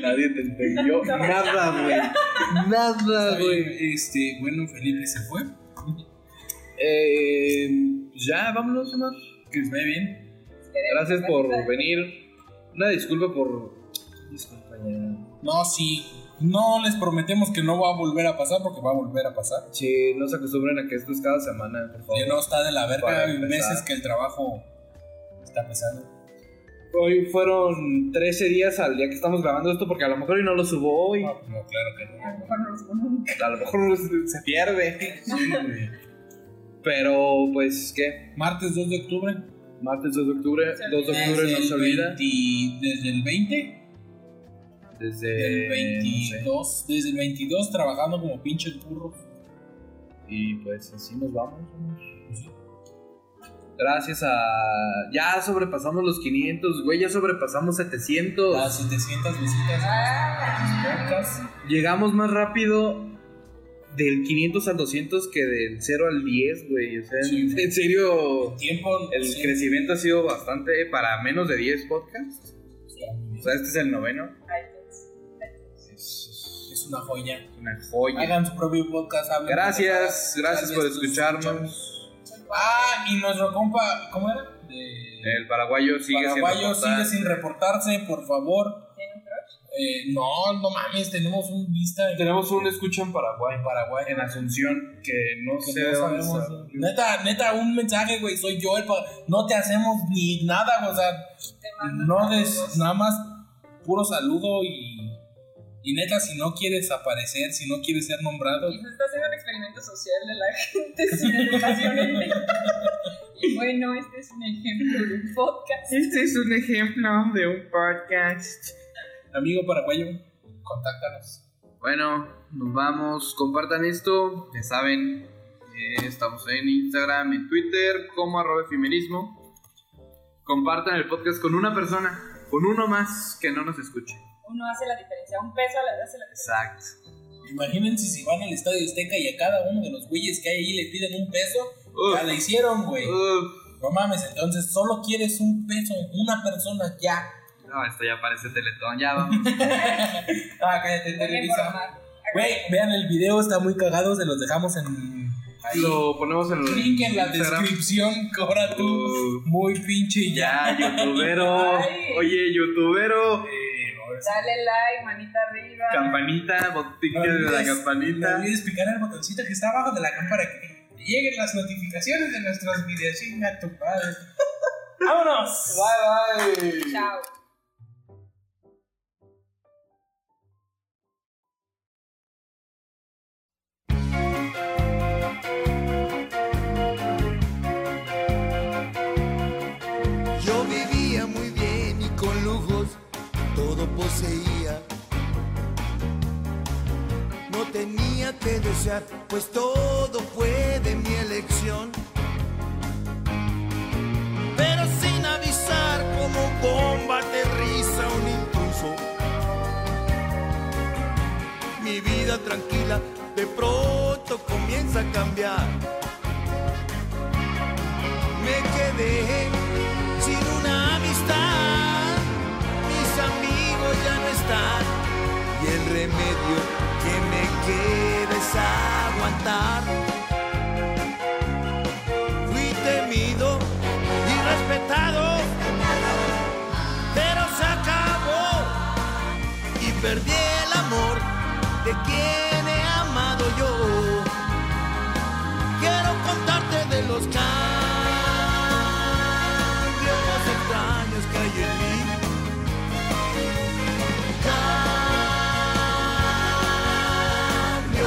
Speaker 9: Nadie te entendió. Nada, güey. Nada, güey.
Speaker 2: Este, bueno, Felipe se fue.
Speaker 9: Eh, pues ya, vámonos, Omar.
Speaker 2: Que les vaya bien.
Speaker 9: Gracias por venir. Una disculpa por. Disculpa ya.
Speaker 2: No, sí. No les prometemos que no va a volver a pasar porque va a volver a pasar.
Speaker 9: Che, no se acostumbren a que esto es cada semana, por favor.
Speaker 2: Que no está de la verga.
Speaker 9: Para
Speaker 2: Hay
Speaker 9: empezar.
Speaker 2: veces que el trabajo está pesado.
Speaker 9: Hoy fueron 13 días al día que estamos grabando esto porque a lo mejor y no lo subo hoy.
Speaker 2: No, no, claro que no.
Speaker 9: A lo mejor se se pierde. Pero pues qué,
Speaker 2: Martes 2 de octubre.
Speaker 9: martes 2 de octubre, 2 de octubre
Speaker 2: Desde
Speaker 9: no
Speaker 2: el
Speaker 9: se olvida.
Speaker 2: 20 desde el 20,
Speaker 9: Desde
Speaker 2: del
Speaker 9: el 20.
Speaker 2: 22, desde el 22 trabajando como pinche burro.
Speaker 9: Y pues así nos vamos. Gracias a ya sobrepasamos los 500, güey, ya sobrepasamos 700.
Speaker 2: Las 700 visitas.
Speaker 9: Llegamos más rápido del 500 al 200 que del 0 al 10, güey. O sea, en-
Speaker 2: Sí, güey.
Speaker 9: en serio,
Speaker 2: tiempo
Speaker 9: el
Speaker 2: sí,
Speaker 9: crecimiento ha sido bastante para menos de 10 podcasts.
Speaker 2: sí,
Speaker 9: O sea, este es el noveno.
Speaker 2: es una joya.
Speaker 9: Es una joya.
Speaker 2: Hagan su propio podcast. hablen
Speaker 9: Gracias,
Speaker 2: con los demás,
Speaker 9: gracias
Speaker 2: tal
Speaker 9: por
Speaker 2: vez los
Speaker 9: escucharnos.
Speaker 2: escuchamos. Ah, y nuestro compa, ¿cómo era? De
Speaker 9: El paraguayo sigue
Speaker 2: Paraguayo
Speaker 9: siendo
Speaker 2: sigue
Speaker 9: importante.
Speaker 2: sin reportarse, por favor. Eh, no, no mames, tenemos un vista en
Speaker 9: Tenemos un escucha en Paraguay. En Paraguay. En Asunción, que no
Speaker 2: que
Speaker 9: sé
Speaker 2: no
Speaker 9: dónde
Speaker 2: sabemos.
Speaker 9: está.
Speaker 2: Neta, neta, un mensaje, güey, soy yo el pa- No te hacemos ni nada, güey, o sea, no des, nada más puro saludo y. Y neta, si no quieres aparecer, si no quieres ser nombrado,
Speaker 3: Y se está haciendo un experimento social de la gente sin educación en México. Y bueno, este es un ejemplo de un podcast.
Speaker 9: Este es un ejemplo de un podcast.
Speaker 2: amigo paraguayo, contáctanos.
Speaker 9: Bueno, nos vamos. Compartan esto. Ya saben, eh, estamos en Instagram, en Twitter, como arroba efimerismo. Compartan el podcast con una persona, con uno más que no nos escuche.
Speaker 3: Uno hace la diferencia, un peso a la vez hace la diferencia.
Speaker 9: Exacto.
Speaker 2: Imagínense si van al Estadio Azteca y a cada uno de los güeyes que hay ahí le piden un peso. Ya le hicieron, güey.
Speaker 9: Uf.
Speaker 2: No mames, entonces solo quieres un peso, una persona ya.
Speaker 9: No, esto ya parece teletón. Ya vamos.
Speaker 2: Ah, cállate,
Speaker 3: También por
Speaker 2: Televisa.
Speaker 3: amar.
Speaker 2: Güey, vean el video, está muy cagado, se los dejamos en. Ahí.
Speaker 9: Lo ponemos en el
Speaker 2: Link en la
Speaker 9: Instagram.
Speaker 2: descripción, cobra tú.
Speaker 9: Uf.
Speaker 2: Muy pinche ya.
Speaker 9: Ya, youtubero.
Speaker 3: Ay.
Speaker 9: Oye, youtubero.
Speaker 3: Dale like, manita arriba.
Speaker 9: Campanita, botín
Speaker 2: No
Speaker 9: de la
Speaker 2: olvides- No
Speaker 9: campanita.
Speaker 2: olvides picar el botoncito que está abajo de la cámara que te lleguen las notificaciones de nuestros videos. Chinga tu padre.
Speaker 12: ¡Vámonos!
Speaker 9: Bye, bye.
Speaker 3: Chao.
Speaker 11: Yo vivía muy bien y con lujos todo poseía. No tenía que desear, pues todo fue de mi elección. Pero sin avisar, como bomba aterriza un impulso. Mi vida tranquila de pronto comienza a cambiar. Me quedé sin una amistad. Mis amigos ya no están. Y el remedio que me queda es aguantar. Fui temido y respetado. Pero se acabó y perdí el amor de quien he amado yo. Quiero contarte de los cambios extraños que hay en mí. Cambios.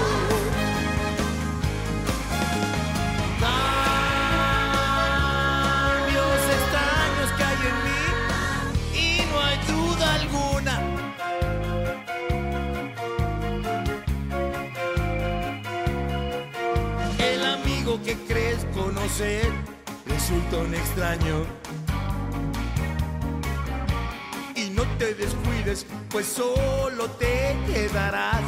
Speaker 11: Cambios extraños. conocer resulta un extraño. Y no te descuides, pues solo te quedarás.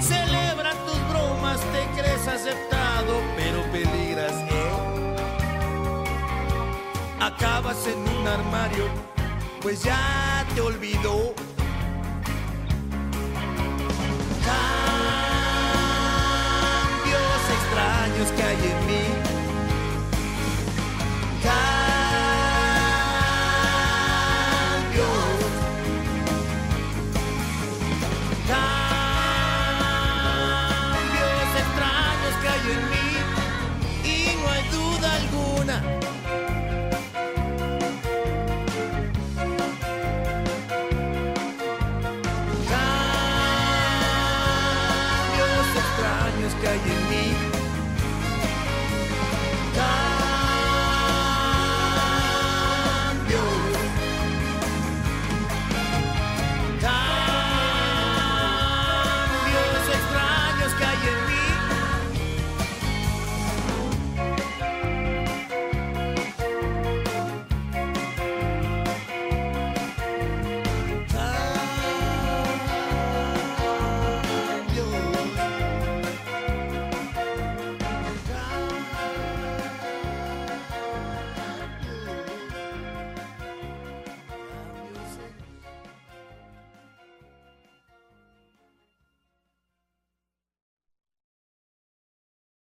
Speaker 11: Celebra tus bromas, te crees aceptado, pero peligras, ¿eh? Acabas en un armario, pues ya te olvidó.